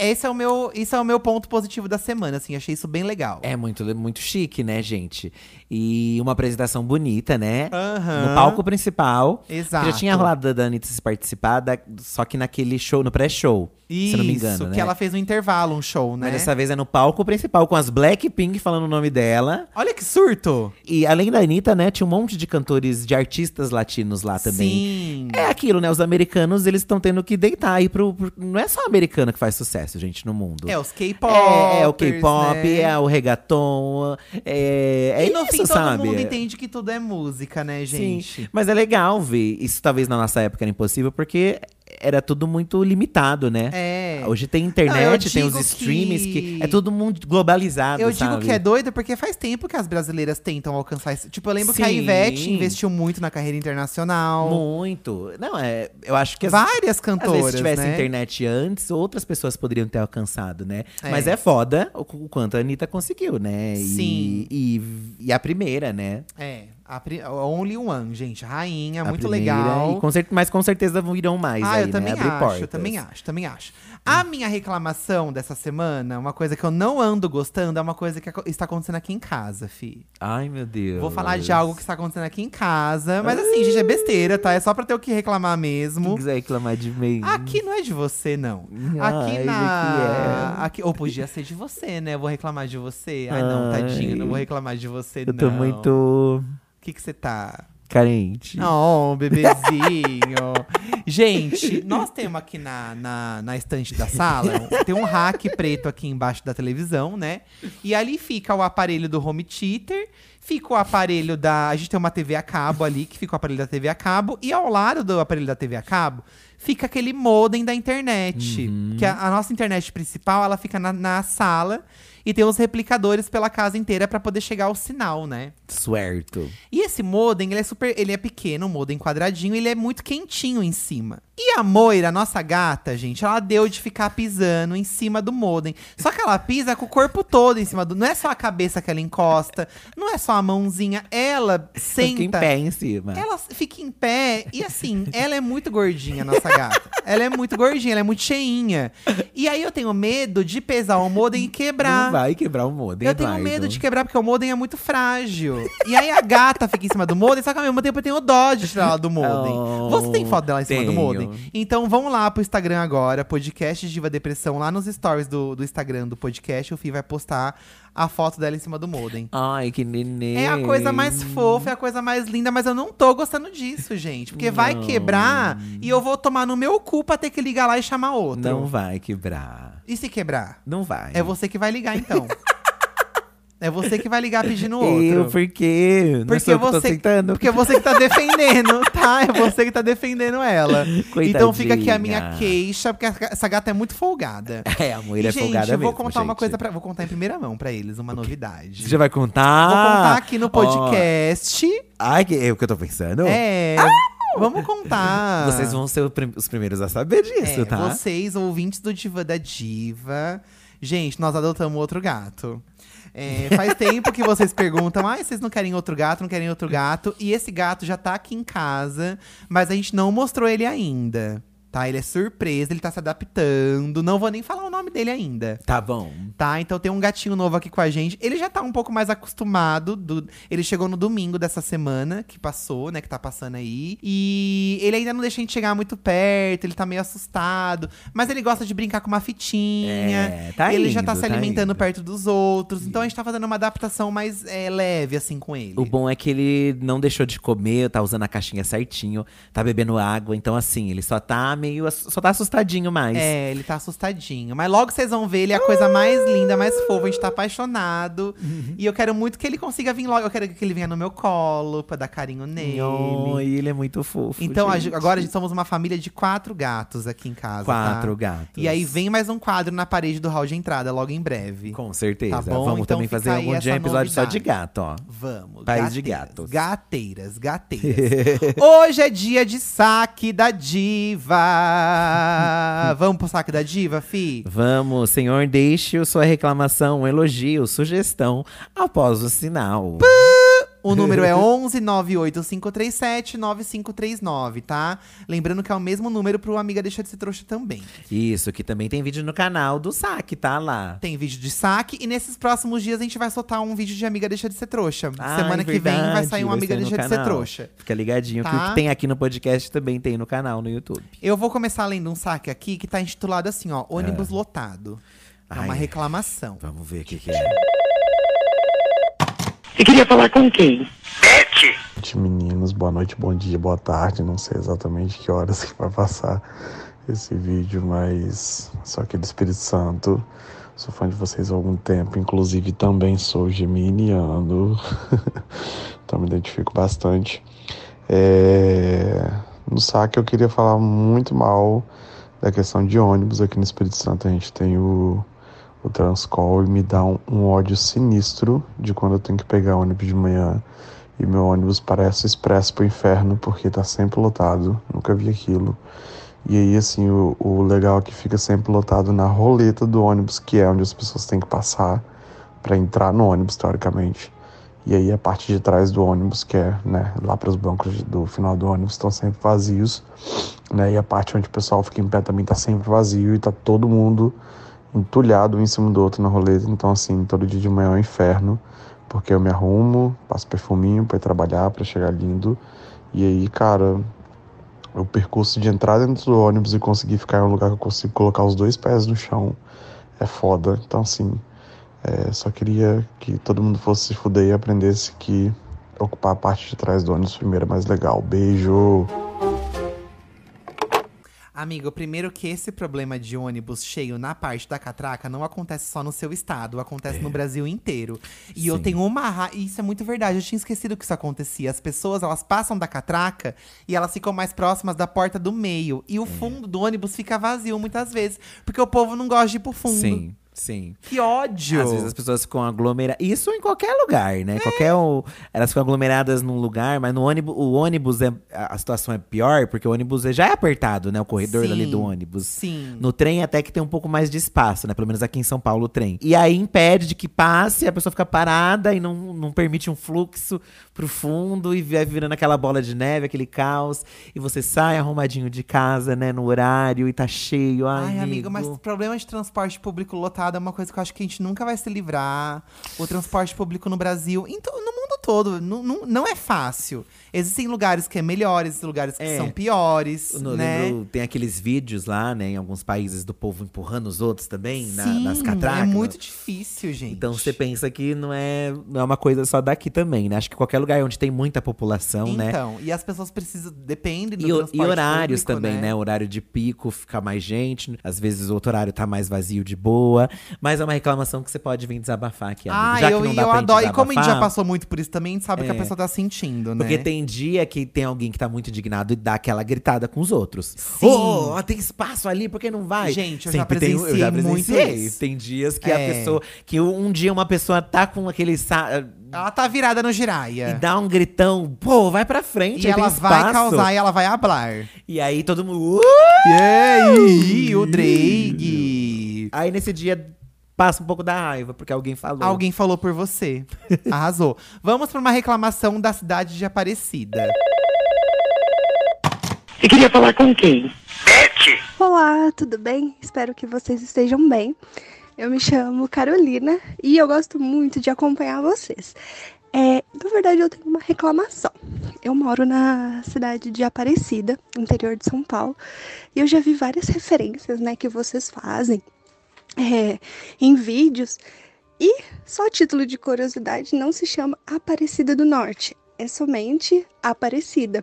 Speaker 1: Esse é, o meu, esse é o meu ponto positivo da semana, assim. Achei isso bem legal.
Speaker 2: É muito, muito chique, né, gente? E uma apresentação bonita, né?
Speaker 1: Aham.
Speaker 2: No palco principal.
Speaker 1: Exato.
Speaker 2: Já tinha rolado da Anitta se participar, da- só que naquele show, no pré-show.
Speaker 1: Isso,
Speaker 2: se não me engano,
Speaker 1: que
Speaker 2: né?
Speaker 1: ela fez um intervalo, um show, né?
Speaker 2: Mas dessa vez é no palco principal, com as Blackpink falando o nome dela.
Speaker 1: Olha que surto!
Speaker 2: E além da Anitta, né, tinha um monte de cantores, de artistas latinos lá também.
Speaker 1: Sim.
Speaker 2: É aquilo, né? Os americanos, eles estão tendo que deitar aí pro, pro- Não é só americano que faz sucesso, gente, no mundo.
Speaker 1: É, os K-pop.
Speaker 2: É, é o K-pop,
Speaker 1: né?
Speaker 2: é o reggaeton, é, é
Speaker 1: e no
Speaker 2: isso,
Speaker 1: fim, todo
Speaker 2: sabe?
Speaker 1: mundo entende que tudo é música, né,
Speaker 2: Sim,
Speaker 1: gente?
Speaker 2: mas é legal ver. Isso talvez na nossa época era impossível, porque era tudo muito limitado, né?
Speaker 1: É.
Speaker 2: Hoje tem
Speaker 1: Não, eu
Speaker 2: internet, tem os
Speaker 1: digo
Speaker 2: streams, que...
Speaker 1: que-
Speaker 2: é todo mundo globalizado,
Speaker 1: Eu digo
Speaker 2: sabe?
Speaker 1: que é doido porque faz tempo que as brasileiras tentam alcançar isso. Tipo, eu lembro que a
Speaker 2: Sim.
Speaker 1: Ivete investiu muito na carreira internacional.
Speaker 2: Muito. Não, é, eu acho que as,
Speaker 1: Várias
Speaker 2: Às
Speaker 1: cantoras,
Speaker 2: vezes, se tivesse
Speaker 1: né?
Speaker 2: internet antes, outras pessoas poderiam ter alcançado, né?
Speaker 1: É.
Speaker 2: Mas é foda o, o quanto a Anitta conseguiu, né? E-
Speaker 1: Sim.
Speaker 2: E, e a primeira, né?
Speaker 1: É. A pri- Only One, gente. Rainha,
Speaker 2: A
Speaker 1: É muito
Speaker 2: primeira,
Speaker 1: legal.
Speaker 2: e com cer- mas com certeza virão mais
Speaker 1: ah,
Speaker 2: aí,
Speaker 1: eu
Speaker 2: né?
Speaker 1: também
Speaker 2: Abrir
Speaker 1: acho,
Speaker 2: portas.
Speaker 1: também acho, também acho. A minha reclamação dessa semana, uma coisa que eu não ando gostando, é uma coisa que aco- está acontecendo aqui em casa, fi.
Speaker 2: Ai, meu Deus.
Speaker 1: Vou falar de algo que está acontecendo aqui em casa, mas assim, gente, é besteira, tá? É só pra ter o que reclamar
Speaker 2: Quem
Speaker 1: mesmo.
Speaker 2: quiser reclamar de mim.
Speaker 1: Aqui não é de você, não.
Speaker 2: Hum, Ai,
Speaker 1: Aqui
Speaker 2: de é?
Speaker 1: na. Aqui... Ou podia ser de você, né? Eu vou reclamar de você. Ai, não,
Speaker 2: Ai.
Speaker 1: tadinho, não vou reclamar de você,
Speaker 2: Eu
Speaker 1: não.
Speaker 2: tô muito
Speaker 1: O que que você tá?
Speaker 2: carente.
Speaker 1: Não, um bebezinho. Gente, nós temos aqui na, na, na estante da sala, um- tem um rack preto aqui embaixo da televisão, né? E ali fica o aparelho do home theater, fica o aparelho da. A gente tem uma TV a cabo ali, que fica o aparelho da TV a cabo, e ao lado do aparelho da TV a cabo fica aquele modem da internet. Que a, a nossa internet principal, ela fica na, na sala e tem os replicadores pela casa inteira pra poder chegar o sinal, né?
Speaker 2: Suerto.
Speaker 1: E esse modem, ele é super. Ele é pequeno, um modem quadradinho, ele é muito quentinho em cima. E a Moira, nossa gata, gente, ela deu de ficar pisando em cima do modem. Só que ela pisa com o corpo todo em cima do. Não é só a cabeça que ela encosta, não é só a mãozinha. Ela
Speaker 2: Tem que em
Speaker 1: senta.
Speaker 2: pé né? em cima.
Speaker 1: Ela fica em pé e assim, ela é muito gordinha, nossa gata. Ela é muito gordinha, ela é muito cheinha. E aí eu tenho medo de pesar o modem e quebrar.
Speaker 2: Não vai quebrar o modem,
Speaker 1: Eu tenho medo de quebrar, porque o modem é muito frágil. E aí a gata fica em cima do modem, só que ao mesmo tempo eu tenho dó de tirar ela do modem.
Speaker 2: Oh,
Speaker 1: Você tem foto dela em cima do
Speaker 2: tenho.
Speaker 1: modem? Então vão lá pro Instagram agora, podcast Diva Depressão, lá nos stories do, do Instagram do podcast, o Fih vai postar a foto dela em cima do modem.
Speaker 2: Ai, que neném.
Speaker 1: É a coisa mais fofa, é a coisa mais linda, mas eu não tô gostando disso, gente. Porque vai
Speaker 2: Não.
Speaker 1: quebrar e eu vou tomar no meu cu pra ter que ligar lá e chamar outro.
Speaker 2: Não vai quebrar.
Speaker 1: E se quebrar?
Speaker 2: Não vai.
Speaker 1: É você que vai ligar,
Speaker 2: <laughs>
Speaker 1: então. é você que vai ligar pedindo outro.
Speaker 2: Eu, porque. Não
Speaker 1: Porque
Speaker 2: sou eu que tô
Speaker 1: você-
Speaker 2: sentando.
Speaker 1: Porque é você que tá defendendo, tá? É você que tá defendendo ela. Então fica aqui a minha
Speaker 2: Coitadinha.
Speaker 1: queixa, porque essa gata é muito folgada.
Speaker 2: <laughs> É, a
Speaker 1: E,
Speaker 2: mulher é
Speaker 1: gente,
Speaker 2: folgada
Speaker 1: eu vou
Speaker 2: mesmo,
Speaker 1: contar uma
Speaker 2: gente.
Speaker 1: coisa para, vou contar em primeira mão pra eles, uma novidade.
Speaker 2: Você já vai contar?
Speaker 1: Vou contar aqui no
Speaker 2: Ó,
Speaker 1: podcast.
Speaker 2: Ai, que, é o que eu tô pensando?
Speaker 1: É. Vamos contar.
Speaker 2: Ah, Vocês vão ser o prim- os primeiros a saber disso,
Speaker 1: É,
Speaker 2: tá?
Speaker 1: Vocês, ouvintes do Diva da Diva. Gente, nós adotamos outro gato. É,
Speaker 2: <laughs>
Speaker 1: faz tempo que vocês perguntam: ah, vocês não querem outro gato, não querem outro gato. E esse gato já tá aqui em casa, mas a gente não mostrou ele ainda. Tá? Ele é surpresa, ele tá se adaptando. Não vou nem falar o nome dele ainda.
Speaker 2: Tá bom.
Speaker 1: Tá, então tem um gatinho novo aqui com a gente. Ele já tá um pouco mais acostumado. do- Ele chegou no domingo dessa semana, que passou, né? Que tá passando aí. E ele ainda não deixa a gente chegar muito perto, ele tá meio assustado. Mas ele gosta de brincar com uma fitinha.
Speaker 2: É, tá
Speaker 1: ele já tá
Speaker 2: indo,
Speaker 1: se alimentando
Speaker 2: indo.
Speaker 1: perto dos outros. Então a gente tá fazendo uma adaptação mais é, leve, assim, com ele.
Speaker 2: O bom é que ele não deixou de comer, tá usando a caixinha certinho, tá bebendo água. Então, assim, ele só tá meio. ass- Só tá assustadinho mais.
Speaker 1: É, ele tá assustadinho. Mas logo vocês vão ver, ele é a coisa mais linda, mais fofa. A gente tá apaixonado.
Speaker 2: Uhum.
Speaker 1: E eu quero muito que ele consiga vir logo. Eu quero que ele venha no meu colo pra dar carinho nele.
Speaker 2: Nhô, e ele é muito fofo.
Speaker 1: então, a
Speaker 2: gente.
Speaker 1: gente- agora a gente somos uma família de quatro gatos aqui em casa.
Speaker 2: Quatro
Speaker 1: tá?
Speaker 2: gatos.
Speaker 1: E aí vem mais um quadro na parede do hall de entrada, logo em breve.
Speaker 2: Com certeza.
Speaker 1: Tá bom,
Speaker 2: Vamos
Speaker 1: então
Speaker 2: também
Speaker 1: fica
Speaker 2: fazer
Speaker 1: aí
Speaker 2: algum dia um
Speaker 1: essa
Speaker 2: episódio só de
Speaker 1: novidade.
Speaker 2: gato, ó.
Speaker 1: Vamos.
Speaker 2: País de
Speaker 1: gateiras,
Speaker 2: gatos.
Speaker 1: Gateiras,
Speaker 2: <laughs>
Speaker 1: gateiras. Hoje é dia de saque da diva. Vamos pro saque da diva, fi?
Speaker 2: Vamos, senhor, deixe sua reclamação, elogio, sugestão após o sinal.
Speaker 1: O número
Speaker 2: <laughs>
Speaker 1: é 11 98537 9539, tá? Lembrando que é o mesmo número pro Amiga Deixa de Ser Trouxa também.
Speaker 2: Isso, que também tem vídeo no canal do Saque, tá lá.
Speaker 1: Tem vídeo de saque e nesses próximos dias a gente vai soltar um vídeo de Amiga Deixa de Ser Trouxa.
Speaker 2: Ai,
Speaker 1: Semana que vem vai
Speaker 2: verdade,
Speaker 1: sair um
Speaker 2: vai
Speaker 1: Amiga
Speaker 2: sair no
Speaker 1: Deixa de Ser
Speaker 2: canal.
Speaker 1: Trouxa.
Speaker 2: Fica ligadinho que
Speaker 1: Tá.
Speaker 2: o que tem aqui no podcast também tem no canal no YouTube.
Speaker 1: Eu vou começar lendo um saque aqui que tá intitulado assim, ó, ônibus lotado. É uma
Speaker 2: Ah. Ai.
Speaker 1: reclamação.
Speaker 2: Vamos ver o que, que é.
Speaker 3: Você queria falar com quem?
Speaker 4: noite, meninos. Boa noite, bom dia, boa tarde. Não sei exatamente que horas <laughs> que vai passar esse vídeo, mas só aqui do Espírito Santo. Sou fã de vocês há algum tempo, inclusive também sou geminiano, <laughs> então me identifico bastante. É, No saque eu queria falar muito mal da questão de ônibus. Aqui no Espírito Santo a gente tem o, o Transcol e me dá um- um ódio sinistro de quando eu tenho que pegar ônibus de manhã e meu ônibus parece expresso pro inferno porque tá sempre lotado. Nunca vi aquilo. E aí, assim, o, o legal é que fica sempre lotado na roleta do ônibus, que é onde as pessoas têm que passar para entrar no ônibus, teoricamente. E aí a parte de trás do ônibus, que é né, lá para os bancos de- do final do ônibus, estão sempre vazios. Né, e a parte onde o pessoal fica em pé também está sempre vazio e tá todo mundo entulhado um em cima do outro na roleta. Então, assim, todo dia de manhã é um inferno, porque eu me arrumo, passo perfuminho para ir trabalhar, para chegar lindo. E aí, cara, o percurso de entrar dentro do ônibus e conseguir ficar em um lugar que eu consigo colocar os dois pés no chão é foda. Então, assim, é, só queria que todo mundo fosse se fuder e aprendesse que ocupar a parte de trás do ônibus primeiro é mais legal. Beijo!
Speaker 1: Amigo, primeiro que esse problema de ônibus cheio na parte da catraca não acontece só no seu estado, acontece no Brasil inteiro. E eu
Speaker 2: É. Sim.
Speaker 1: tenho uma ra... e Isso é muito verdade, eu tinha esquecido que isso acontecia. As pessoas, elas passam da catraca e elas ficam mais próximas da porta do meio. E o
Speaker 2: É.
Speaker 1: fundo do ônibus fica vazio muitas vezes, porque o povo não gosta de ir pro fundo.
Speaker 2: Sim, sim.
Speaker 1: Que ódio!
Speaker 2: Às vezes as pessoas ficam aglomeradas. Isso em qualquer lugar,
Speaker 1: É.
Speaker 2: né? Qualquer. o- Elas ficam aglomeradas num lugar, mas no ônibus, o ônibus é. A a situação é pior, porque o ônibus é- já é apertado, né? O corredor
Speaker 1: Sim,
Speaker 2: ali do ônibus.
Speaker 1: Sim.
Speaker 2: No trem até que tem um pouco mais de espaço, né? Pelo menos aqui em São Paulo o trem. E aí impede de que passe, a pessoa fica parada e não, não permite um fluxo pro fundo e vai virando aquela bola de neve, aquele caos. E você sai arrumadinho de casa, né? No horário e tá cheio. Ai,
Speaker 1: Ai, amigo, mas problema de transporte público lotado é uma coisa que eu acho que a gente nunca vai se livrar. O transporte público no Brasil, em to- no mundo todo, nu- nu- não é fácil. Existem lugares que é melhores, lugares que
Speaker 2: É.
Speaker 1: são piores,
Speaker 2: Eu não
Speaker 1: né?
Speaker 2: lembro, tem aqueles vídeos lá, né, em alguns países do povo empurrando os outros também, na-
Speaker 1: Sim,
Speaker 2: nas catracas.
Speaker 1: é muito difícil, gente.
Speaker 2: Então você pensa que não é, não é uma coisa só daqui também, né? Acho que qualquer lugar onde tem muita população, né?
Speaker 1: Então, e as pessoas precisam, dependem do
Speaker 2: E, o-
Speaker 1: transporte
Speaker 2: e horários
Speaker 1: público,
Speaker 2: também, né? Horário de pico, fica mais gente. Às vezes o outro horário tá mais vazio de boa. Mas é uma reclamação que você pode vir desabafar aqui, amigo.
Speaker 1: Ah,
Speaker 2: Já
Speaker 1: eu,
Speaker 2: que não
Speaker 1: e
Speaker 2: dá
Speaker 1: eu
Speaker 2: pra gente
Speaker 1: adoro. E como a gente já
Speaker 2: desabafar, É.
Speaker 1: passou muito por isso também, a gente sabe o que a pessoa tá sentindo, né?
Speaker 2: Porque tem dia que tem alguém que tá muito indignado e dá aquela gritada com os outros.
Speaker 1: Sim.
Speaker 2: Ô, ó, tem espaço ali, por que não vai?
Speaker 1: Gente, eu já
Speaker 2: tem- um-
Speaker 1: presenciei muito isso.
Speaker 2: Tem dias que
Speaker 1: É.
Speaker 2: a pessoa. Que um dia uma pessoa tá com aquele. sa-
Speaker 1: Ela tá virada no
Speaker 2: E
Speaker 1: giraia.
Speaker 2: dá um gritão, pô, vai pra frente.
Speaker 1: E
Speaker 2: aí tem
Speaker 1: ela vai
Speaker 2: espaço.
Speaker 1: causar e ela vai hablar.
Speaker 2: E aí todo mundo. "Uh!"
Speaker 1: E aí, o Drake.
Speaker 2: Aí nesse dia passa um pouco da raiva, porque alguém falou.
Speaker 1: Alguém falou por você. Arrasou. Vamos para uma reclamação da cidade de Aparecida.
Speaker 3: Você queria falar com quem?
Speaker 5: Olá, tudo bem? Espero que vocês estejam bem. Eu me chamo Carolina e eu gosto muito de acompanhar vocês. É, na verdade, eu tenho uma reclamação. Eu moro na cidade de Aparecida, interior de São Paulo, e eu já vi várias referências né, que vocês fazem é, em vídeos. E só a título de curiosidade, não se chama Aparecida do Norte, é somente Aparecida.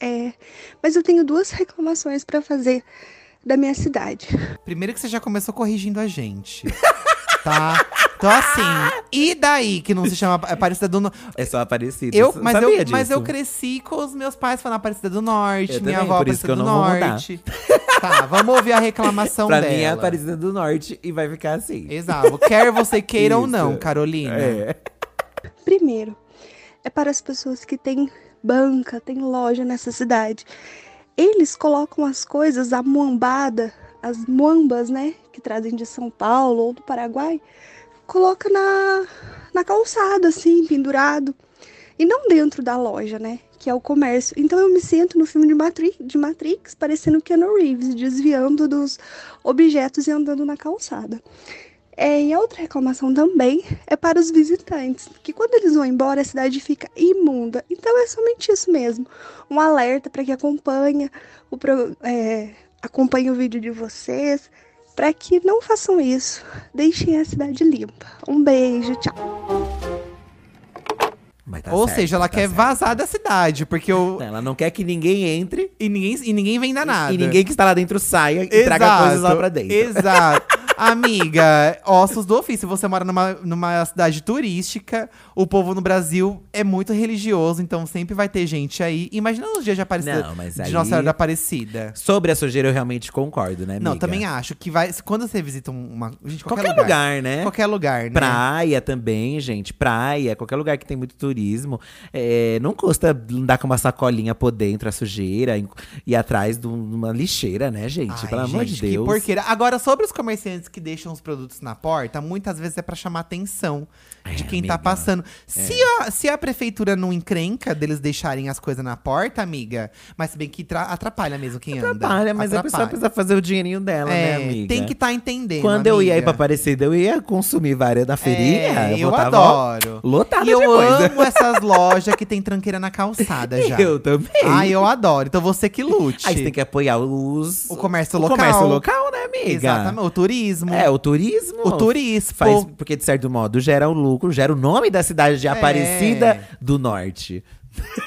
Speaker 5: É, mas eu tenho duas reclamações para fazer da minha cidade.
Speaker 1: Primeiro que você já começou corrigindo a gente. Tá? Então assim, e daí que não se chama Aparecida do Norte?
Speaker 2: É só Aparecida.
Speaker 1: Eu,
Speaker 2: S-
Speaker 1: mas,
Speaker 2: sabia
Speaker 1: eu,
Speaker 2: disso.
Speaker 1: mas eu cresci com os meus pais falando Aparecida do Norte,
Speaker 2: Eu
Speaker 1: minha
Speaker 2: também,
Speaker 1: avó
Speaker 2: por isso que
Speaker 1: Aparecida
Speaker 2: eu
Speaker 1: do
Speaker 2: não vou mudar.
Speaker 1: Norte. Tá, vamos ouvir a reclamação
Speaker 2: Pra
Speaker 1: dela.
Speaker 2: mim é Aparecida do Norte e vai ficar assim.
Speaker 1: Exato. Quer você queira ou não,
Speaker 2: Isso.
Speaker 1: Carolina.
Speaker 2: É.
Speaker 5: Primeiro, é para as pessoas que têm banca, têm loja nessa cidade. Eles colocam as coisas, a muambada, as muambas, né, que trazem de São Paulo ou do Paraguai, coloca na, na calçada, assim, pendurado. E não dentro da loja, né, que é o comércio. Então eu me sinto no filme de Matrix, de Matrix parecendo Keanu Reeves, desviando dos objetos e andando na calçada. É, e a outra reclamação também é para os visitantes, que quando eles vão embora a cidade fica imunda. Então é somente isso mesmo, um alerta para que acompanha o pro- é, acompanhe o vídeo de vocês, para que não façam isso. Deixem a cidade limpa. Um beijo, tchau.
Speaker 2: Mas tá
Speaker 1: Ou
Speaker 2: certo,
Speaker 1: seja, ela
Speaker 2: tá
Speaker 1: quer
Speaker 2: certo.
Speaker 1: vazar da cidade, porque o.
Speaker 2: Ela não quer que ninguém entre
Speaker 1: E ninguém, e ninguém vem danado.
Speaker 2: e ninguém que está lá dentro saia e traga coisas lá pra dentro. <laughs>
Speaker 1: Exato. Amiga, ossos do ofício. Você mora numa, numa cidade turística, o povo no Brasil é muito religioso, então sempre vai ter gente aí. Imagina os dias de Aparecida.
Speaker 2: Não, mas
Speaker 1: de
Speaker 2: aí-
Speaker 1: Nossa Senhora da Aparecida.
Speaker 2: Sobre a sujeira eu realmente concordo, né, amiga?
Speaker 1: Não, também acho que vai. Quando você visita um- uma. Gente, qualquer,
Speaker 2: Qualquer, lugar, né?
Speaker 1: Qualquer lugar, né?
Speaker 2: Praia também, gente. Praia, qualquer lugar que tem muito turismo. É, não custa andar com uma sacolinha por dentro, a sujeira, e atrás de um- uma lixeira, né, gente?
Speaker 1: Ai,
Speaker 2: Pelo amor de
Speaker 1: gente, que
Speaker 2: Deus.
Speaker 1: porqueira. Agora, sobre os comerciantes estantes que deixam os produtos na porta, muitas vezes é pra chamar atenção de
Speaker 2: É,
Speaker 1: quem tá
Speaker 2: amiga. É.
Speaker 1: passando. Se, a, se a prefeitura não encrenca deles deixarem as coisas na porta, amiga, mas se bem que tra- atrapalha mesmo quem anda.
Speaker 2: Atrapalha, mas a pessoa precisa fazer o dinheirinho dela, né,
Speaker 1: É,
Speaker 2: amiga?
Speaker 1: tem que estar tá entendendo.
Speaker 2: Quando eu ia aí
Speaker 1: amiga.
Speaker 2: pra Aparecida, eu ia consumir várias da feirinha.
Speaker 1: É, eu
Speaker 2: voltava, ó,
Speaker 1: adoro.
Speaker 2: Lotada
Speaker 1: E eu
Speaker 2: de coisa.
Speaker 1: amo essas lojas que tem tranqueira na calçada já.
Speaker 2: <laughs> Eu também.
Speaker 1: Ai, eu adoro. Então você que lute.
Speaker 2: Aí você tem que apoiar os...
Speaker 1: O comércio
Speaker 2: o
Speaker 1: local.
Speaker 2: comércio local, né, amiga?
Speaker 1: Exatamente. O turismo.
Speaker 2: É, o turismo.
Speaker 1: o turismo.
Speaker 2: Faz, porque, de certo modo, gera o lucro, gera o nome da cidade de Aparecida
Speaker 1: É.
Speaker 2: do Norte.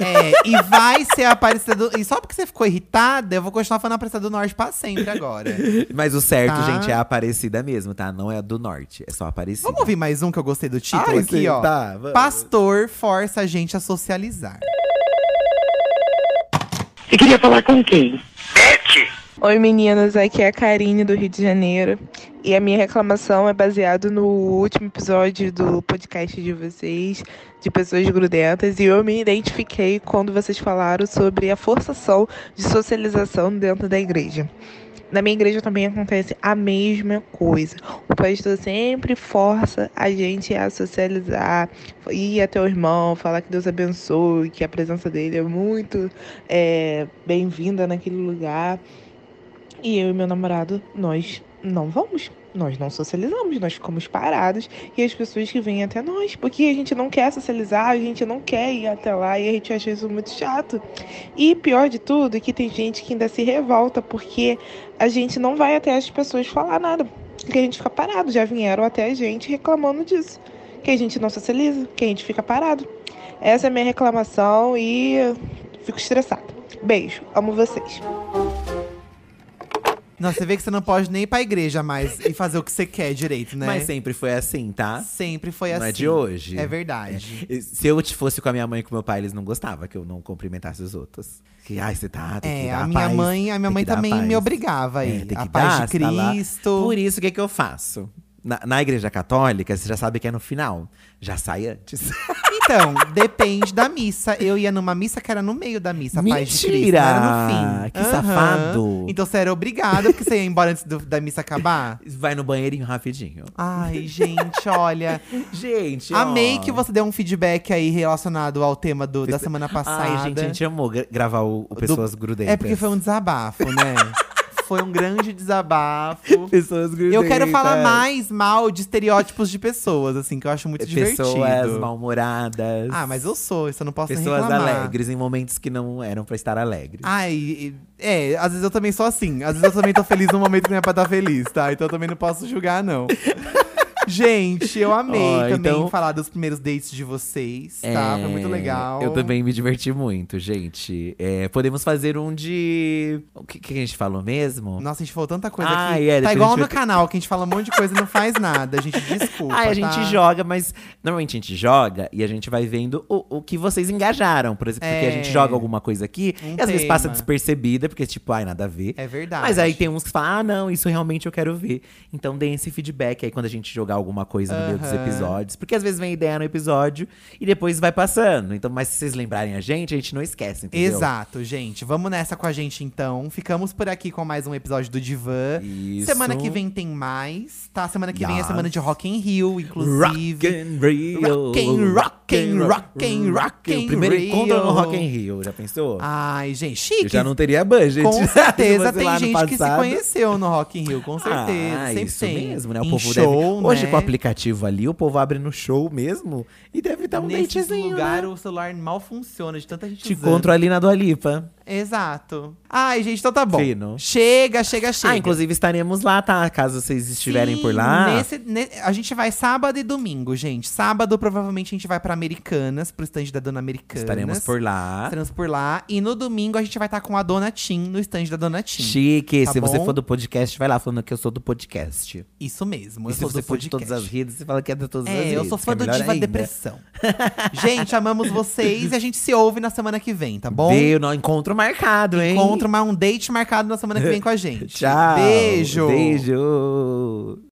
Speaker 1: É, e vai ser a Aparecida do... E só porque você ficou irritada, eu vou continuar falando Aparecida do Norte pra sempre
Speaker 2: <laughs>
Speaker 1: agora.
Speaker 2: Mas o certo,
Speaker 1: Tá.
Speaker 2: gente, é Aparecida mesmo, tá? Não é a do Norte, é só Aparecida.
Speaker 1: Vamos ouvir mais um que eu gostei do título
Speaker 2: Ai,
Speaker 1: aqui,
Speaker 2: sim,
Speaker 1: ó.
Speaker 2: Tá, vamos.
Speaker 1: Pastor força a gente a socializar.
Speaker 3: Você queria falar com quem?
Speaker 6: Oi meninas, aqui é a Karine do Rio de Janeiro e a minha reclamação é baseada no último episódio do podcast de vocês, de pessoas grudentas, e eu me identifiquei quando vocês falaram sobre a forçação de socialização dentro da igreja. Na minha igreja também acontece a mesma coisa. O pastor sempre força a gente a socializar, ir até o irmão, falar que Deus abençoe, que a presença dele é muito é, bem-vinda naquele lugar. E eu e meu namorado, nós não vamos. Nós não socializamos, nós ficamos parados. E as pessoas que vêm até nós, porque a gente não quer socializar, a gente não quer ir até lá e a gente acha isso muito chato. E pior de tudo é que tem gente que ainda se revolta porque a gente não vai até as pessoas falar nada. Porque a gente fica parado. Já vieram até a gente reclamando disso. Que a gente não socializa, que a gente fica parado. Essa é a minha reclamação e fico estressada. Beijo, amo vocês.
Speaker 1: Nossa, você vê que você não pode nem ir pra igreja mais e fazer o que você quer direito, né?
Speaker 2: Mas sempre foi assim, tá?
Speaker 1: Sempre foi
Speaker 2: Não
Speaker 1: assim.
Speaker 2: é de hoje.
Speaker 1: É verdade.
Speaker 2: Se eu te fosse com a minha mãe e com meu pai, eles não gostavam que eu não cumprimentasse os outros. Que, ai, você tá, tem que
Speaker 1: É,
Speaker 2: dar
Speaker 1: a minha
Speaker 2: paz.
Speaker 1: mãe, a minha
Speaker 2: tem
Speaker 1: mãe
Speaker 2: que dar
Speaker 1: também
Speaker 2: paz.
Speaker 1: me obrigava aí.
Speaker 2: É, tem que
Speaker 1: a paz
Speaker 2: dar,
Speaker 1: de
Speaker 2: você tá lá.
Speaker 1: Cristo.
Speaker 2: Por isso, o que, que eu faço? Na, na igreja católica, você já sabe que é no final. Já sai antes.
Speaker 1: Então, depende da missa. Eu ia numa missa que era no meio da missa, a paz de Cristo.
Speaker 2: Mentira!
Speaker 1: não Era no fim.
Speaker 2: Que
Speaker 1: Aham.
Speaker 2: safado.
Speaker 1: Então você era obrigado, porque você ia embora antes do- da missa acabar.
Speaker 2: Vai no banheirinho rapidinho.
Speaker 1: Ai, gente, olha.
Speaker 2: <laughs> Gente,
Speaker 1: Amei
Speaker 2: ó.
Speaker 1: que você deu um feedback aí relacionado ao tema do- da semana passada.
Speaker 2: Ai, Ah, gente, a gente amou gra- gravar o, o Pessoas Grudentas.
Speaker 1: é porque foi um desabafo,
Speaker 2: <laughs>
Speaker 1: né? foi um grande desabafo.
Speaker 2: Pessoas
Speaker 1: Eu
Speaker 2: Grudentas.
Speaker 1: quero falar mais mal de estereótipos de pessoas, assim, que eu acho muito
Speaker 2: Pessoas
Speaker 1: divertido.
Speaker 2: mal-humoradas.
Speaker 1: Ah, mas eu sou, isso eu não posso nem
Speaker 2: Pessoas
Speaker 1: reclamar. Ah,
Speaker 2: alegres em momentos que não eram pra estar alegres.
Speaker 1: Ai, e- é, às vezes eu também sou assim. Às vezes eu também tô feliz no momento que não é pra estar feliz, tá? Então eu também não posso julgar,
Speaker 2: <laughs>
Speaker 1: não. Gente, eu amei
Speaker 2: Ó,
Speaker 1: também
Speaker 2: então-
Speaker 1: falar dos primeiros dates de vocês, tá? Foi muito
Speaker 2: É,
Speaker 1: legal.
Speaker 2: Eu também me diverti muito, gente. É, podemos fazer um de. O que, que a gente falou mesmo?
Speaker 1: Nossa, a gente falou tanta coisa
Speaker 2: Ah,
Speaker 1: aqui.
Speaker 2: é, depois
Speaker 1: tá
Speaker 2: a
Speaker 1: igual
Speaker 2: gente
Speaker 1: no
Speaker 2: vai ter-
Speaker 1: canal, que a gente fala um monte de coisa e não faz nada. A gente desculpa.
Speaker 2: Ah, a gente
Speaker 1: tá?
Speaker 2: joga, mas normalmente a gente joga e a gente vai vendo o, o que vocês engajaram. Por exemplo, porque a gente
Speaker 1: É.
Speaker 2: joga alguma coisa aqui
Speaker 1: Um
Speaker 2: e às vezes passa
Speaker 1: tema.
Speaker 2: despercebida, porque tipo, ai, nada a ver.
Speaker 1: É verdade.
Speaker 2: Mas aí tem uns que falam, ah, não, isso realmente eu quero ver. Então deem esse feedback aí quando a gente jogar alguma coisa no meio dos
Speaker 1: Aham.
Speaker 2: episódios. Porque às vezes vem ideia no episódio e depois vai passando. Então, mas se vocês lembrarem a gente, a gente não esquece, um, entendeu?
Speaker 1: Exato, gente. Vamos nessa com a gente então. Ficamos por aqui com mais um episódio do Divã.
Speaker 2: Isso.
Speaker 1: Semana que vem tem mais, tá? Semana que vem é
Speaker 2: Yes.
Speaker 1: semana de Rock in Rio, inclusive.
Speaker 2: Rockin' Rio.
Speaker 1: Rockin', rockin', rockin', rockin'
Speaker 2: Primeiro
Speaker 1: Rio.
Speaker 2: encontro no Rockin' Rio, já pensou?
Speaker 1: Ai, gente,
Speaker 2: Eu
Speaker 1: chique.
Speaker 2: já não teria budget.
Speaker 1: Com
Speaker 2: <laughs> se
Speaker 1: certeza
Speaker 2: fosse lá
Speaker 1: tem
Speaker 2: no
Speaker 1: gente que se
Speaker 2: passado.
Speaker 1: conheceu no Rock in Rio, com certeza.
Speaker 2: Ah,
Speaker 1: Sempre
Speaker 2: isso
Speaker 1: tem.
Speaker 2: mesmo, né? O
Speaker 1: Em
Speaker 2: povo
Speaker 1: show,
Speaker 2: deve... Hoje
Speaker 1: né?
Speaker 2: com o aplicativo ali, o povo abre no show mesmo e deve dar um
Speaker 1: Então, Nesse
Speaker 2: datezinho,
Speaker 1: lugar
Speaker 2: né?
Speaker 1: o celular mal funciona de tanta gente
Speaker 2: Te
Speaker 1: usando.
Speaker 2: encontro ali na Ah, Dua Lipa.
Speaker 1: Exato. Ai, gente, então tá bom.
Speaker 2: Fino.
Speaker 1: Chega, chega, chega.
Speaker 2: Ah, inclusive estaremos lá, tá? Caso vocês estiverem
Speaker 1: Sim,
Speaker 2: por lá.
Speaker 1: nesse- ne- a gente vai sábado e domingo, gente. Sábado, provavelmente, a gente vai pra Americanas, pro stand da Dona Americanas.
Speaker 2: Estaremos por lá.
Speaker 1: Estaremos por lá. E no domingo, a gente vai estar com a Dona Tim, no stand da Dona Tim.
Speaker 2: Chique,
Speaker 1: Tá
Speaker 2: se você
Speaker 1: bom?
Speaker 2: for do podcast, vai lá falando que eu sou do podcast.
Speaker 1: Isso mesmo, eu
Speaker 2: e se
Speaker 1: sou
Speaker 2: você
Speaker 1: do
Speaker 2: for de
Speaker 1: podcast.
Speaker 2: todas as redes, você fala que é de todas as
Speaker 1: É,
Speaker 2: redes.
Speaker 1: eu sou
Speaker 2: que
Speaker 1: fã
Speaker 2: é
Speaker 1: do
Speaker 2: melhor
Speaker 1: Diva
Speaker 2: ainda.
Speaker 1: Depressão. gente, amamos vocês e a gente se ouve na semana que vem, tá bom?
Speaker 2: Deu, não, encontro marcado, hein? <laughs>
Speaker 1: Encontro mais um date marcado na semana que vem com a gente.
Speaker 2: Tchau.
Speaker 1: Beijo.
Speaker 2: Beijo.